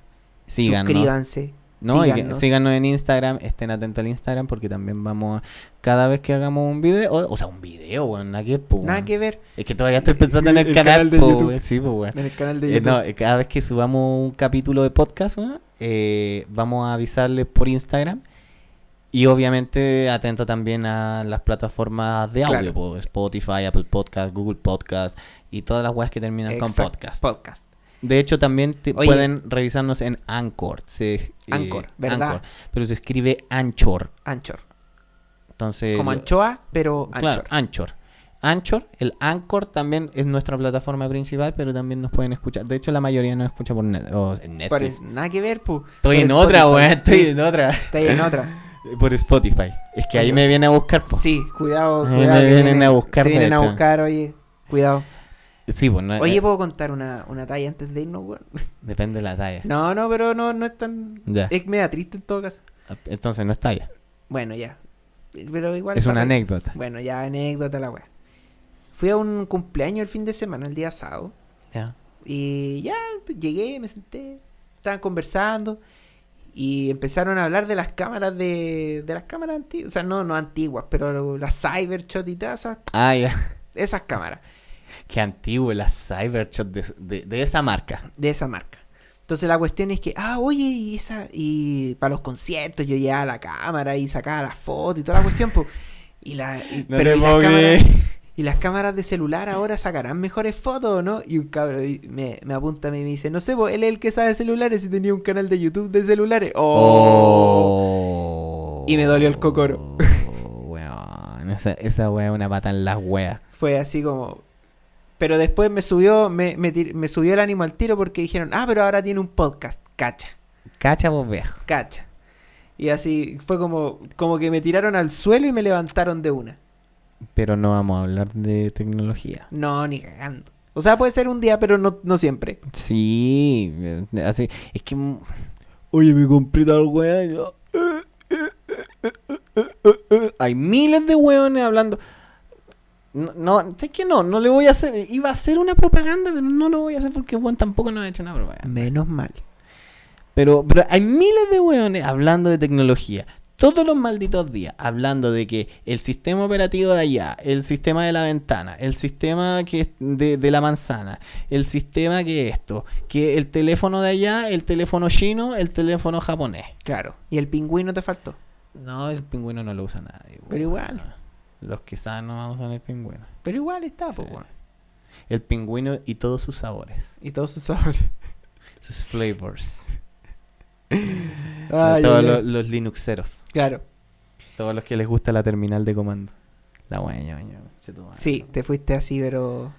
S2: Síganos.
S1: Suscríbanse.
S2: No, y que-
S1: síganos.
S2: síganos. en Instagram. Estén atentos al Instagram porque también vamos a- Cada vez que hagamos un video. O, o sea, un video, weón. Nada que, po,
S1: Nada
S2: weón.
S1: que ver
S2: Es que todavía estoy pensando en el,
S1: El
S2: canal,
S1: canal de
S2: po,
S1: YouTube.
S2: weón. Sí, po, weón.
S1: en el canal de
S2: Eh,
S1: YouTube.
S2: no, eh, cada vez que subamos un capítulo de podcast, weón, eh, vamos a avisarles por Instagram. Y obviamente atento también a las plataformas de audio,
S1: Claro.
S2: po, Spotify, Apple Podcast, Google Podcast y todas las webs que terminan con
S1: Exacto,
S2: podcast.
S1: Podcast.
S2: De hecho, también te-
S1: Oye.
S2: pueden revisarnos en Anchor. se- eh,
S1: Anchor, ¿verdad?
S2: pero se escribe Anchor.
S1: Anchor.
S2: Entonces,
S1: Como
S2: lo-
S1: anchoa, pero anchor.
S2: Eh, Claro, Ah, Anchor. Anchor, el Anchor también es nuestra plataforma principal, pero también nos pueden escuchar. De hecho, la mayoría nos escucha por net- o en Netflix.
S1: Pare- nada que ver, pu.
S2: este. Estoy
S1: Por
S2: en
S1: Spotify.
S2: otra, weón. Estoy
S1: Sí,
S2: en otra.
S1: está ahí en otra.
S2: Por Spotify. Es que ahí me viene a buscar, po.
S1: Sí, cuidado,
S2: Eh,
S1: cuidado.
S2: me
S1: que
S2: vienen a buscar,
S1: Te
S2: de
S1: vienen a
S2: hecho.
S1: buscar, oye. Cuidado.
S2: Sí, pues no-
S1: Oye,
S2: eh,
S1: ¿puedo contar una, una talla antes de irnos, weón?
S2: depende de la talla.
S1: No, no, pero no, no es tan...
S2: Ya.
S1: Es media triste en todo caso.
S2: Entonces no es talla.
S1: Bueno, ya. Pero igual...
S2: Es
S1: está
S2: una
S1: bien.
S2: anécdota.
S1: Bueno, ya anécdota la weá. Fui a un cumpleaños el fin de semana, el día sábado.
S2: Ya.
S1: Y ya pues, llegué, me senté, estaban conversando y empezaron a hablar de las cámaras de, de las cámaras antiguas, o sea, no, no antiguas, pero las Cybershot y todas esas,
S2: Ah, ya.
S1: esas cámaras
S2: Qué antiguo, la Cybershot de, de- de esa marca.
S1: de esa marca. Entonces la cuestión es que, ah, oye, y esa, y para los conciertos yo llevaba la cámara y sacaba las fotos y toda la cuestión, pues. Y la, y-
S2: No
S1: pero
S2: te
S1: y las
S2: puedo
S1: cámaras-
S2: creer.
S1: Y las cámaras de celular ahora sacarán mejores fotos, ¿no? Y un cabrón y me, me apunta a mí y me dice, no sé, vos, él es el que sabe de celulares y tenía un canal de YouTube de celulares. ¡Oh!
S2: Oh.
S1: Y me dolió el cocoro.
S2: Weón, Esa, esa wea es una pata en las weas.
S1: Fue así como... Pero después me subió, me, me tir- me subió el ánimo al tiro porque dijeron, ah, pero ahora tiene un podcast, cacha,
S2: Cacha vos viejo.
S1: cacha. Y así fue como, como que me tiraron al suelo y me levantaron de una.
S2: Pero no vamos a hablar de tecnología.
S1: No, ni cagando. O sea, puede ser un día, pero no, no siempre.
S2: Sí, eh, así. Es que. mm,
S3: Oye, me compré tal weá. y- ah,
S2: eh, Hay miles de weones hablando. No, no, sé que no, no le voy a hacer. Iba a hacer una propaganda, pero no lo voy a hacer porque weón tampoco nos ha hecho una propaganda.
S1: Menos mal.
S2: Pero, pero hay miles de hueones hablando de tecnología. Todos los malditos días hablando de que el sistema operativo de allá, el sistema de la ventana, el sistema que es de, de la manzana, el sistema que esto, que el teléfono de allá, el teléfono chino, el teléfono japonés.
S1: Claro. Y el pingüino te faltó.
S2: No, el pingüino no lo usa nadie.
S1: Pero igual.
S2: Los que saben no usan el pingüino.
S1: Pero igual está,
S2: Sí.
S1: pues, bueno.
S2: El pingüino y todos sus sabores,
S1: Y todos sus sabores.
S2: sus flavors.
S1: Ay,
S2: todos
S1: ay,
S2: los-
S1: ay.
S2: los linuxeros.
S1: Claro.
S2: Todos los que les gusta la terminal de comando. La wea, ño, ño, che tu madre.
S1: Sí, te fuiste así, pero.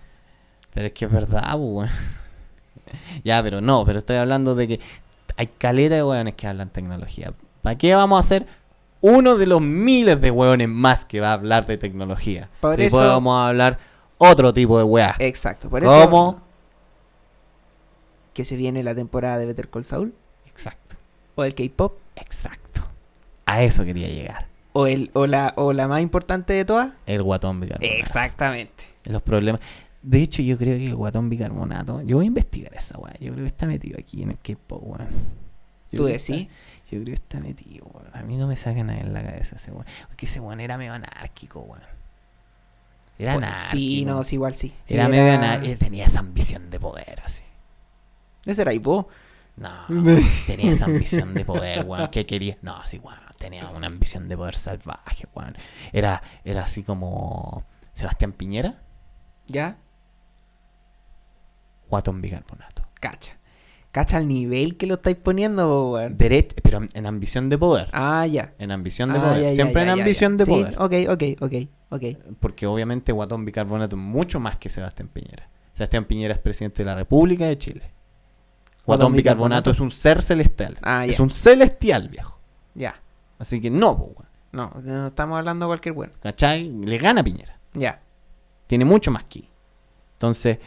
S2: Pero es que es verdad, pues, weón. ya, pero no, pero estoy hablando de que hay caleta de weones que hablan tecnología. ¿Para qué vamos a hacer uno de los miles de weones más que va a hablar de tecnología?
S1: Por
S2: si
S1: eso-
S2: podemos hablar otro tipo de weas.
S1: Exacto. Por eso.
S2: ¿Cómo?
S1: Que se viene la temporada de Better Call Saul.
S2: Exacto,
S1: O el K-pop.
S2: exacto. A eso quería llegar.
S1: O, el, o, la, o la más importante de todas.
S2: El guatón bicarbonato.
S1: Exactamente.
S2: Los problemas. De hecho, yo creo que el guatón bicarbonato. Yo voy a investigar esa weá. Yo creo que está metido aquí en el K-pop, weón. Yo
S1: ¿Tú
S2: creo que está-
S1: decís?
S2: Yo creo que está metido, weón. A mí no me saca nada en la cabeza ese weón. Porque ese weón era medio anárquico, weón. Era
S1: Pues,
S2: anárquico.
S1: Sí, no, sí, igual sí. Sí,
S2: era, medio anar- Él tenía esa ambición de poder, así.
S1: Ese era Ivo.
S2: No, tenía esa ambición de poder, weón. ¿Qué quería? No, sí, weón. Tenía una ambición de poder salvaje, weón. Era, era así como Sebastián Piñera,
S1: ¿Ya?
S2: guatón bicarbonato.
S1: Cacha. Cacha el nivel que lo estáis poniendo, po, weón.
S2: Derecho, pero en ambición de poder.
S1: Ah, ya.
S2: En ambición de
S1: Ah,
S2: poder.
S1: ya, ya,
S2: Siempre
S1: ya,
S2: en
S1: ya,
S2: ambición
S1: ya.
S2: de
S1: Sí, oh.
S2: poder.
S1: Ok, ok, ok, ok.
S2: Porque obviamente Guatón Bicarbonato es mucho más que Sebastián Piñera. Sebastián Piñera es presidente de la República de Chile. Guatón,
S1: Guatón
S2: Bicarbonato
S1: Bicarbonato.
S2: es un ser celestial.
S1: Ah, ya.
S2: es un celestial, viejo.
S1: Ya.
S2: Así que no, po, weón.
S1: No, no estamos hablando de cualquier bueno.
S2: ¿cachai? Le gana a Piñera.
S1: Ya.
S2: Tiene mucho más que. Entonces,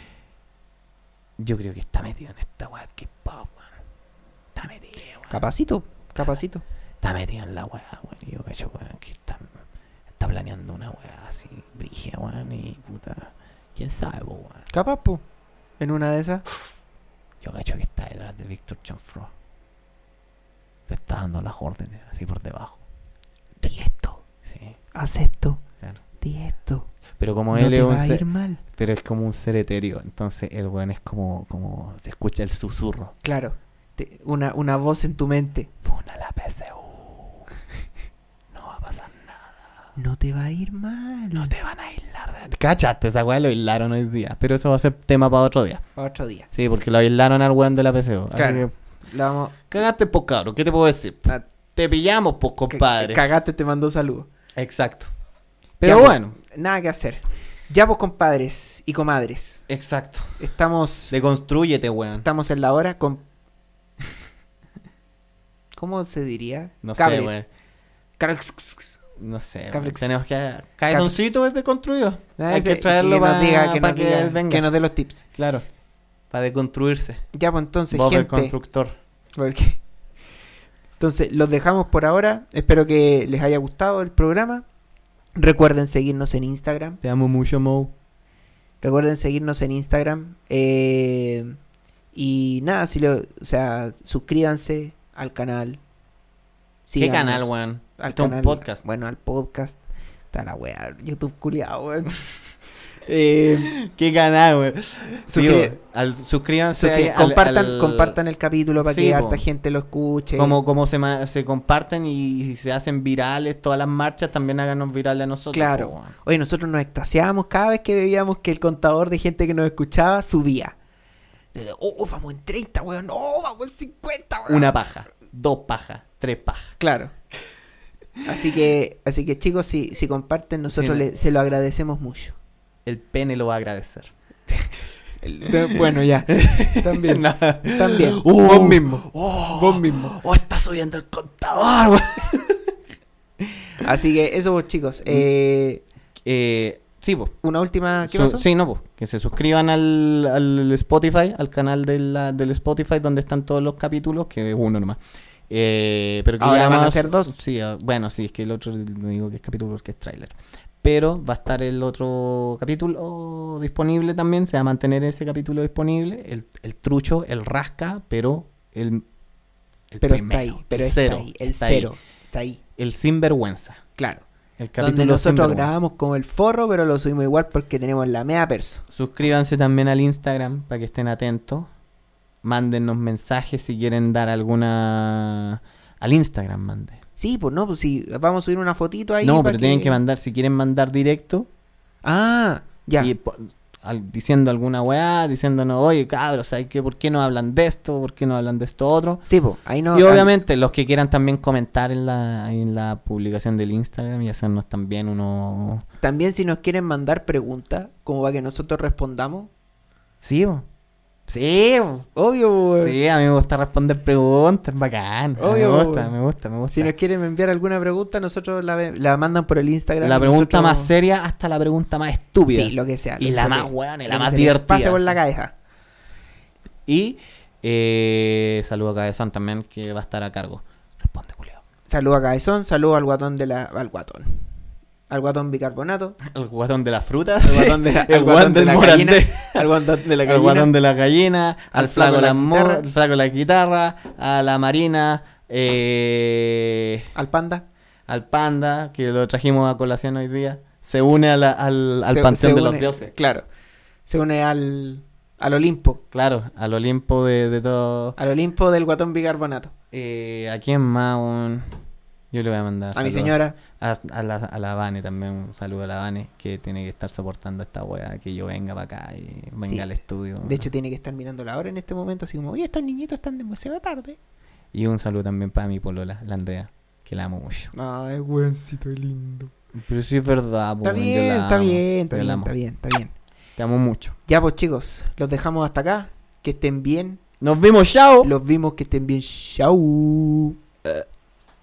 S2: yo creo que está metido en esta weá que pop, weón. Está metido, weón.
S1: Capacito. Capacito.
S2: Está metido en la weá, weón. Y Yo cacho, weón, que está, está planeando una weá así, brígida, weón. Y puta, quién sabe, po, weón.
S1: Capaz, po. En una de esas.
S2: Yo cacho que está detrás de Víctor Chanfro. Le está dando las órdenes, así por debajo.
S1: Di esto.
S2: Sí,
S1: Haz esto.
S2: claro.
S1: Di esto.
S2: Pero como
S1: no
S2: él
S1: te
S2: es
S1: va
S2: un
S1: a ir
S2: ser,
S1: mal.
S2: pero es como un ser etéreo, entonces el weón es como, como se escucha el susurro.
S1: Claro. Te- una, una voz en tu mente.
S2: Funa la PSU. No va a pasar nada.
S1: No te va a ir mal.
S2: No te van a aislar. de- Cachate, esa weá lo aislaron hoy día. Pero eso va a ser tema para otro día.
S1: Otro día.
S2: Sí, porque lo aislaron al weón de la PSU. así
S1: Claro. Ah.
S2: que-
S1: La vamos.
S2: Cagaste, po cabrón, ¿qué te puedo decir?
S1: a-
S2: Te pillamos, po
S1: ca-
S2: compadre.
S1: Cagaste, te mandó saludos.
S2: Exacto.
S1: Ya,
S2: Pero
S1: pues,
S2: bueno.
S1: Nada que hacer. Ya vos, compadres y comadres.
S2: Exacto.
S1: Estamos.
S2: Deconstrúyete, weón.
S1: Estamos en la hora con. ¿Cómo se diría?
S2: No sé,
S1: Cables.
S2: weón.
S1: Caracx.
S2: No sé.
S1: Caflex.
S2: Tenemos que. Cabezoncito es deconstruido.
S1: Ah,
S2: Hay
S1: ese-
S2: que traerlo
S1: que nos
S2: para
S1: diga, que, nos
S2: que
S1: diga,
S2: él venga.
S1: que nos dé los tips.
S2: Claro. Para deconstruirse.
S1: Ya, pues entonces,
S2: Bob el
S1: gente.
S2: constructor.
S1: Porque... Entonces, los dejamos por ahora. Espero que les haya gustado el programa. Recuerden seguirnos en Instagram.
S2: Te amo mucho, Mo.
S1: Recuerden seguirnos en Instagram. Eh, y nada, si lo, o sea, suscríbanse al canal.
S2: ¿Qué
S1: Síganos
S2: canal, weón?
S1: Al
S2: Esto Este es un
S1: canal.
S2: podcast.
S1: Bueno, al podcast. Está la wea, YouTube culiado, weón. Eh,
S2: ¿Qué canal, weón?
S1: suscri-
S2: Digo, al- suscríbanse.
S1: suscri-
S2: ahí al-
S1: eh, compartan,
S2: al-
S1: compartan el capítulo para
S2: Sí,
S1: que
S2: po.
S1: harta gente lo escuche.
S2: Como, como se, ma- se comparten y, y se hacen virales todas las marchas, también háganos virales a nosotros.
S1: Claro.
S2: po, weón.
S1: Oye, nosotros nos extasiábamos cada vez que veíamos que el contador de gente que nos escuchaba subía. Eh, Oh, oh, vamos en 30, weón. No, vamos en 50, weón.
S2: Una paja, dos pajas, tres pajas.
S1: Claro. Así que, así que chicos, si, si comparten, nosotros
S2: Sí.
S1: le- se lo agradecemos mucho.
S2: El pene lo va a agradecer.
S1: Bueno, ya. También.
S2: Nada.
S1: También.
S2: Uh,
S1: vos mismo.
S2: Oh,
S1: Vos mismo.
S2: oh, está subiendo el contador. weón.
S1: Así que eso, pues,
S2: Mm.
S1: chicos. Eh,
S2: Eh, sí, po.
S1: una última. Ah, ¿Qué
S2: Su-
S1: pasó?
S2: sí, no, po. que se suscriban al, al Spotify, al canal de la- del Spotify donde están todos los capítulos, que es uno nomás. Eh, pero que
S1: Ahora
S2: ya
S1: van a
S2: más-
S1: ser dos.
S2: Sí, ah, bueno, sí, es que el otro no digo que es capítulo porque es tráiler. Pero va a estar el otro capítulo disponible también, se va a mantener ese capítulo disponible, el, el trucho, el rasca, pero el, el
S1: pero
S2: primero,
S1: está ahí. Pero
S2: el
S1: está
S2: cero,
S1: ahí, El
S2: está ahí,
S1: cero. Está ahí.
S2: el sinvergüenza.
S1: Claro.
S2: El capítulo
S1: Donde nosotros
S2: sinvergüenza.
S1: grabamos con el forro, pero lo subimos igual porque tenemos la mea perso.
S2: Suscríbanse también al Instagram para que estén atentos. Mándennos mensajes si quieren dar alguna. Al Instagram mande.
S1: Sí, pues no, pues sí, vamos a subir una fotito ahí.
S2: no,
S1: pa'
S2: pero tienen que mandar, si quieren mandar directo,
S1: Ah, ya.
S2: y po- al- diciendo alguna weá, diciéndonos, oye cabros, ¿sabes qué? ¿por qué no hablan de esto? ¿Por qué no hablan de esto otro?
S1: Sí, pues, ahí no.
S2: y obviamente los que quieran también comentar en la, en la publicación del Instagram y hacernos también uno...
S1: ah, También si nos quieren mandar preguntas, como para que nosotros respondamos.
S2: Sí, po. sí, po.
S1: Obvio, pues. po, weón.
S2: Sí, a mí me gusta responder preguntas, bacán.
S1: Obvio,
S2: me gusta,
S1: weón.
S2: me gusta, me gusta.
S1: Si nos quieren enviar alguna pregunta, nosotros la, ve- la mandan por el Instagram.
S2: la
S1: y
S2: pregunta
S1: nosotros-
S2: más seria hasta la pregunta más estúpida.
S1: Sí, lo que sea.
S2: y
S1: lo
S2: la
S1: que
S2: más
S1: sea.
S2: buena y
S1: Lo
S2: la
S1: que
S2: más
S1: se les
S2: divertida.
S1: Pase por la
S2: sí.
S1: cabeza.
S2: Y eh, saludo a Cabezón también, que va a estar a cargo. Responde, Julio.
S1: Saludo a Cabezón, saludo al guatón de la. al guatón. Al guatón bicarbonato.
S2: El guatón de las frutas.
S1: Al guatón de la,
S2: el
S1: al guatón de
S2: del
S1: la gallina.
S2: morandé.
S1: Al guatón de la
S2: El
S1: gallina.
S2: guatón de la gallina. Al,
S1: Al
S2: flaco
S1: flaco la
S2: la mo-
S1: guitarra.
S2: al flaco la guitarra. A la marina. Eh,
S1: Al panda.
S2: al panda, que lo trajimos a colación hoy día. Se une a la- al, al
S1: Se-
S2: panteón
S1: se
S2: de los
S1: une-
S2: dioses.
S1: Claro. Se une al, al Olimpo.
S2: Claro, al Olimpo de, de todo.
S1: Al Olimpo del guatón bicarbonato.
S2: Eh, ¿A quién más? un- Yo le voy a mandar.
S1: A mi
S2: saludos.
S1: señora.
S2: A, a la, a la Vane también. Un saludo a la Vane que tiene que estar soportando esta wea. Que yo venga para acá y venga
S1: Sí,
S2: al estudio.
S1: De hecho, tiene que estar mirando la hora en este momento, así como, oye, estos niñitos están demasiado tarde.
S2: Y un saludo también para mi polola, la Andrea. Que la amo mucho.
S1: Ay, weoncito lindo.
S2: Pero sí es verdad, po,
S1: Está
S2: weón, yo
S1: bien,
S2: la
S1: está
S2: amo,
S1: bien, está
S2: yo la
S1: bien,
S2: amo.
S1: está bien, está bien.
S2: Te amo mucho.
S1: Ya, pues chicos, los dejamos hasta acá. Que estén bien.
S2: Nos vimos, chao.
S1: Los vimos, que estén bien. Chau.